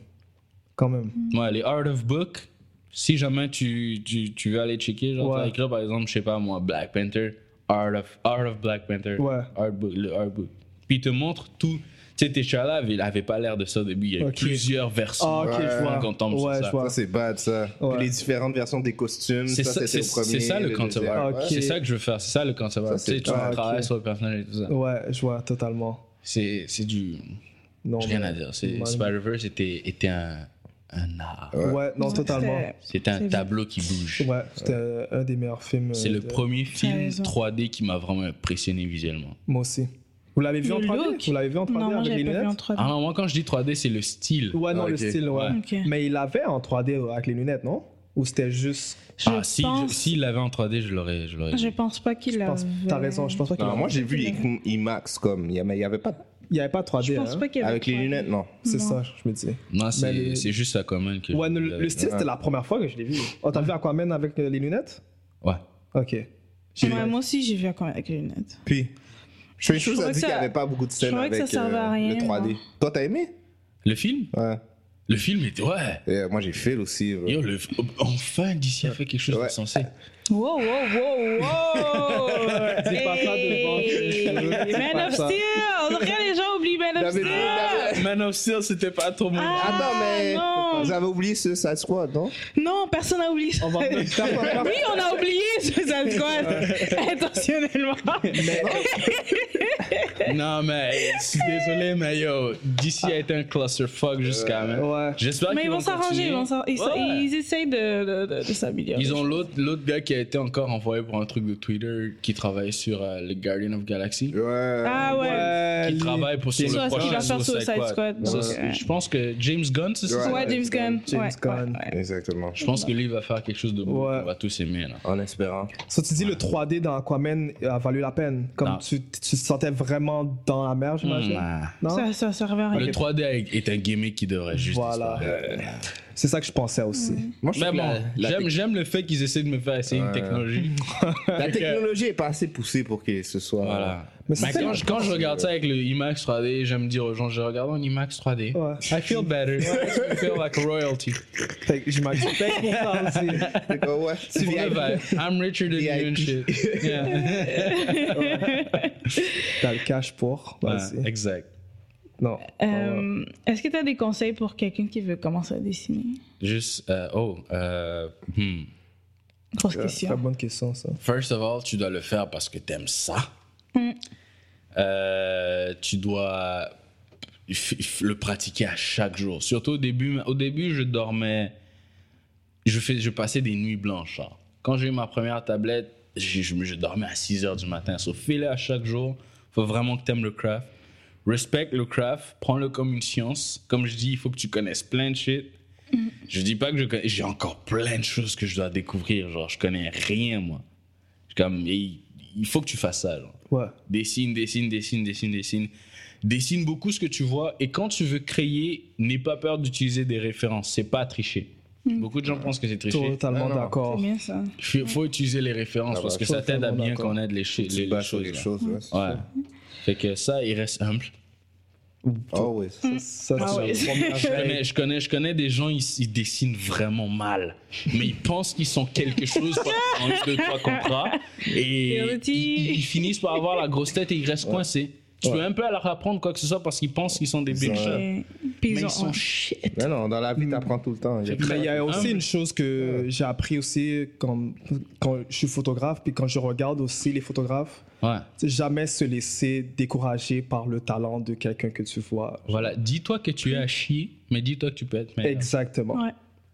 Speaker 5: Quand même.
Speaker 4: Ouais, les Art of Book, si jamais tu, tu, tu veux aller checker, genre,
Speaker 5: Ouais.
Speaker 4: t'as écrit par exemple, je sais pas moi, Black Panther, Art of, Art of Black Panther,
Speaker 5: Ouais.
Speaker 4: Art Book, le Art Book. Puis il te montre tout. Tu sais, T'échala avait, avait pas l'air de ça au début. Il y a
Speaker 5: Ok.
Speaker 4: plusieurs versions.
Speaker 5: Ah, ok, je vois.
Speaker 4: Quand on tombe sur
Speaker 5: Ouais,
Speaker 4: ça.
Speaker 5: je
Speaker 7: Ça,
Speaker 5: vois.
Speaker 7: c'est bad, ça.
Speaker 5: Ouais.
Speaker 7: Puis les différentes versions des costumes,
Speaker 4: C'est
Speaker 7: ça,
Speaker 4: ça,
Speaker 7: c'était
Speaker 4: c'est-
Speaker 7: au premier.
Speaker 4: c'est ça, le
Speaker 7: deuxième.
Speaker 4: concept art.
Speaker 5: Ok.
Speaker 4: C'est ça que je veux faire, c'est ça le concept art. Tu
Speaker 7: c'est
Speaker 4: sais, tu
Speaker 7: clair.
Speaker 5: Ah, ok. Oh.
Speaker 4: travailles sur le personnage et tout ça.
Speaker 5: Ouais, je vois totalement.
Speaker 4: C'est c'est du.
Speaker 5: Non,
Speaker 4: J'ai rien
Speaker 5: mais-
Speaker 4: à dire. C'est-
Speaker 5: Ouais.
Speaker 4: Spider-Verse était, était un, un art.
Speaker 7: Ouais.
Speaker 5: Ouais, non,
Speaker 6: Ouais,
Speaker 5: totalement.
Speaker 6: c'était-
Speaker 4: C'était un
Speaker 6: C'est-
Speaker 4: tableau qui bouge.
Speaker 5: Ouais, c'était euh, un des meilleurs films. euh,
Speaker 4: C'est le
Speaker 5: de-
Speaker 4: premier film
Speaker 6: raison.
Speaker 4: 3D qui m'a vraiment impressionné visuellement.
Speaker 5: Moi aussi. Vous l'avez vu
Speaker 6: Le
Speaker 5: en 3D
Speaker 6: look.
Speaker 5: Vous l'avez vu en 3D
Speaker 6: Non, moi,
Speaker 5: avec les
Speaker 6: j'avais pas vu en
Speaker 5: lunettes
Speaker 6: 3D.
Speaker 4: Ah non, moi quand je dis 3D, c'est le style.
Speaker 5: Ouais, non,
Speaker 7: Ah,
Speaker 5: le
Speaker 7: ok.
Speaker 5: style, ouais.
Speaker 6: Ok.
Speaker 5: Mais il l'avait en 3D avec les lunettes, non Ou c'était juste.
Speaker 6: Je
Speaker 4: ah, si,
Speaker 6: pense...
Speaker 4: je- s'il l'avait en 3D, je l'aurais. Je l'aurais
Speaker 6: Je pense pas qu'il
Speaker 5: Je
Speaker 6: a.
Speaker 5: pense- T'as raison, je pense pas qu'il
Speaker 7: Non,
Speaker 5: l'avait.
Speaker 7: moi, j'ai vu I- IMAX comme. Il y a- Mais il n'y avait pas.
Speaker 5: Il n'y avait pas 3D.
Speaker 6: Je pense
Speaker 5: hein.
Speaker 6: pas qu'il y avait
Speaker 7: Avec les
Speaker 6: 3D.
Speaker 7: lunettes, non.
Speaker 5: C'est
Speaker 6: Non.
Speaker 5: ça, je me dis.
Speaker 4: Non, c'est
Speaker 5: Mais le-
Speaker 4: c'est juste ça quand même. Que
Speaker 5: Ouais,
Speaker 4: je-
Speaker 5: le, le style, c'était la première fois que je l'ai vu.
Speaker 6: Ah.
Speaker 5: Oh, t'as vu Aquaman avec euh, les lunettes
Speaker 4: Ouais.
Speaker 5: Ok.
Speaker 6: Ouais, moi aussi, j'ai vu quand même avec les lunettes.
Speaker 7: Puis. Je fais une
Speaker 6: Je
Speaker 7: chose,
Speaker 6: trouvais
Speaker 7: a
Speaker 6: que
Speaker 7: dit qu'il n'y
Speaker 6: ça-
Speaker 7: avait pas beaucoup de scènes
Speaker 6: trouvais que
Speaker 7: avec
Speaker 6: ça servait à
Speaker 7: euh,
Speaker 6: rien,
Speaker 7: le 3D.
Speaker 6: moi.
Speaker 7: Toi, t'as aimé
Speaker 4: Le film
Speaker 7: Ouais.
Speaker 4: Le film était. Ouais.
Speaker 7: Et, euh, moi, j'ai fait aussi. euh,
Speaker 4: Yo, le... oh, Enfin, d'ici a fait quelque chose
Speaker 7: Ouais.
Speaker 4: de sensé.
Speaker 6: Wow, wow, wow, wow!
Speaker 5: Dis pas ça devant-
Speaker 6: Hey! Man of
Speaker 5: Dis pas ça.
Speaker 6: Steel! On dirait les gens oublient Man of
Speaker 7: David-
Speaker 6: Steel!
Speaker 7: David-
Speaker 4: Man of Steel, c'était pas trop mon.
Speaker 6: Ah,
Speaker 7: Attends, mais.
Speaker 6: non.
Speaker 7: Vous avez oublié ce Side Squad, non
Speaker 6: Non, personne n'a oublié ça.
Speaker 5: On va revenir plus tard.
Speaker 6: Oui, on a oublié Suicide Squad! Intentionnellement!
Speaker 4: Non, mais je suis désolé, mais yo, DC a été un clusterfuck jusqu'à maintenant.
Speaker 5: Ouais.
Speaker 4: J'espère
Speaker 6: Mais
Speaker 4: qu'ils
Speaker 6: ils vont s'arranger, ils,
Speaker 4: continuer.
Speaker 6: vont s'arranger. ils,
Speaker 4: Ouais.
Speaker 6: ils essayent de, de, de, de s'améliorer.
Speaker 4: Ils ont l'autre l'autre gars qui a a été encore envoyé pour un truc de Twitter qui travaille sur euh, le Guardian of Galaxy.
Speaker 7: Ouais.
Speaker 6: Ah ouais.
Speaker 4: Qui travaille pour sur
Speaker 6: Sur
Speaker 4: le
Speaker 6: ce qu'il
Speaker 4: prochain
Speaker 6: va faire
Speaker 4: Suicide
Speaker 6: Suicide
Speaker 4: Squad.
Speaker 6: Squad.
Speaker 4: Ça,
Speaker 6: donc,
Speaker 4: c'est-
Speaker 6: euh,
Speaker 4: Je pense que James Gunn, c'est ça?
Speaker 7: Ouais.
Speaker 6: Ouais, James Gunn.
Speaker 5: James
Speaker 6: ouais,
Speaker 5: Gunn.
Speaker 6: ouais, ouais.
Speaker 7: Exactement.
Speaker 4: Je pense que lui il va faire quelque chose de beau.
Speaker 5: Ouais.
Speaker 4: On va tous aimer là.
Speaker 7: En espérant.
Speaker 5: Ça, tu dis le 3D dans Aquaman a valu la peine.
Speaker 4: Non. Hmm.
Speaker 5: Comme tu, tu te sentais vraiment dans la mer, j'imagine. Non?
Speaker 6: Ça, ça servait à rien.
Speaker 4: Le 3D est- est un gimmick qui devrait juste.
Speaker 5: Voilà. C'est ça que je pensais aussi.
Speaker 7: Moi,
Speaker 4: Mais
Speaker 7: trouve
Speaker 4: bon,
Speaker 7: la- la
Speaker 4: j'aime, j'aime le fait qu'ils essaient de me faire essayer une
Speaker 7: Ouais.
Speaker 4: technologie.
Speaker 7: La
Speaker 4: Ok.
Speaker 7: technologie est pas assez poussée pour que ce soit.
Speaker 4: Voilà.
Speaker 5: Mais c'est
Speaker 4: Mais
Speaker 5: ça,
Speaker 4: quand, je, quand je regarde ça avec le IMAX 3D, j'aime dire aux gens, je regarde en IMAX 3D.
Speaker 5: Ouais.
Speaker 4: I feel better. I feel like royalty.
Speaker 5: Fait que J'imagine. Fait que pour ça aussi.
Speaker 7: Fait que, ouais,
Speaker 4: For
Speaker 7: VIP.
Speaker 4: the vibe. I'm richer than you and shit. Yeah.
Speaker 5: T'as le cash pour. Vas-y.
Speaker 4: Ouais, exact.
Speaker 5: Non.
Speaker 6: Euh, Est-ce que tu as des conseils pour quelqu'un qui veut commencer à dessiner
Speaker 4: Juste, euh, oh, euh, hmm.
Speaker 6: Grosse
Speaker 5: C'est pas
Speaker 6: question.
Speaker 5: bonne question, Euh, ça.
Speaker 4: First of all, tu dois le faire parce que t'aimes ça. Euh, tu dois f- f- le pratiquer à chaque jour. Surtout au début, au début je dormais, je, fais, je passais des nuits blanches. hein. Quand j'ai eu ma première tablette, je, je- je dormais à 6 heures du matin. Sauf fais-le à chaque jour. faut vraiment que t'aimes le craft. Respecte le craft, prends-le comme une science. Comme je dis, il faut que tu connaisses plein de shit. Je dis pas que je connais- j'ai encore plein de choses que je dois découvrir. Genre, je connais rien, moi. Je suis comme, il, il faut que tu fasses ça. Genre.
Speaker 5: Ouais.
Speaker 4: Dessine, dessine, dessine, dessine, dessine. Dessine beaucoup ce que tu vois. Et quand tu veux créer, n'aie pas peur d'utiliser des références. C'est pas tricher. Beaucoup de gens pensent que c'est tricher.
Speaker 5: Totalement
Speaker 7: Ah, non.
Speaker 5: d'accord.
Speaker 6: C'est bien ça.
Speaker 4: Il faut utiliser les références
Speaker 7: Ah
Speaker 4: parce
Speaker 7: bah,
Speaker 4: que ça t'aide à
Speaker 5: totalement
Speaker 4: bien
Speaker 5: d'accord.
Speaker 4: connaître les, chi- les,
Speaker 7: Tu
Speaker 4: les
Speaker 7: bats sur
Speaker 4: choses.
Speaker 7: quelque
Speaker 4: là.
Speaker 7: chose. ouais, c'est
Speaker 4: Ouais.
Speaker 7: ça.
Speaker 4: Fait que ça, il reste humble.
Speaker 7: Always.
Speaker 5: Ça,
Speaker 6: Ah
Speaker 5: c'est
Speaker 6: ouais.
Speaker 5: la première
Speaker 4: Je connais, je connais, je connais des gens, ils, ils dessinent vraiment mal. Mais ils pensent qu'ils sont quelque chose par un, deux, trois contrats. Et ils,
Speaker 6: Guilty.
Speaker 4: ils- ils finissent par avoir la grosse tête et ils restent coincés. Tu peux un peu leur apprendre quoi que ce soit parce qu'ils pensent qu'ils sont des big
Speaker 7: ont-
Speaker 4: shots.
Speaker 6: Et- Puis
Speaker 4: Mais
Speaker 6: ils
Speaker 4: ils
Speaker 6: ont
Speaker 4: sont shit.
Speaker 7: Non, non, dans la vie, t'apprends tout le temps. Il y a-
Speaker 5: Mais il y a aussi
Speaker 4: Humble.
Speaker 5: une chose que j'ai appris aussi quand, quand je suis photographe, puis quand je regarde aussi les photographes,
Speaker 4: Ouais.
Speaker 5: c'est jamais se laisser décourager par le talent de quelqu'un que tu vois.
Speaker 4: Voilà. Dis-toi que tu es à chier, mais dis-toi que tu peux être meilleur.
Speaker 5: Exactement.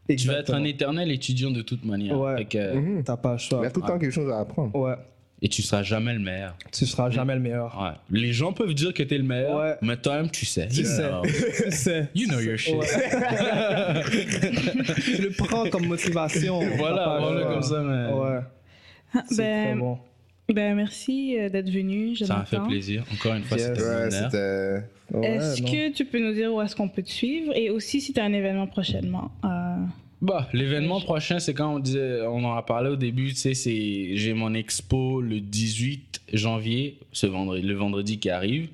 Speaker 6: Ouais.
Speaker 4: Tu vas être un
Speaker 5: Exactement.
Speaker 4: éternel étudiant de toute manière.
Speaker 5: Ouais.
Speaker 4: Fait que- euh, Ah.
Speaker 7: Mhm.
Speaker 5: T'as pas le
Speaker 7: Il y
Speaker 5: choix.
Speaker 7: a tout le temps quelque chose à apprendre.
Speaker 5: Ouais,
Speaker 4: Et tu seras jamais le meilleur.
Speaker 5: tu seras jamais le meilleur.
Speaker 4: Ouais. Les gens peuvent dire que t'es le meilleur,
Speaker 5: Ouais.
Speaker 4: mais toi-même, tu sais.
Speaker 5: Tu
Speaker 4: You
Speaker 5: sais,
Speaker 4: know.
Speaker 5: tu sais.
Speaker 4: You know your shit.
Speaker 5: Ouais. tu le prends comme motivation. T'as
Speaker 4: Voilà,
Speaker 5: pas le
Speaker 4: voilà
Speaker 5: choix.
Speaker 4: comme ça, mais.
Speaker 5: Ouais, c'est très
Speaker 6: Ben,
Speaker 5: bon.
Speaker 6: ben, merci euh, d'être venu.
Speaker 4: Ça m'a fait
Speaker 6: Jonathan.
Speaker 4: plaisir. Encore une fois,
Speaker 5: Yes.
Speaker 4: c'était un
Speaker 7: Ouais,
Speaker 4: honneur.
Speaker 7: c'était. Ouais,
Speaker 6: Est-ce
Speaker 7: non.
Speaker 6: que tu peux nous dire où est-ce qu'on peut te suivre et aussi si tu as un événement prochainement euh,
Speaker 4: Bah, l'événement prochain, c'est quand on disait, on en a parlé au début, tu sais, c'est j'ai mon expo le 18 janvier, ce vendredi, le vendredi qui arrive.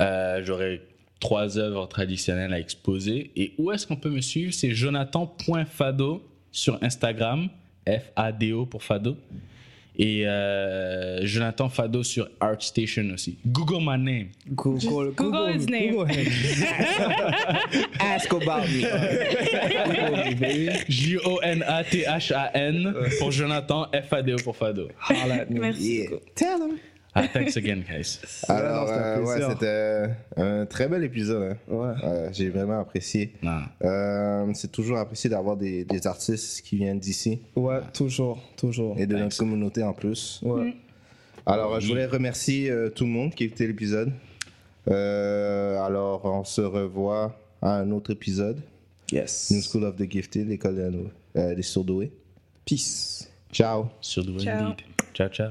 Speaker 4: Euh, J'aurai trois œuvres traditionnelles à exposer. Et où est-ce qu'on peut me suivre C'est jonathan.fado sur Instagram, F-A-D-O pour Fado. Et euh, Jonathan Fado sur ArtStation aussi. Google my name.
Speaker 5: Google,
Speaker 6: Google his name.
Speaker 5: Google him. Ask about me. Google me, baby.
Speaker 4: J-O-N-A-T-H-A-N pour Jonathan, F-A-D-O pour Fado.
Speaker 5: Holla at me.
Speaker 6: Merci.
Speaker 7: Yeah.
Speaker 4: Ah, thanks again, guys.
Speaker 7: Alors,
Speaker 5: Ouais,
Speaker 7: euh, ouais,
Speaker 5: non, c'était hein, un plaisir.
Speaker 7: c'était un très bel épisode. hein.
Speaker 5: Ouais.
Speaker 7: Euh, J'ai vraiment apprécié.
Speaker 4: Non.
Speaker 7: Euh, c'est toujours apprécié d'avoir des, des artistes qui viennent d'ici
Speaker 5: Ouais, toujours, toujours.
Speaker 7: et de notre communauté en plus.
Speaker 5: Ouais.
Speaker 7: Alors, euh, je voulais remercier euh, tout le monde qui a écouté l'épisode. Euh, alors, on se revoit à un autre épisode. New
Speaker 5: Yes.
Speaker 7: School of the Gifted, l'école de- euh, des surdoués.
Speaker 5: Peace.
Speaker 7: Ciao!
Speaker 4: Surdoué,
Speaker 6: Ciao.
Speaker 4: indeed. Ciao, ciao.